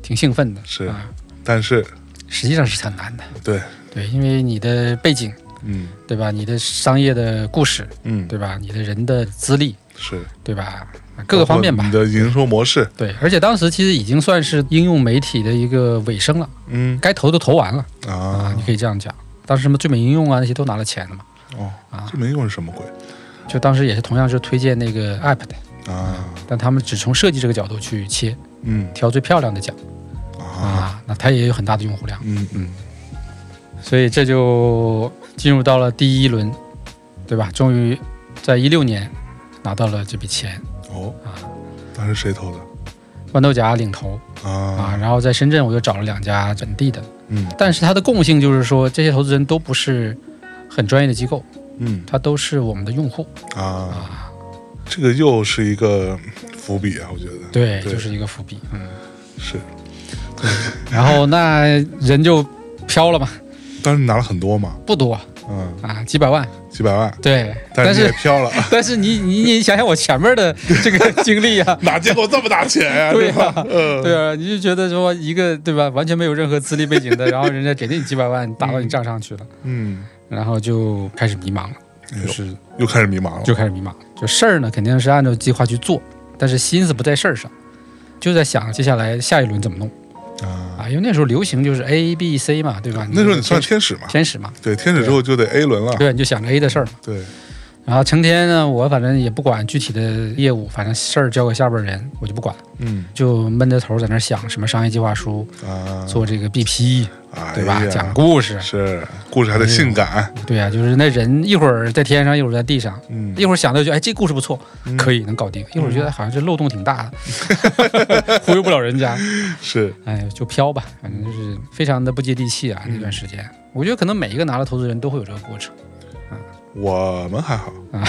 C: 挺兴奋的。
B: 是
C: 啊，
B: 但是
C: 实际上是很难的。
B: 对，
C: 对，因为你的背景，
B: 嗯
C: 对吧？你的商业的故事，
B: 嗯，
C: 对吧？你的人的资历，
B: 是
C: 对吧？各个方面
B: 包括
C: 吧
B: 你。的营收模式，
C: 对，而且当时其实已经算是应用媒体的一个尾声了，
B: 嗯
C: 该投都投完了啊，
B: 啊
C: 你，可以这样讲。当时什么最美应用啊那些都拿了钱了嘛，
B: 哦
C: 啊，
B: 这没用是什么鬼
C: 就当时也是同样是推荐那个 app 的，
B: 啊？
C: 但他们只从设计这个角度去切，
B: 嗯
C: 挑最漂亮的奖
B: 啊，
C: 啊，那它也有很大的用户量，
B: 嗯嗯
C: 所以这就进入到了第一轮，对吧？终于在一六年拿到了这笔钱，
B: 哦
C: 啊，
B: 当时谁投的
C: 豌豆荚领投啊，
B: 啊？
C: 然后在深圳我又找了两家本地的，
B: 嗯
C: 但是它的共性就是说，这些投资人都不是很专业的机构，
B: 嗯
C: 它都是我们的用户
B: 啊，
C: 啊，
B: 这个又是一个伏笔啊，我觉得
C: 对，
B: 对
C: 就是一个伏笔，嗯，
B: 是。
C: 然后那人就飘了嘛，
B: 当时你拿了很多嘛，
C: 不多
B: 嗯，
C: 啊，几百万，
B: 几百万，
C: 对，
B: 但
C: 但
B: 是你也
C: 是。
B: 飘了，
C: 但是你你你想想我前面的这 个经历啊，
B: 哪见过这么大钱呀？
C: 对
B: 吧
C: 呀？
B: 嗯，
C: 对啊，你就觉得说一个对吧，完全没有任何资历背景的，然后人家给了你几百万打到你账上去了，
B: 嗯，
C: 然后就开始迷茫了，
B: 哎
C: 就
B: 呦
C: 是
B: 又开始迷茫了，
C: 就开始迷茫了。就事儿呢，肯定是按照计划去做，但是心思不在事儿上，就在想接下来下一轮怎么弄
B: 啊，
C: 啊？因为那时候流行就是 A、B、C 嘛，对吧？
B: 那时候你算
C: 天
B: 天使嘛？啊
C: 天使嘛，
B: 对，天使之后就得 A 轮了，
C: 对，你就想着 A 的事儿嘛。
B: 对，
C: 然后成天呢，我反正也不管具体的业务，反正事儿交给下边儿人，我就不管了，
B: 嗯
C: 就闷着头在那儿想什么商业计划书，
B: 啊，
C: 做这个 BP，对吧？
B: 哎呀
C: 讲故事，
B: 是故事还得性感，
C: 对呀、就是那人一会儿在天上，一会儿在地上，
B: 嗯，
C: 一会儿想到就哎这故事不错，
B: 嗯
C: 可以能搞定；一会儿觉得好像这漏洞挺大的， 忽悠不了人家，
B: 是，
C: 哎，就飘吧，反正就是非常的不接地气啊。
B: 嗯
C: 那段时间，我觉得可能每一个拿了投资人都会有这个过程。
B: 我们还好，
C: 啊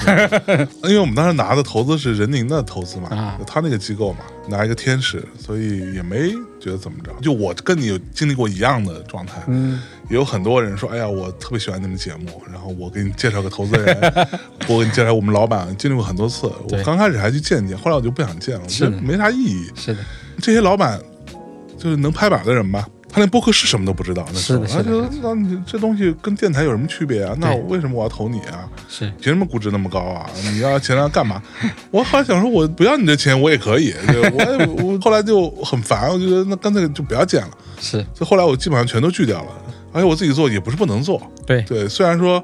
B: 因为我们当时拿的投资是人宁的投资嘛
C: 啊，
B: 就他那个机构嘛，拿一个天使，所以也没觉得怎么着。就我跟你有经历过一样的状态，
C: 嗯，
B: 也有很多人说，哎呀，我特别喜欢你们节目，然后我给你介绍个投资 人，我给你介绍我们老板，经历过很多次。我
C: 对
B: 刚开始还去见见，后来我就不想见了，我觉得
C: 是的
B: 没啥意义。
C: 是的，
B: 这些老板就是能拍板的人吧，他连播客是什么都不知道，那时候
C: 是的是的
B: 他觉得那你这东西跟电台有什么区别啊？那我为什么我要投你啊？
C: 是
B: 凭什么估值那么高啊？你要钱要干嘛？ 我后来想说，我不要你这钱，我也可以。对我我后来就很烦，我觉得那干脆就不要见了。
C: 是，
B: 所以后来我基本上全都拒掉了。而且我自己做也不是不能做，
C: 对
B: 对，虽然说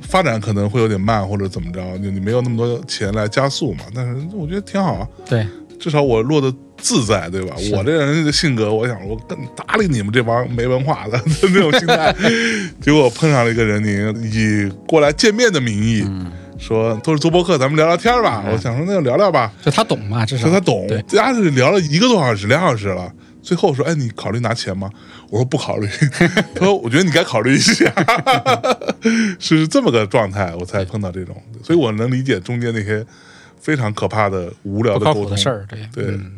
B: 发展可能会有点慢或者怎么着，你你没有那么多钱来加速嘛，但是我觉得挺好啊，
C: 对
B: 至少我落得自在，对吧？
C: 是
B: 我这人的性格，我想我更搭理你们这帮没文化的 那种心态， 结果碰上了一个人，你以过来见面的名义。说都是做播客，咱们聊聊天儿吧。我想说，那就聊聊吧。
C: 就他懂嘛，至少
B: 说他懂
C: 对，
B: 大家是聊了一个多小时、两小时了。最后说，哎，你考虑拿钱吗？我说不考虑。他说，我觉得你该考虑一下，是这么个状态，我才碰到这种，所以我能理解中间那些非常可怕的、无聊
C: 不
B: 的
C: 靠
B: 沟
C: 谱
B: 通
C: 的事。儿，对
B: 对
C: 嗯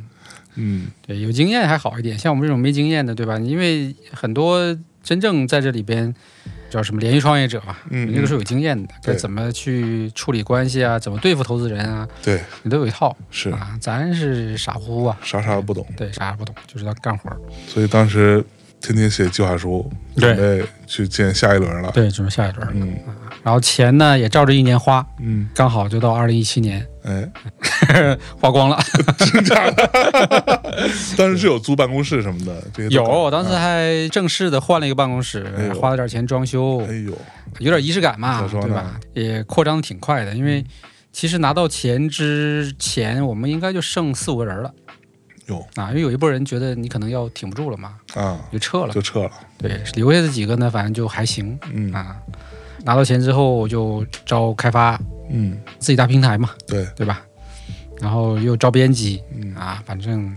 B: 嗯
C: 对，有经验还好一点，像我们这种没经验的，对吧？因为很多真正在这里边叫什么连续创业者吧，
B: 嗯
C: 人家都是有经验的，该
B: 对
C: 怎么去处理关系啊，怎么对付投资人啊，
B: 对，
C: 你都有一套
B: 是
C: 啊。咱是傻乎乎啊，
B: 啥啥都不懂，
C: 对，啥也不懂，就知道干活儿。
B: 所以当时天天写计划书，
C: 对
B: 准备去见下一轮了。
C: 对，准备下一轮了。
B: 嗯
C: 然后钱呢也照着一年花，
B: 嗯，
C: 刚好就到二零一七年
B: 哎，
C: 花光了。
B: 真假的？ 当时是有租办公室什么的，这些都
C: 有，
B: 搞
C: 我当时
B: 啊
C: 还正式的换了一个办公室
B: 哎呦，
C: 花了点钱装修。
B: 哎呦，
C: 有点仪式感嘛，
B: 咋说呢嗯
C: 对吧？也扩张得挺快的，因为其实拿到钱之前，我们应该就剩四五个人了
B: 哟
C: 啊，因为有一波人觉得你可能要挺不住了嘛，
B: 啊，
C: 就撤了
B: 就。撤了。
C: 对，留下的几个呢，反正就还行
B: 嗯
C: 啊。拿到钱之后，我就招开发，
B: 嗯，
C: 自己搭平台嘛，
B: 对，
C: 对吧？然后又招编辑
B: 嗯
C: 啊，反正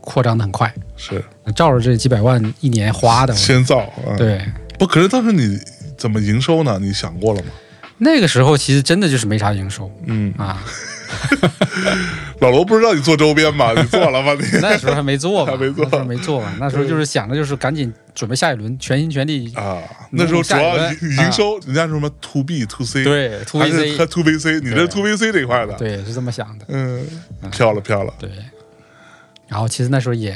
C: 扩张的很快，
B: 是
C: 照着这几百万一年花的，
B: 先造啊。，
C: 嗯对。
B: 不，可是当时你怎么营收呢？你想过了吗？
C: 那个时候其实真的就是没啥营收
B: 嗯，
C: 啊，
B: 老罗不知道你做周边 吧？你做了吧？你
C: 那时候还没做 嘛，
B: 还没做
C: 那时候没 做嘛，那时候就是想着就是赶紧准备下一轮，全心全力
B: 啊，那时候主要
C: 下一轮
B: 营营收，人家说什么 to B to C，，
C: 啊对突
B: 还
C: 围
B: 是他
C: C，
B: to B C，你这
C: 对
B: to B C 这一块的，
C: 对啊是这么想的，
B: 嗯，飘了飘了，
C: 对。然后其实那时候也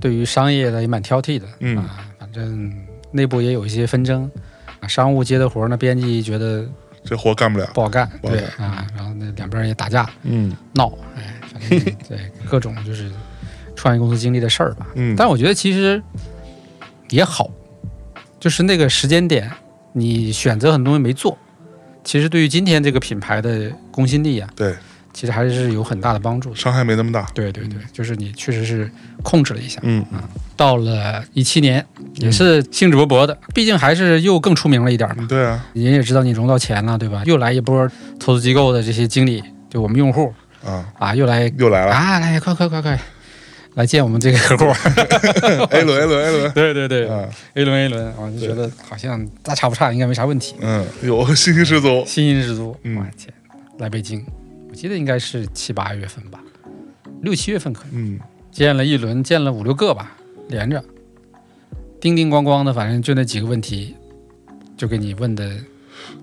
C: 对于商业的也蛮挑剔的，
B: 嗯
C: 啊，反正内部也有一些纷争，啊，商务接的活儿呢，编辑觉得
B: 这活干不了，
C: 不好干，
B: 不好
C: 对啊，然后那两边儿也打架
B: 嗯
C: 闹，哎，反 正对各种就是创业公司经历的事儿吧，
B: 嗯，
C: 但我觉得其实也好，就是那个时间点，你选择很多东西没做，其实对于今天这个品牌的公信力啊，
B: 对，
C: 其实还是有很大的帮助的。嗯
B: 伤害没那么大，
C: 对对对，就是你确实是控制了一下。
B: 嗯
C: 到了一七年，也是兴致勃勃的，毕竟还是又更出名了一点嘛。
B: 对啊
C: 人也知道你融到钱了，对吧？又来一波投资机构的这些经理，就我们用户
B: 啊，
C: 啊，又来
B: 又来了
C: 啊，来快快快快，来见我们这个客户。
B: ，A 轮 A 轮 A 轮，
C: 对对对
B: 啊，
C: A 轮 A 轮，我就觉得好像大差不差，应该没啥问题，
B: 嗯，有信心十足，
C: 信心十足。
B: 嗯
C: 我的天，来北京，我记得应该是七八月份吧，六七月份可能
B: 嗯
C: 见了一轮，见了五六个吧，连着，叮叮咣咣的，反正就那几个问题，就给你问的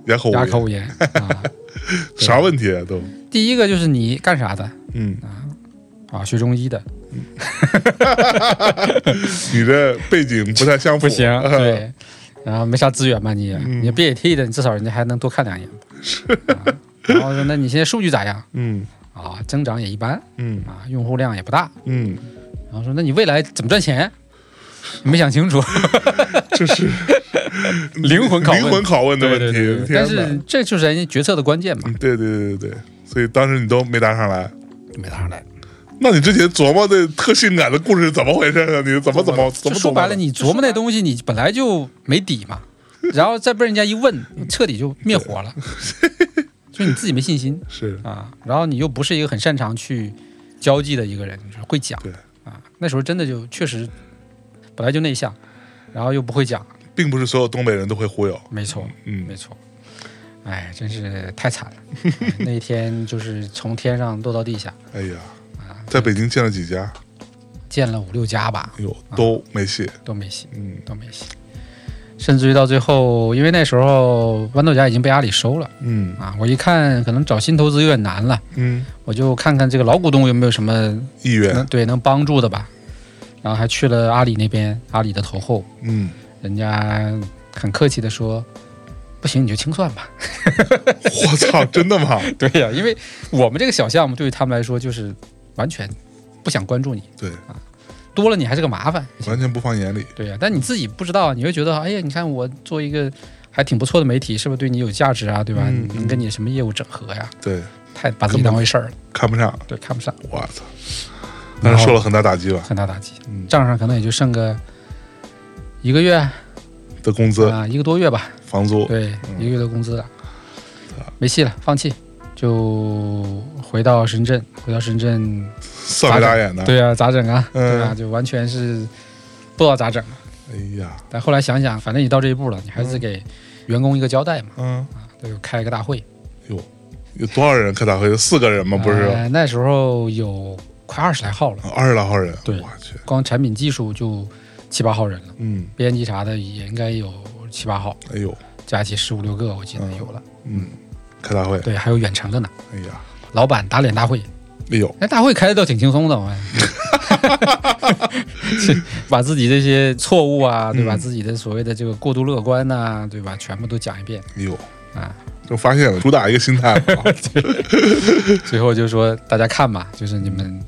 B: 哑口无
C: 哑
B: 言
C: 口，无言啊。对
B: 啥问题啊都，
C: 第一个就是你干啥的
B: 嗯，
C: 啊？学中医的，
B: 你这背景不太相符，
C: 不行，对，然后没啥资源吧你，
B: 嗯
C: 你 BAT 的，你至少人家还能多看两眼。是、然后说那你现在数据咋样？
B: 嗯
C: 啊，增长也一般
B: 嗯
C: 啊，用户量也不大。
B: 嗯，
C: 然后说，那你未来怎么赚钱？没想清楚，
B: 这是
C: 灵魂拷问
B: 灵魂拷问的问题，
C: 但
B: 天哪
C: 是这就是人家决策的关键嘛
B: 嗯，对对对对对，所以当时你都没答上来。
C: 没答上来。
B: 那你之前琢磨的特性感的故事是怎么回事啊？你怎么怎么怎
C: 就
B: 么
C: 说
B: 琢磨
C: 白
B: 的
C: 了，你琢磨那东西，你本来就没 底嘛，然后再被人家一问，彻底就灭火了，就你自己没信心
B: 是
C: 啊。然后你又不是一个很擅长去交际的一个人，就是会讲
B: 对
C: 啊。那时候真的就确实本来就内向，然后又不会讲，
B: 并不是所有东北人都会忽悠，
C: 没错。
B: 嗯
C: 没错。哎，真是太惨了！ 哎那一天就是从天上落到地下，
B: 哎呀，在北京见了几家，
C: 见了五六家吧，
B: 哎呦都没戏，
C: 都没戏，
B: 嗯
C: 都没戏。甚至于到最后，因为那时候豌豆荚已经被阿里收了
B: 嗯
C: 啊，我一看可能找新投资有点难了，
B: 嗯，
C: 我就看看这个老股东有没有什么
B: 意
C: 能
B: 愿，
C: 对能帮助的吧。然后还去了阿里那边，阿里的投后，
B: 嗯，
C: 人家很客气的说：“不行，你就清算吧。”
B: 我操，真的吗？
C: 对呀、因为我们这个小项目对于他们来说就是完全不想关注你，啊
B: 对，
C: 多了你还是个麻烦。
B: 完全不放眼里，
C: 对呀、但你自己不知道，你会觉得哎呀，你看我做一个还挺不错的媒体，是不是对你有价值啊？对吧？
B: 嗯
C: 你能跟你什么业务整合呀？
B: 对，
C: 太把自己当回事儿了，
B: 看不上，
C: 对，看不上，
B: 我操，但是受了很大打击吧？
C: 很大打击。
B: 嗯，
C: 账上可能也就剩个一个月啊、
B: 的工资、
C: 一个多月吧，
B: 房租，
C: 对，
B: 嗯啊
C: 一个月的工资了，没戏了，放弃，就回到深圳，回到深圳
B: 色眉大眼的，
C: 对啊，咋整啊？
B: 嗯
C: 对吧？就完全是不知道咋整。
B: 哎呀，
C: 但后来想想，反正你到这一步了，你还是给员工一个交代嘛，
B: 嗯，
C: 就开一个大会。
B: 有多少人开大会？有四个人吗？不是，
C: 呃那时候有快二十来号了，
B: 二十来号人，
C: 对
B: 我去，
C: 光产品技术就七八号人了，
B: 嗯，
C: 编辑啥的也应该有七八号，
B: 哎呦，
C: 加起十五六个，我记得有了。
B: 嗯，开大会，
C: 对，还有远程的呢。
B: 哎呀，
C: 老板打脸大会，
B: 哎呦。
C: 那大会开的倒挺轻松的， 我把自己这些错误啊，对吧？
B: 嗯
C: 自己的所谓的这个过度乐观呐、对吧？全部都讲一遍。
B: 哎呦，
C: 啊，
B: 就发现了，主打一个心态 嘛，
C: 最后就说大家看吧，就是你们，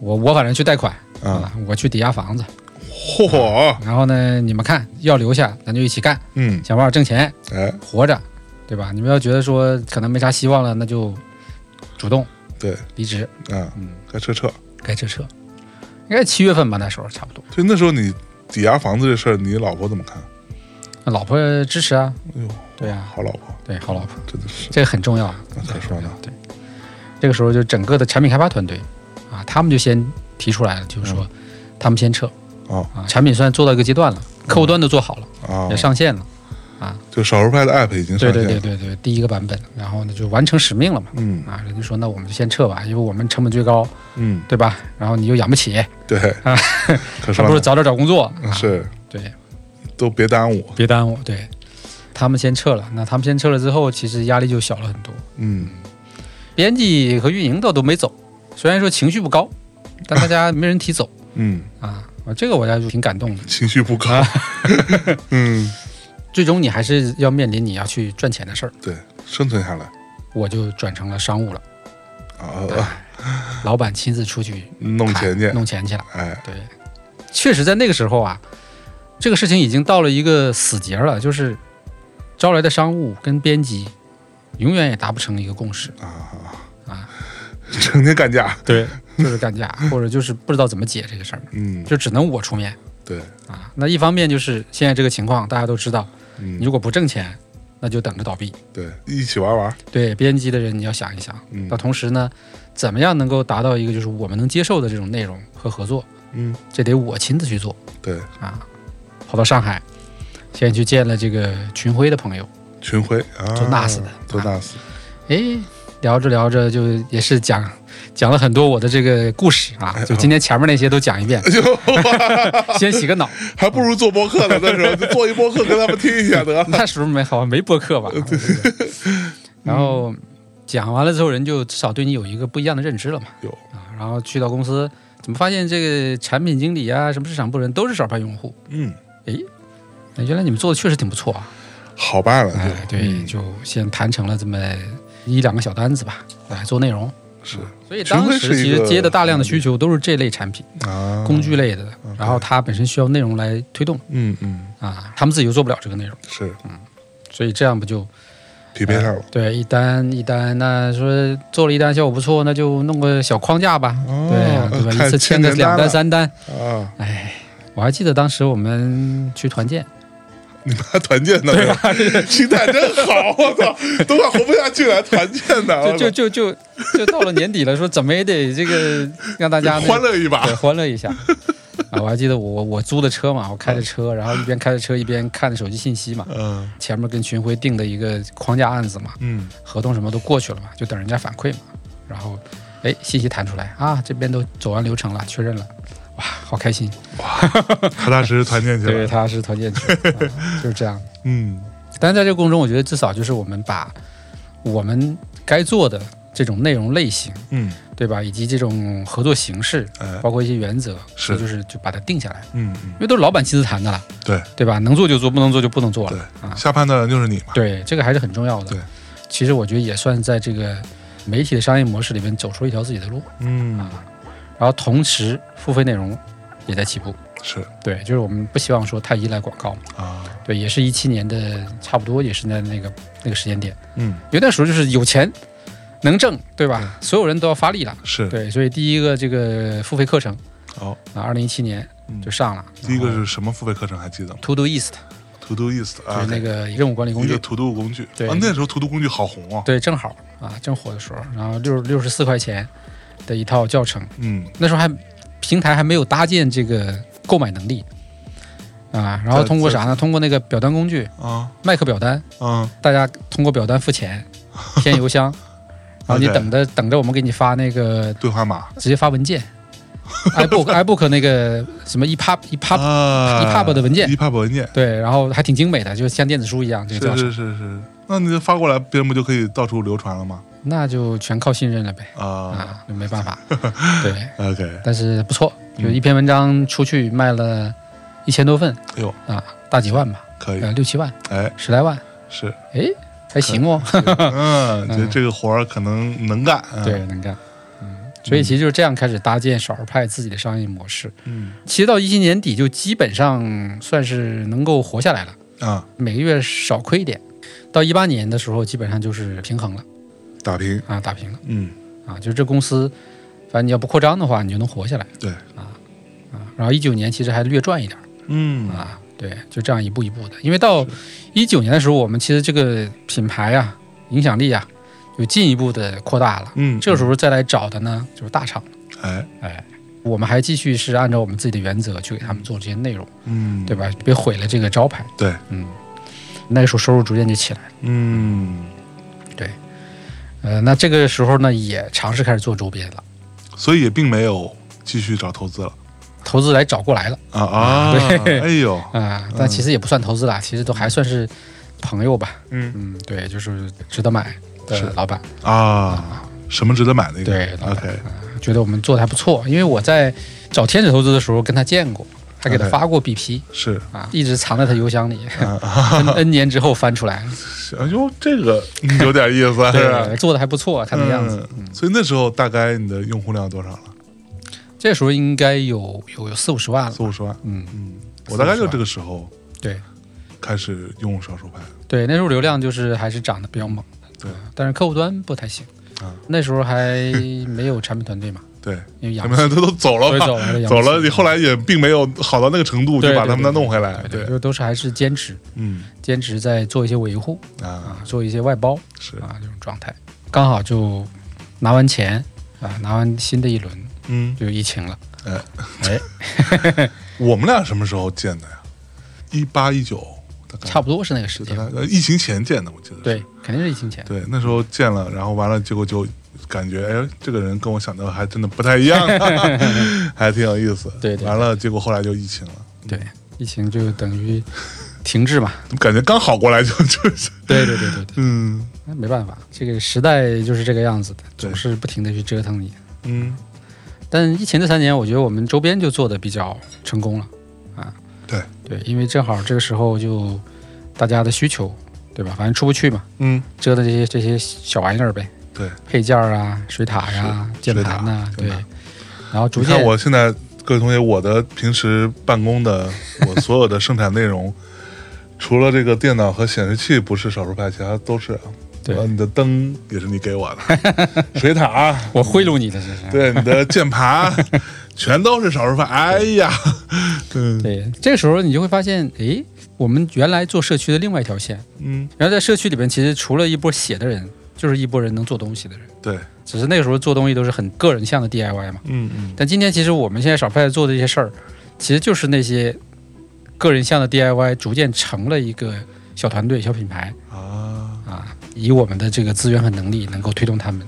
C: 我我反正去贷款
B: 啊，
C: 啊，我去抵押房子，
B: 嚯，
C: 然后呢，你们看要留下，咱就一起干，
B: 嗯，
C: 想办法挣钱
B: 哎，
C: 活着，对吧？你们要觉得说可能没啥希望了，那就主动
B: 对，
C: 离职，
B: 啊，
C: 嗯，
B: 该撤撤。
C: 该撤撤，应该七月份吧，那时候差不多。
B: 所以那时候你抵押房子这事儿，你老婆怎么看？
C: 那老婆支持啊，
B: 哎呦，
C: 对啊，
B: 好老婆，
C: 对，好老婆，
B: 真的是
C: 这个很重要啊。
B: 那咋说呢？
C: 对，这个时候就整个的产品开发团队啊，他们就先提出来了，就是
B: 嗯
C: 说、他们先撤
B: 哦
C: 啊，产品算做到一个阶段了，
B: 嗯
C: 客户端都做好了，
B: 啊
C: 也，上线了。
B: 就少数派的 app 已经上
C: 对
B: 线
C: 对对
B: 了，
C: 对对，第一个版本，然后呢就完成使命了嘛。
B: 嗯
C: 啊，人家说那我们就先撤吧，因为我们成本最高，
B: 嗯，
C: 对吧？然后你又养不起，
B: 对，可
C: 还
B: 说
C: 不如
B: 呢，
C: 早点找工作。啊、
B: 是
C: 对，
B: 都别耽误，
C: 别耽误。对，他们先撤了，那他们先撤了之后，其实压力就小了很多。
B: 嗯，
C: 编辑和运营倒都没走，虽然说情绪不高，但大家没人 提走
B: 嗯，
C: 啊。啊，这个我家就挺感动的。
B: 情绪不
C: 啊
B: 高， 嗯，
C: 最终你还是要面临你要去赚钱的事儿，
B: 对，生存下来
C: 我就转成了商务了，
B: 啊，
C: 老板亲自出去
B: 弄钱去
C: 谈，弄钱去了。
B: 哎，
C: 对，确实在那个时候啊，这个事情已经到了一个死结了，就是招来的商务跟编辑永远也达不成一个共识，
B: 啊
C: 啊，
B: 成天干架，
C: 对，就是干架， 或者就是不知道怎么解这个事儿，
B: 嗯，
C: 就只能我出面
B: 对，
C: 啊。那一方面就是现在这个情况，大家都知道，你
B: 嗯，
C: 如果不挣钱，那就等着倒闭。
B: 对，一起玩玩，
C: 对编辑的人，你要想一想。
B: 嗯
C: 那同时呢，怎么样能够达到一个就是我们能接受的这种内容和合作？
B: 嗯，
C: 这得我亲自去做。
B: 对，
C: 啊，跑到上海，先去见了这个群晖的朋友，
B: 群晖啊，
C: 做 NAS 的
B: 做 NAS，
C: 哎，聊着聊着就也是讲讲了很多我的这个故事啊，就今天前面那些都讲一遍，
B: 哎呦，
C: 先洗个脑。
B: 还不如做播客呢，那时候就做一播客跟他们听一下得了，
C: 那时候没好像没 播客吧？我觉得然后讲完了之后，人就至少对你有一个不一样的认知了嘛。
B: 有
C: 啊，然后去到公司，怎么发现这个产品经理啊，什么市场部人都是少派用户？
B: 嗯，
C: 哎原来你们做的确实挺不错啊！
B: 好办了，
C: 哎，
B: 就嗯
C: 对，就先谈成了这么一两个小单子吧，来做内容。
B: 是
C: 所以
B: 群晖
C: 当
B: 是
C: 时
B: 一
C: 其实
B: 个
C: 接的大量的需求都是这类产品、
B: 啊，
C: 工具，类的，然后它本身需要内容来推动
B: 嗯嗯，
C: 啊，他们自己又做不了这个内容，
B: 是
C: 所以这样不就
B: 匹
C: 哎
B: 配上了，
C: 对，一单一单，那说做了一单效果不错，那就弄个小框架吧，
B: 哦
C: 对呀、对吧？
B: 太
C: 一次签
B: 太
C: 个
B: 简单
C: 两单
B: 了
C: 三单，
B: 啊，
C: 哎，我还记得当时我们去团建，
B: 你们还团建呢？对
C: 啊
B: 吧？心态真好，我 操，都快活不下去了，还团建呢，我操
C: 就就就就就到了年底了，说怎么也得这个让 大家那个
B: 欢乐一把
C: 对，欢乐一下。啊，我还记得我我租的车嘛，我开着车，然后一边开着车一边看着手机信息嘛，
B: 嗯
C: 前面跟群晖定的一个框架案子嘛，
B: 嗯
C: 合同什么都过去了嘛，就等人家反馈嘛。然后，哎，信息弹出来啊，这边都走完流程了，确认了，哇，好开心！
B: 踏踏实实团建去
C: 对，
B: 了，
C: 他是团建群，啊 就是这样。
B: 嗯
C: 但是在这个过程中，我觉得至少就是我们把我们该做的这种内容类型，
B: 嗯
C: 对吧，以及这种合作形式，
B: 哎
C: 包括一些原则，
B: 是
C: 这就是就把它定下来，
B: 嗯嗯，
C: 因为都是老板亲自谈的了，
B: 对
C: 对吧？能做就做，不能做就不能做了。
B: 对，下判断的就是你嘛，
C: 对，这个还是很重要的。
B: 对，
C: 其实我觉得也算在这个媒体的商业模式里面走出一条自己的路，
B: 嗯
C: 然后同时付费内容也在起步。
B: 是
C: 对，就是我们不希望说太依赖广告嘛。
B: 啊
C: 对，也是一七年的，差不多也是在那个那个时间点，
B: 嗯
C: 因为那时候就是有钱能挣，对吧？所有人都要发力了。
B: 是
C: 对，所以第一个这个付费课程
B: 好，
C: 啊，二零一七年
B: 嗯
C: 就上了。啊
B: 第一个是什么付费课程还记得吗
C: To Do East，
B: ？To Do East
C: 就
B: 啊
C: 是，那个任务管理工
B: 一个
C: 具。
B: To Do 工具
C: 对
B: 啊，那时候 To Do 工具好红啊，
C: 对，正好啊，正火的时候，然后六六十四块钱的一套教程，
B: 嗯，
C: 那时候还平台还没有搭建这个购买能力啊，然后通过啥呢？通过那个表单工具，
B: 啊
C: 麦克表单，
B: 啊，
C: 大家通过表单付钱，填 邮箱，然后你
B: OK
C: 等着等着我们给你发那个
B: 对话码
C: 直接发文件，iBook iBook 那个什么 EPUB EPUB
B: 啊
C: EPUB 的文件
B: EPUB 文件，
C: 对，然后还挺精美的，就像电子书一样，这
B: 是
C: 个教程，
B: 是是是，那你就发过来，别人不就可以到处流传了吗？
C: 那就全靠信任了呗，
B: 啊
C: 啊，就没 办法，对，
B: ，OK，
C: 但是不错，
B: 嗯
C: 就一篇文章出去卖了一千多份，
B: 哎呦
C: 啊，大几万吧，
B: 可以，
C: 呃，六七万，
B: 哎，
C: 十来万，
B: 是，
C: 哎，还行哦，
B: 嗯， 这这个活儿可能能干，嗯
C: 对，，能干。嗯，所以其实就是这样开始搭建少儿派自己的商业模式。
B: 嗯
C: 其实到一七年底就基本上算是能够活下来了，
B: 啊，
C: 每个月少亏一点。到一八年的时候，基本上就是平衡了
B: 打平，
C: 啊，打平了
B: 嗯，
C: 啊，就是这公司，反正你要不扩张的话，你就能活下来啊
B: 对，
C: 啊。然后一九年其实还略赚一点
B: 嗯
C: 啊，对，就这样一步一步的。因为到一九年的时候，我们其实这个品牌啊、影响力啊，有进一步的扩大了。
B: 嗯，
C: 这个时候再来找的呢，就是大厂。
B: 哎，
C: 哎，我们还继续是按照我们自己的原则去给他们做这些内容，
B: 嗯，
C: 对吧？别毁了这个招牌。
B: 对，
C: 嗯，那个时候收入逐渐就起来了。
B: 嗯，
C: 呃，那这个时候呢，也尝试开始做周边了，
B: 所以也并没有继续找投资了
C: 投资来找过来了
B: 啊啊！
C: 对
B: 哎呦，
C: 啊、但其实也不算投资啦，其实都还算是朋友吧。
B: 嗯
C: 嗯，对，就是值得买
B: 是
C: 的老板，
B: 啊，什么值得买的一个？
C: 对老板
B: ，OK，
C: 觉得我们做的还不错，因为我在找天使投资的时候跟他见过，还给他
B: OK
C: 发过 BP
B: 是
C: 啊，一直藏在他邮箱里
B: 啊，
C: ，N N 年之后翻出来，
B: 哎呦，这个 嗯有点意思， 是吧
C: 对，做的还不错，看那样子。
B: 嗯所以那时候大概你的用户量多少了？
C: 这时候应该有有有四五十万了
B: 四。五十万。
C: 嗯，
B: 嗯，
C: 四五
B: 我
C: 十万
B: 大概就这个时候
C: 对
B: 开始用少数派。
C: 对，那时候流量就是还是涨得比较猛，
B: 对，
C: 但是客户端不太行
B: 啊。
C: 那时候还没有产品团队嘛，
B: 对，
C: 因为
B: 他
C: 养不
B: 们
C: 起，
B: 都都走
C: 所
B: 了
C: 以
B: 吧，
C: 走了，养
B: 啊走
C: 不起
B: 了，你后来也并没有好到那个程度，就
C: 对
B: 把
C: 对
B: 他们再
C: 对
B: 弄回来。
C: 对，就都是还是坚持，
B: 嗯
C: 坚持在做一些维护
B: 啊
C: 啊，，做一些外包
B: 是，
C: 啊这种状态，刚好就拿完钱啊，拿完新的一轮
B: 嗯，
C: 就疫情了，
B: 哎
C: 哎
B: 我们俩什么时候见的呀？一八一九，大概
C: 差不多是那个时
B: 大
C: 间
B: 概，呃疫情前见的，我记得是。
C: 对，肯定是疫情前，
B: 对，那时候见了，然后完了，结果就感觉，哎，这个人跟我想的还真的不太一样，啊 还挺有意思。
C: 对对
B: 完了，结果后来就疫情了，
C: 对，疫情就等于停滞嘛，
B: 怎么感觉刚好过来就就是，
C: 对对对对对。
B: 嗯
C: 那没办法，这个时代就是这个样子的，
B: 对
C: 总是不停的去折腾你。
B: 嗯，
C: 但疫情这三年，我觉得我们周边就做的比较成功了，啊，
B: 对
C: 对，因为正好这个时候就大家的需求，对吧？反正出不去嘛，
B: 嗯，
C: 折腾这些这些小玩意儿呗，
B: 对，
C: 配件儿啊、水塔呀、键盘呐、
B: 水塔
C: 对
B: 键盘。
C: 然后逐
B: 你看
C: 渐，
B: 我现在各位同学，我的平时办公 的我所有的生产内容，除了这个电脑和显示器不是少数派，其他都是啊。
C: 对
B: 完了你的灯也是你给我的， 水塔， 啊
C: 我贿赂你的这是。
B: 对你的键 盘，全都是少数派。哎呀，嗯
C: 对，这个时候你就会发现，诶，我们原来做社区的另外一条线，
B: 嗯，
C: 然后在社区里边，其实除了一波写的人，就是一波人能做东西的人。
B: 对，
C: 只是那个时候做东西都是很个人向的 DIY 嘛。
B: 嗯嗯，
C: 但今天其实我们现在少派做的一些事儿，其实就是那些个人向的 DIY 逐渐成了一个小团队、小品牌
B: 啊，
C: 啊，以我们的这个资源和能力能够推动他们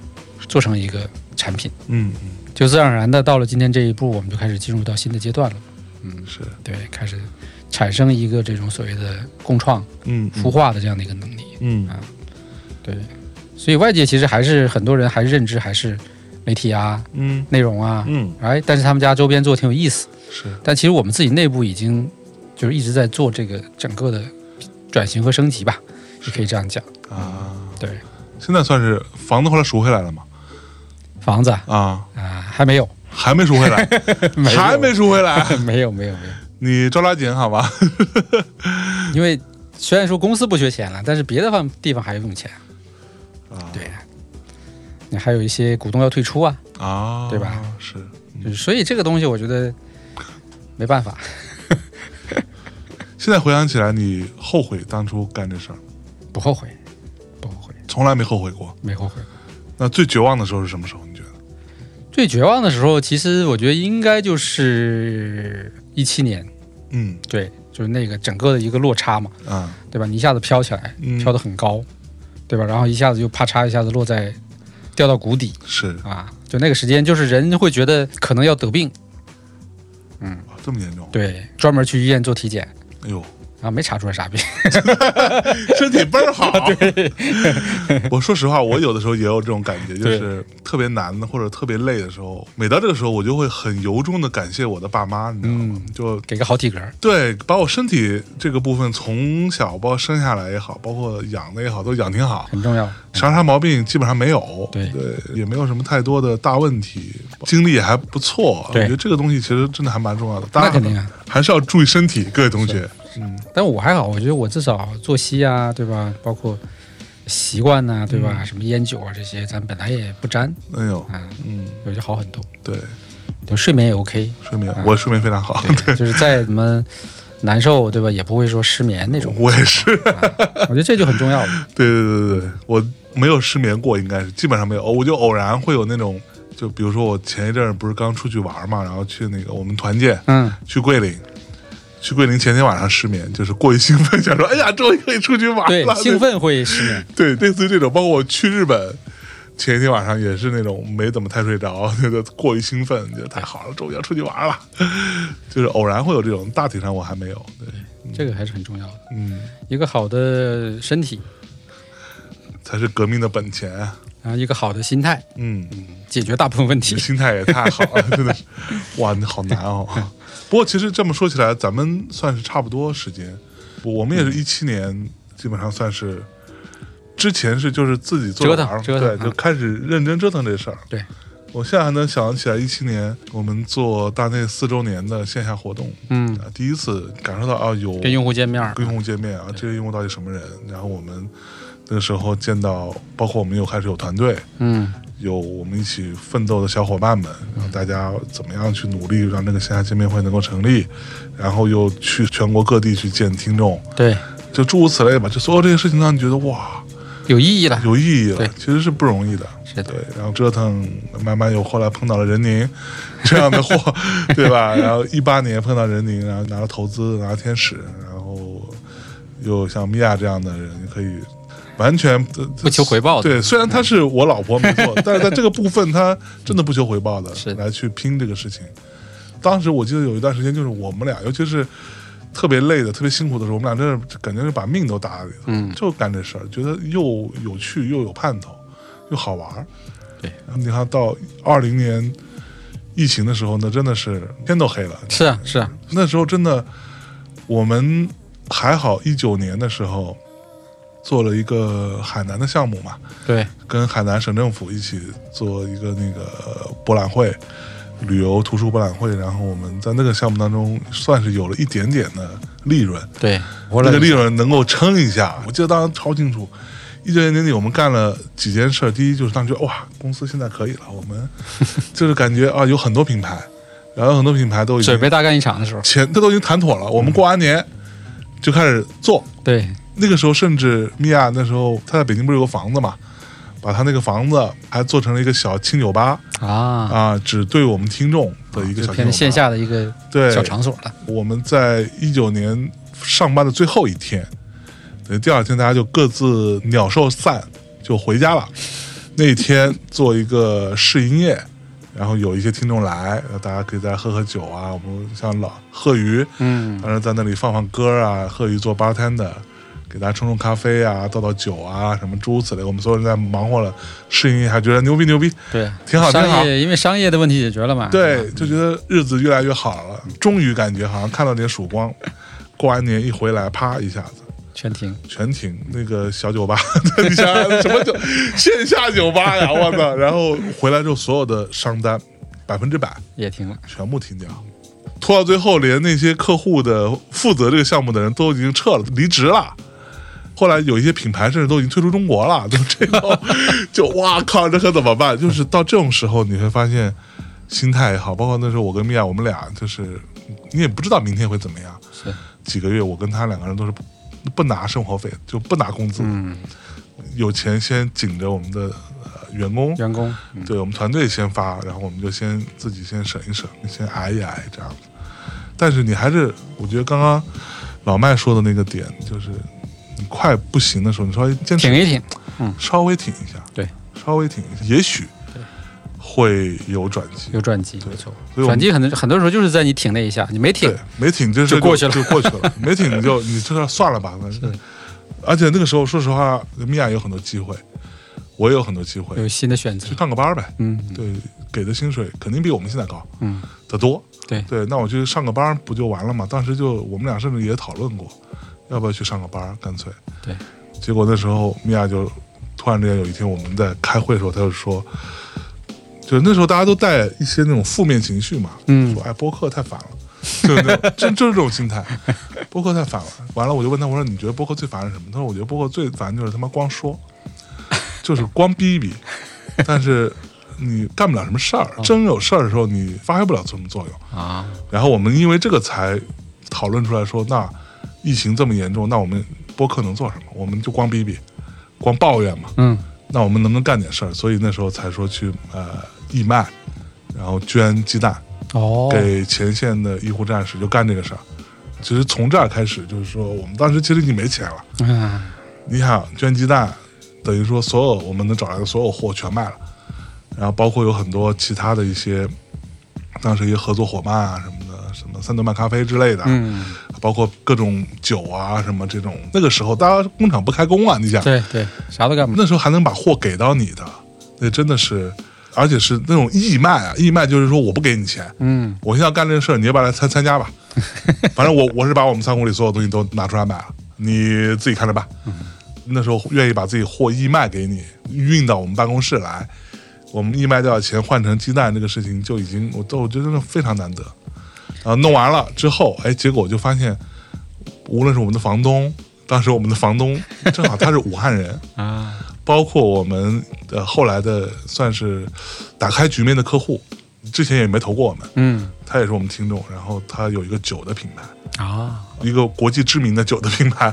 C: 做成一个产品，
B: 嗯嗯
C: 就自然而然的到了今天这一步，我们就开始进入到新的阶段了。嗯，
B: 是，
C: 对，开始产生一个这种所谓的共创、
B: 嗯
C: 孵化的这样的一个能力。
B: 嗯
C: 啊对，所以外界其实还是很多人还是认知还是媒体啊、
B: 嗯
C: 内容啊，
B: 嗯
C: 哎，但是他们家周边做的挺有意思。
B: 是，
C: 但其实我们自己内部已经就是一直在做这个整个的转型和升级吧，也可以这样讲。
B: 啊，
C: 对，
B: 现在算是房子后来赎回来了嘛？
C: 房子啊、
B: 啊，
C: 啊还没有，
B: 还没赎回来，
C: 没有
B: 还没赎回来，
C: 没有，没有，没有，
B: 你抓抓紧好吧？
C: 因为虽然说公司不缺钱了，但是别的方地方还要用钱。
B: 啊
C: 对，你还有一些股东要退出啊，
B: 啊，
C: 对吧？
B: 是，
C: 就是所以这个东西我觉得没办法，
B: 现在回想起来，你后悔当初干这事儿吗，
C: 不后悔，不后悔，
B: 从来没后悔过。
C: 没后悔。
B: 那最绝望的时候是什么时候？你觉得？
C: 最绝望的时候，其实我觉得应该就是一七年，
B: 嗯
C: 对，就是那个整个的一个落差嘛，
B: 啊，
C: 对吧？你一下子飘起来，
B: 嗯
C: 飘得很高，对吧？然后一下子就啪嚓一下子落在掉到谷底
B: 是
C: 啊！就那个时间，就是人会觉得可能要得病，
B: 哇哦这么严重？
C: 对，专门去医院做体检，
B: 哎呦，
C: 然后没查出来啥病，
B: 身体倍儿好。 我说实话，我有的时候也有这种感觉，就是特别难的或者特别累的时候，每到这个时候，我就会很由衷的感谢我的爸妈，你知道吗？
C: 嗯
B: 就
C: 给个好体格，
B: 对，把我身体这个部分从小包括生下来也好，包括养的也好，都养挺好。
C: 很重要。
B: 啥啥毛病基本上没有，
C: 对
B: 也没有什么太多的大问题，精力也还不错。
C: 对
B: 我觉得这个东西其实真的还蛮重要的，当
C: 那
B: 然
C: 肯定啊，
B: 还是要注意身体，各位同学。嗯，
C: 但我还好，我觉得我至少作息啊，对吧？包括习惯呐、对
B: 嗯
C: 吧？什么烟酒啊这些，咱本来也不沾
B: 哎呦，
C: 啊，
B: 嗯，
C: 我就好很多。
B: 对，
C: 就睡眠也 OK，嗯
B: 睡眠，我睡眠非常好，对，
C: 就是在什么难受，对吧？也不会说失眠那种。
B: 我也是，
C: 我觉得这就很重要了。
B: 对对对对，我没有失眠过，应该是基本上没有，我就偶然会有那种，就比如说我前一阵儿不是刚出去玩嘛，然后去那个我们团建
C: 嗯，
B: 去桂林。去桂林前天晚上失眠，就是过于兴奋，想说哎呀，终于可以出去玩
C: 对
B: 了，，
C: 兴奋会失眠。
B: 对，类似于这种，包括我去日本前一天晚上也是那种没怎么太睡着，觉得过于兴奋，觉得太好了，终于要出去玩了，就是偶然会有这种，大体上我还没有。对，
C: 这个还是很重要的。
B: 嗯，
C: 一个好的身体，
B: 才是革命的本钱。啊
C: 然后一个好的心态，
B: 嗯，
C: 解决大部分问题
B: 你。心态也太好了，真的是，哇，你好难哦。 不过其实这么说起来，咱们算是差不多时间，我们也
C: 嗯
B: 是一七年，基本上算是。之前是就是自己做着
C: 折腾
B: 玩儿
C: 折腾嗯
B: 对，就开始认真折腾这事儿。
C: 对，
B: 我现在还能想起来，一七年我们做大内四周年的线下活动，
C: 嗯，
B: 啊，第一次感受到啊，有
C: 跟用户见面儿，
B: 跟用户见面啊，这些用户到底什么人？然后我们那个时候见到，包括我们又开始有团队，
C: 嗯，
B: 有我们一起奋斗的小伙伴们，然后大家怎么样去努力让这个线下见面会能够成立，然后又去全国各地去见听众，
C: 对，
B: 就诸如此类吧。就所有这些事情让你觉得哇，
C: 有意义了。
B: 有意义了
C: 对，
B: 其实是不容易的。
C: 是的
B: 对，然后折腾，慢慢又后来碰到了任宁这样的货，对吧？然后一八年碰到任宁，然后拿了投资，拿了天使，然后又像米娅这样的人，可以完全呃
C: 不求回报的
B: 对，虽然她是我老婆没 错，但是在这个部分，她真的不求回报的
C: 是的
B: 来去拼这个事情。当时我记得有一段时间，就是我们俩，尤其是特别累的、特别辛苦的时候，我们俩真是感觉是把命都搭里头，
C: 嗯
B: 就干这事儿，觉得又有趣又有盼头，又好玩儿。
C: 对，
B: 你看到二零年疫情的时候，那真的是天都黑了。
C: 是啊，是啊，
B: 那时候真的，我们还好，一九年的时候做了一个海南的项目嘛，
C: 对，
B: 跟海南省政府一起做一个那个博览会，旅游图书博览会，然后我们在那个项目当中算是有了一点点的利润，
C: 对，活
B: 那
C: 了
B: 个利润能够撑一下。我记得当时超清楚，一九年年底我们干了几件事儿，第一就是当时觉得哇，公司现在可以了，我们就是感觉啊有很多品牌，然后有很多品牌都已经
C: 准备大干一场的时候，
B: 前这都已经谈妥了，我们过完年就开始做，
C: 对，
B: 那个时候，甚至米娅那时候她在北京不是有个房子嘛，把她那个房子还做成了一个小清酒吧
C: 啊，
B: 啊，只对我们听众的一个小清
C: 就
B: 酒
C: 变
B: 吧。
C: 成线下的一个
B: 对
C: 小场所了。
B: 我们在一九年上班的最后一天，等于第二天大家就各自鸟兽散，就回家了。那天做一个试营业，然后有一些听众来，大家可以再喝喝酒啊。我们像老贺鱼，
C: 嗯，
B: 当时在那里放放歌啊，贺宇做 bartender，给大家冲冲咖啡啊，倒倒酒啊，什么诸如此类。我们所有人在忙活了，适应一下，觉得牛逼牛逼，
C: 对，
B: 挺好挺好
C: 商。业因为商业的问题解决了嘛。
B: 对，就觉得日子越来越好了，终于感觉好像看到点曙光。过完年一回来，啪一下子
C: 全停。
B: 全停。那个小酒吧， 你想想什么酒，线下酒吧呀，我操！然后回来之后，所有的商单百分之百
C: 也停了，
B: 全部停掉，拖到最后，连那些客户的负责这个项目的人都已经撤了，离职了。后来有一些品牌甚至都已经退出中国了， 就这种，就哇靠，这可怎么办？就是到这种时候，你会发现心态也好，包括那时候我跟米娅，我们俩就是你也不知道明天会怎么样。
C: 是
B: 几个月，我跟他两个人都是不不拿生活费，就不拿工资，
C: 嗯，
B: 有钱先紧着我们的、呃、员工，
C: 员工，嗯
B: 对我们团队先发，然后我们就先自己先省一省，先挨一挨这样子。但是你还是，我觉得刚刚老麦说的那个点，就是你快不行的时候，你稍微坚
C: 挺
B: 持，
C: 一挺，
B: 稍微挺一下，
C: 对，
B: 稍微挺一下，也许会有转机。
C: 有转机，
B: 对
C: 没错，
B: 所以我
C: 转
B: 们
C: 机很多很多时候就是在你挺那一下，你没挺
B: 对，没挺就是
C: 就过去了
B: 就过去了，没挺你 就你这算了吧。反正而且那个时候，说实话，米娅有很多机会，我也有很多机会
C: 有，新的选择
B: 去，干个班儿呗。
C: 嗯
B: 对，给的薪水肯定比我们现在高
C: 嗯，
B: 得多。
C: 对
B: 对，那我去上个班儿不就完了吗？当时就我们俩甚至也讨论过，要不要去上个班儿，干脆。
C: 对，
B: 结果那时候米娅就突然之间有一天我们在开会的时候，她就说，就那时候大家都带一些那种负面情绪嘛，
C: 嗯
B: 说哎播客太烦了，就是那种真就是这种心态，播客太烦了。完了我就问她，我说你觉得播客最烦是什么？她说我觉得播客最烦就是他妈光说，就是光逼一逼，但是。你干不了什么事儿，真有事儿的时候，你发挥不了什么作用。
C: 啊，
B: 然后我们因为这个才讨论出来说，那疫情这么严重，那我们播客能做什么？我们就光逼逼，光抱怨嘛。
C: 嗯，
B: 那我们能不能干点事儿？所以那时候才说去呃义卖，然后捐鸡蛋
C: 哦，
B: 给前线的医护战士，就干这个事儿。其实从这儿开始，就是说我们当时其实已经没钱了。
C: 啊，
B: 你想捐鸡蛋，等于说所有我们能找来的所有货全卖了，然后包括有很多其他的一些，当时一些合作伙伴啊什么的，什么三顿半咖啡之类的，
C: 嗯，
B: 包括各种酒啊什么这种。那个时候大家工厂不开工啊，你想
C: 对对，啥都干不了。
B: 那时候还能把货给到你的，那真的是，而且是那种义卖啊，义卖就是说我不给你钱，
C: 嗯，
B: 我现在要干这个事儿，你要不要来参参加吧？反正我我是把我们仓库里所有东西都拿出来买了，你自己看着办。那时候愿意把自己货义卖给你，运到我们办公室来，我们义卖掉的钱换成鸡蛋，这个事情就已经我都我觉得真的非常难得。啊，弄完了之后，哎，结果我就发现，无论是我们的房东，当时我们的房东正好他是武汉人，
C: 啊，
B: 包括我们呃后来的算是打开局面的客户，之前也没投过我们，
C: 嗯，
B: 他也是我们听众，然后他有一个酒的品牌，
C: 啊，
B: 一个国际知名的酒的品 牌，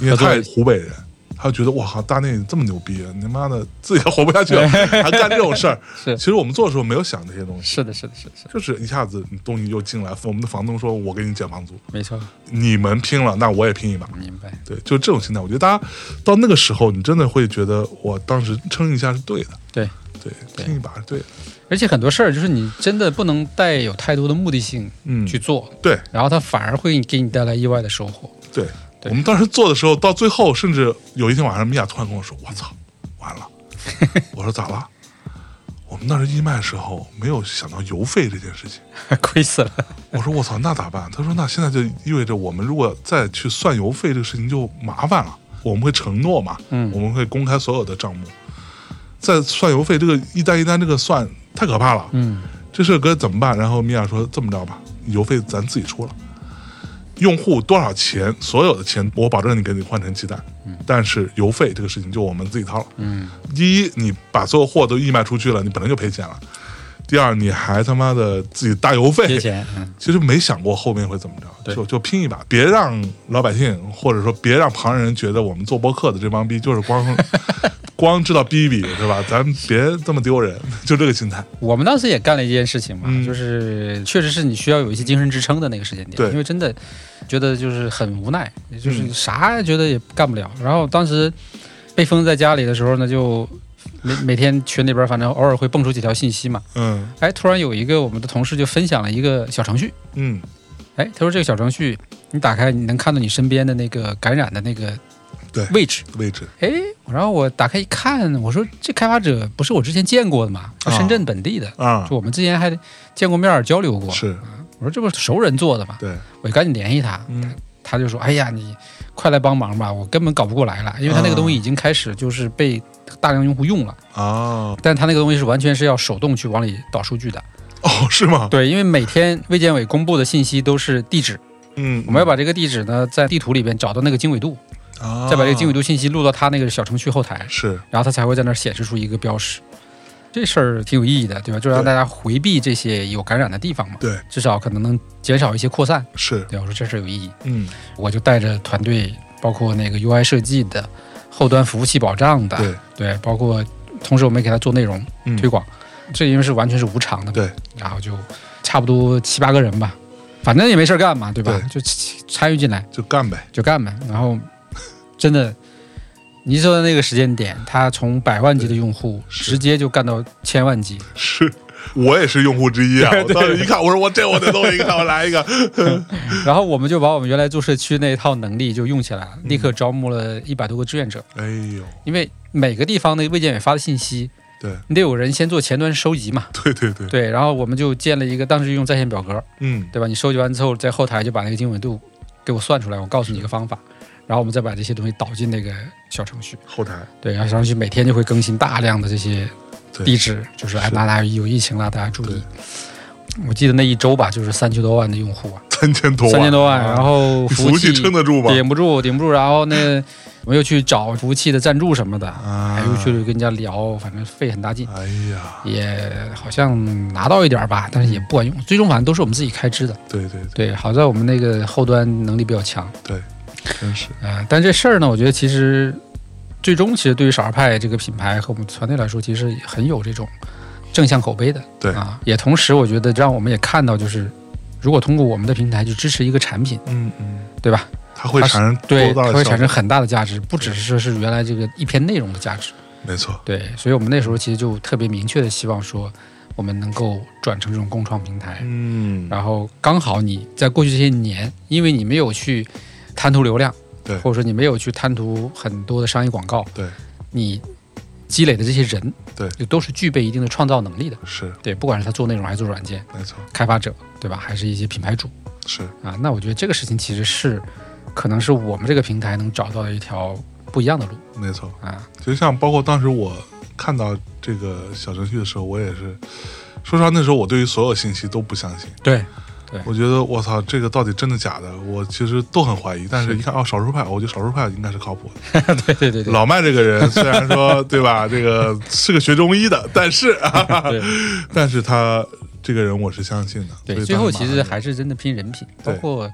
B: 因为他也是湖北人，他就觉得哇靠，大内这么牛逼，你妈的自己都活不下去了，还干这种事儿。
C: 是
B: 其实我们做的时候没有想这些东西，
C: 是的，是的，是的，是的，
B: 就是一下子东西又进来，我们的房东说我给你减房租，
C: 没错，
B: 你们拼了，那我也拼一把。
C: 明白。
B: 对，就这种心态，我觉得大家到那个时候，你真的会觉得我当时撑一下是对的，
C: 对，
B: 对，
C: 对
B: 拼一把是对的，
C: 而且很多事儿就是你真的不能带有太多的目的性
B: 嗯，
C: 去做，
B: 对
C: 然后它反而会给你带来意外的收获。
B: 对。
C: 对
B: 我们当时做的时候，到最后，甚至有一天晚上，米娅突然跟我说：“我操，完了！” 我说：“咋了？”我们当时义卖的时候没有想到邮费这件事情。
C: 亏死了。
B: 我说：“我操，那咋办？”他说：“那现在就意味着我们如果再去算邮费这个事情就麻烦了。我们会承诺嘛，
C: 嗯
B: 我们会公开所有的账目。再算邮费这个一单一单这个算太可怕了，
C: 嗯，
B: 这事儿该怎么办？然后米娅说：“这么着吧，邮费咱自己出了，用户多少钱，所有的钱我保证你给你换成鸡蛋，但是邮费这个事情就我们自己掏了。
C: 嗯，
B: 第一，你把所有货都义卖出去了，你本来就赔钱了；第二，你还他妈的自己搭邮
C: 贴
B: 费，
C: 钱，嗯，
B: 其实没想过后面会怎么着，
C: 对
B: 就就拼一把，别让老百姓或者说别让旁人觉得我们做播客的这帮逼就是光 光知道逼逼是吧？咱别这么丢人，就这个心态。
C: 我们当时也干了一件事情嘛，
B: 嗯
C: 就是确实是你需要有一些精神支撑的那个时间点，
B: 对嗯
C: 因为真的觉得就是很无奈，也就是啥觉得也干不了。然后当时被封在家里的时候呢，就每每天群里边反正偶尔会蹦出几条信息嘛，
B: 嗯
C: 哎，突然有一个我们的同事就分享了一个小程序，
B: 嗯
C: 哎，他说这个小程序你打开你能看到你身边的那个感染的那个
B: 对
C: 位置，
B: 位置，
C: 哎，然后我打开一看，我说这开发者不是我之前见过的嘛，就深圳本地的，
B: 啊
C: 就，我们之前还见过面儿交流过。
B: 是
C: 我说这不是熟人做的嘛，
B: 对，
C: 我就赶紧联系他，
B: 嗯
C: 他就说：“哎呀，你快来帮忙吧，我根本搞不过来了，因为他那个东西已经开始就是被大量用户用了，
B: 哦
C: 但他那个东西是完全是要手动去往里导数据的。
B: 哦，是吗？
C: 对，因为每天卫健委公布的信息都是地址，
B: 嗯，
C: 我们要把这个地址呢在地图里边找到那个经纬度，
B: 啊
C: 再把这个经纬度信息录到他那个小程序后台，
B: 是
C: 然后它才会在那儿显示出一个标识。这事儿挺有意义的，对吧？就让
B: 对
C: 大家回避这些有感染的地方嘛，
B: 对
C: 至少可能能减少一些扩散。
B: 是，
C: 对，我说这事儿有意义，
B: 嗯
C: 我就带着团队，包括那个 UI 设计的、后端服务器保障的，
B: 对
C: 对包括同时我们也给他做内容
B: 嗯
C: 推广，这因为是完全是无偿的，
B: 对，
C: 然后就差不多七八个人吧，反正也没事儿干嘛，对吧？就参与进来。
B: 就干呗，
C: 就干呗。然后真的，你说的那个时间点，它从百万级的用户
B: 是
C: 直接就干到千万级，
B: 是。我也是用户之一啊！
C: 对
B: 我当时一看，我说我这我得弄一个，我来 一个。
C: 然后我们就把我们原来做社区那一套能力就用起来了，立刻招募了一百多个志愿者，
B: 哎呦，
C: 因为每个地方的卫健委发的信息。
B: 对
C: 你得有人先做前端收集嘛，
B: 对对对，
C: 对，然后我们就建了一个，当时用在线表格，
B: 嗯，
C: 对吧？你收集完之后，在后台就把那个经纬度给我算出来，我告诉你一个方法，然后我们再把这些东西导进那个小程序。
B: 后台
C: 对，然后上去每天就会更新大量的这些
B: 对
C: 地址，就是哎，
B: 是
C: 哪哪有疫情了，大家注
B: 对
C: 意。我记得那一周吧，就是三千多万的用户啊，
B: 三千多万，
C: 三千多万，
B: 啊
C: 然后
B: 你
C: 服
B: 服
C: 务
B: 务器
C: 器
B: 撑得住吧？
C: 顶不住，顶不住，然后呢，我又去找服务器的赞助什么的，
B: 啊
C: 哎，又去跟人家聊，反正费很大劲，
B: 哎呀，
C: 也好像拿到一点儿吧，但是也不管用，最终反正都是我们自己开支的。
B: 对对
C: 对，好在我们那个后端能力比较强，
B: 对，真是
C: 呃，但这事儿呢，我觉得其实最终其实对于少儿派这个品牌和我们团队来说，其实也很有这种正向口碑的。
B: 对
C: 啊，也同时我觉得让我们也看到，就是如果通过我们的平台去支持一个产品，
B: 嗯嗯，
C: 对吧？
B: 它会
C: 它是
B: 产生
C: 对，
B: 多大
C: 它
B: 的
C: 会
B: 效果
C: 产生很大的价值，不只是是原来这个一篇内容的价值。
B: 没错，
C: 对，所以我们那时候其实就特别明确的希望说，我们能够转成这种共创平台，
B: 嗯，
C: 然后刚好你在过去这些年，因为你没有去贪图流量，
B: 对
C: 或者说你没有去贪图很多的商业广告，
B: 对，
C: 你积累的这些人，
B: 对
C: 就都是具备一定的创造能力的，
B: 是
C: 对，不管是他做内容还是做软件
B: 没错，
C: 开发者，对吧？还是一些品牌主
B: 是
C: 啊，那我觉得这个事情其实是，可能是我们这个平台能找到的一条不一样的路
B: 没错。
C: 啊，
B: 其实像包括当时我看到这个小程序的时候，我也是，说实话，那时候我对于所有信息都不相信，
C: 对，
B: 我觉得我操，这个到底真的假的？我其实都很怀疑。但是
C: 是
B: 一看哦，少数派，我觉得少数派应该是靠谱的。
C: 对对对对，
B: 老麦这个人虽然说 对吧，这个是个学中医的，但 是，
C: 对
B: 但是他这个人我是相信的。所
C: 对，
B: 以
C: 最
B: 当
C: 后
B: 时
C: 其
B: 马
C: 实
B: 上
C: 还是真的拼人品，包
B: 对
C: 括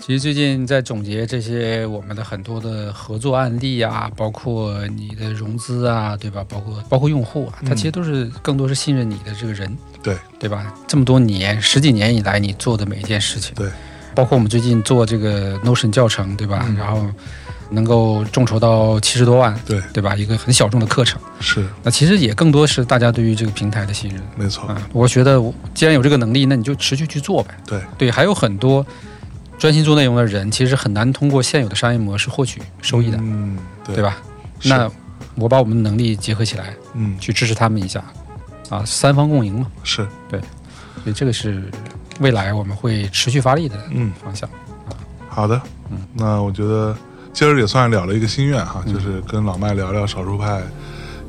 C: 其实最近在总结这些我们的很多的合作案例啊，包括你的融资啊，对吧？包括包括用户啊，他
B: 嗯
C: 其实都是更多是信任你的这个人，
B: 对
C: 对吧？这么多年十几年以来你做的每一件事情，
B: 对，
C: 包括我们最近做这个 Notion 教程，对吧？
B: 嗯
C: 然后能够众筹到七十多万，
B: 对
C: 对吧？一个很小众的课程，
B: 是
C: 那其实也更多是大家对于这个平台的信任。
B: 没错，
C: 啊，我觉得我既然有这个能力，那你就持续去做呗。
B: 对
C: 对，还有很多专心做内容的人，其实很难通过现有的商业模式获取收益的，
B: 嗯，
C: 对？吧？
B: 是
C: 那我把我们的能力结合起来，
B: 嗯
C: 去支持他们一下，啊，三方共赢嘛。
B: 是
C: 所以这个是未来我们会持续发力的
B: 嗯
C: 方向。
B: 好的，
C: 嗯
B: 那我觉得今儿也算了了一个心愿哈，
C: 嗯
B: 就是跟老麦聊聊少数派。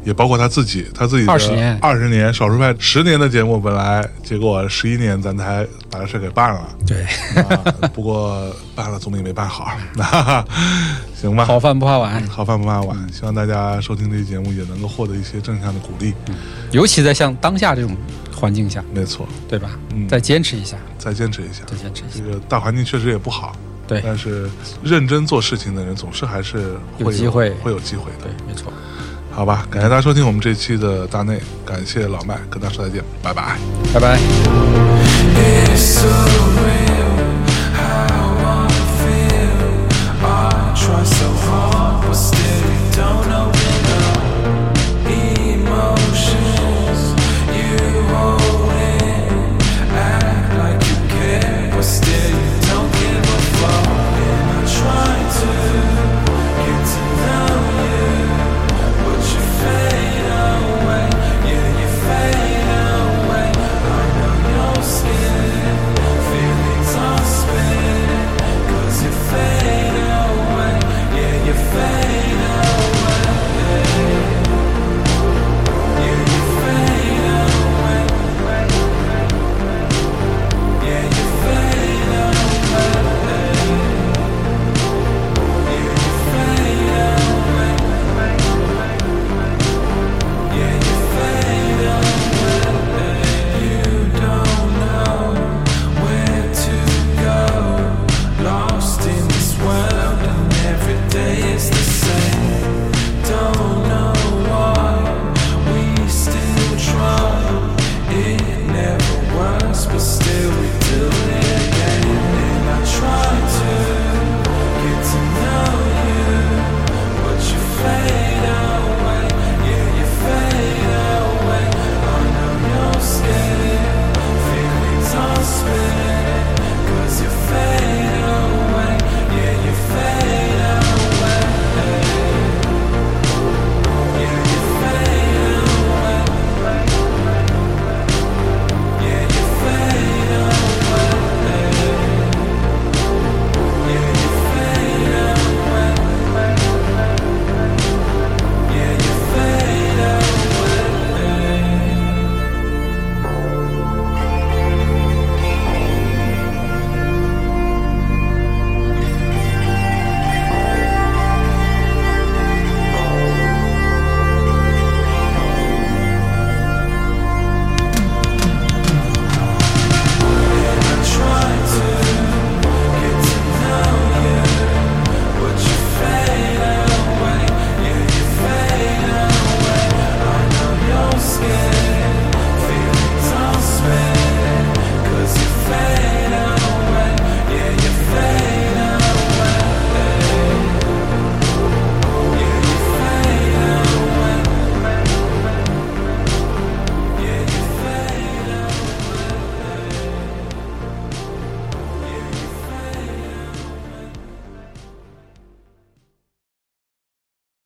B: 也包括他自己，他自己
C: 20年
B: 二十年少数派十年的节目，本来结果十一年咱才把这事儿给办了，
C: 对，
B: 啊，不过办了总比没办好， 行吧？
C: 好嗯饭不怕 晚，
B: 好饭不怕晚，希望大家收听这期节目也能够获得一些正向的鼓励。
C: 尤其在像当下这种环境下，
B: 没错，
C: 对吧？
B: 嗯，
C: 再坚持一下，
B: 再坚持一下，
C: 再坚持一
B: 这
C: 下，
B: 个大环境确实也不好，
C: 对
B: 但是认真做事情的人总是还是会
C: 有机会
B: 会有机会的
C: 对，，没错。
B: 好吧？感谢大家收听我们这期的大内，感谢老麦，跟大家说再见，拜拜。
C: 拜拜。
D: It's so real.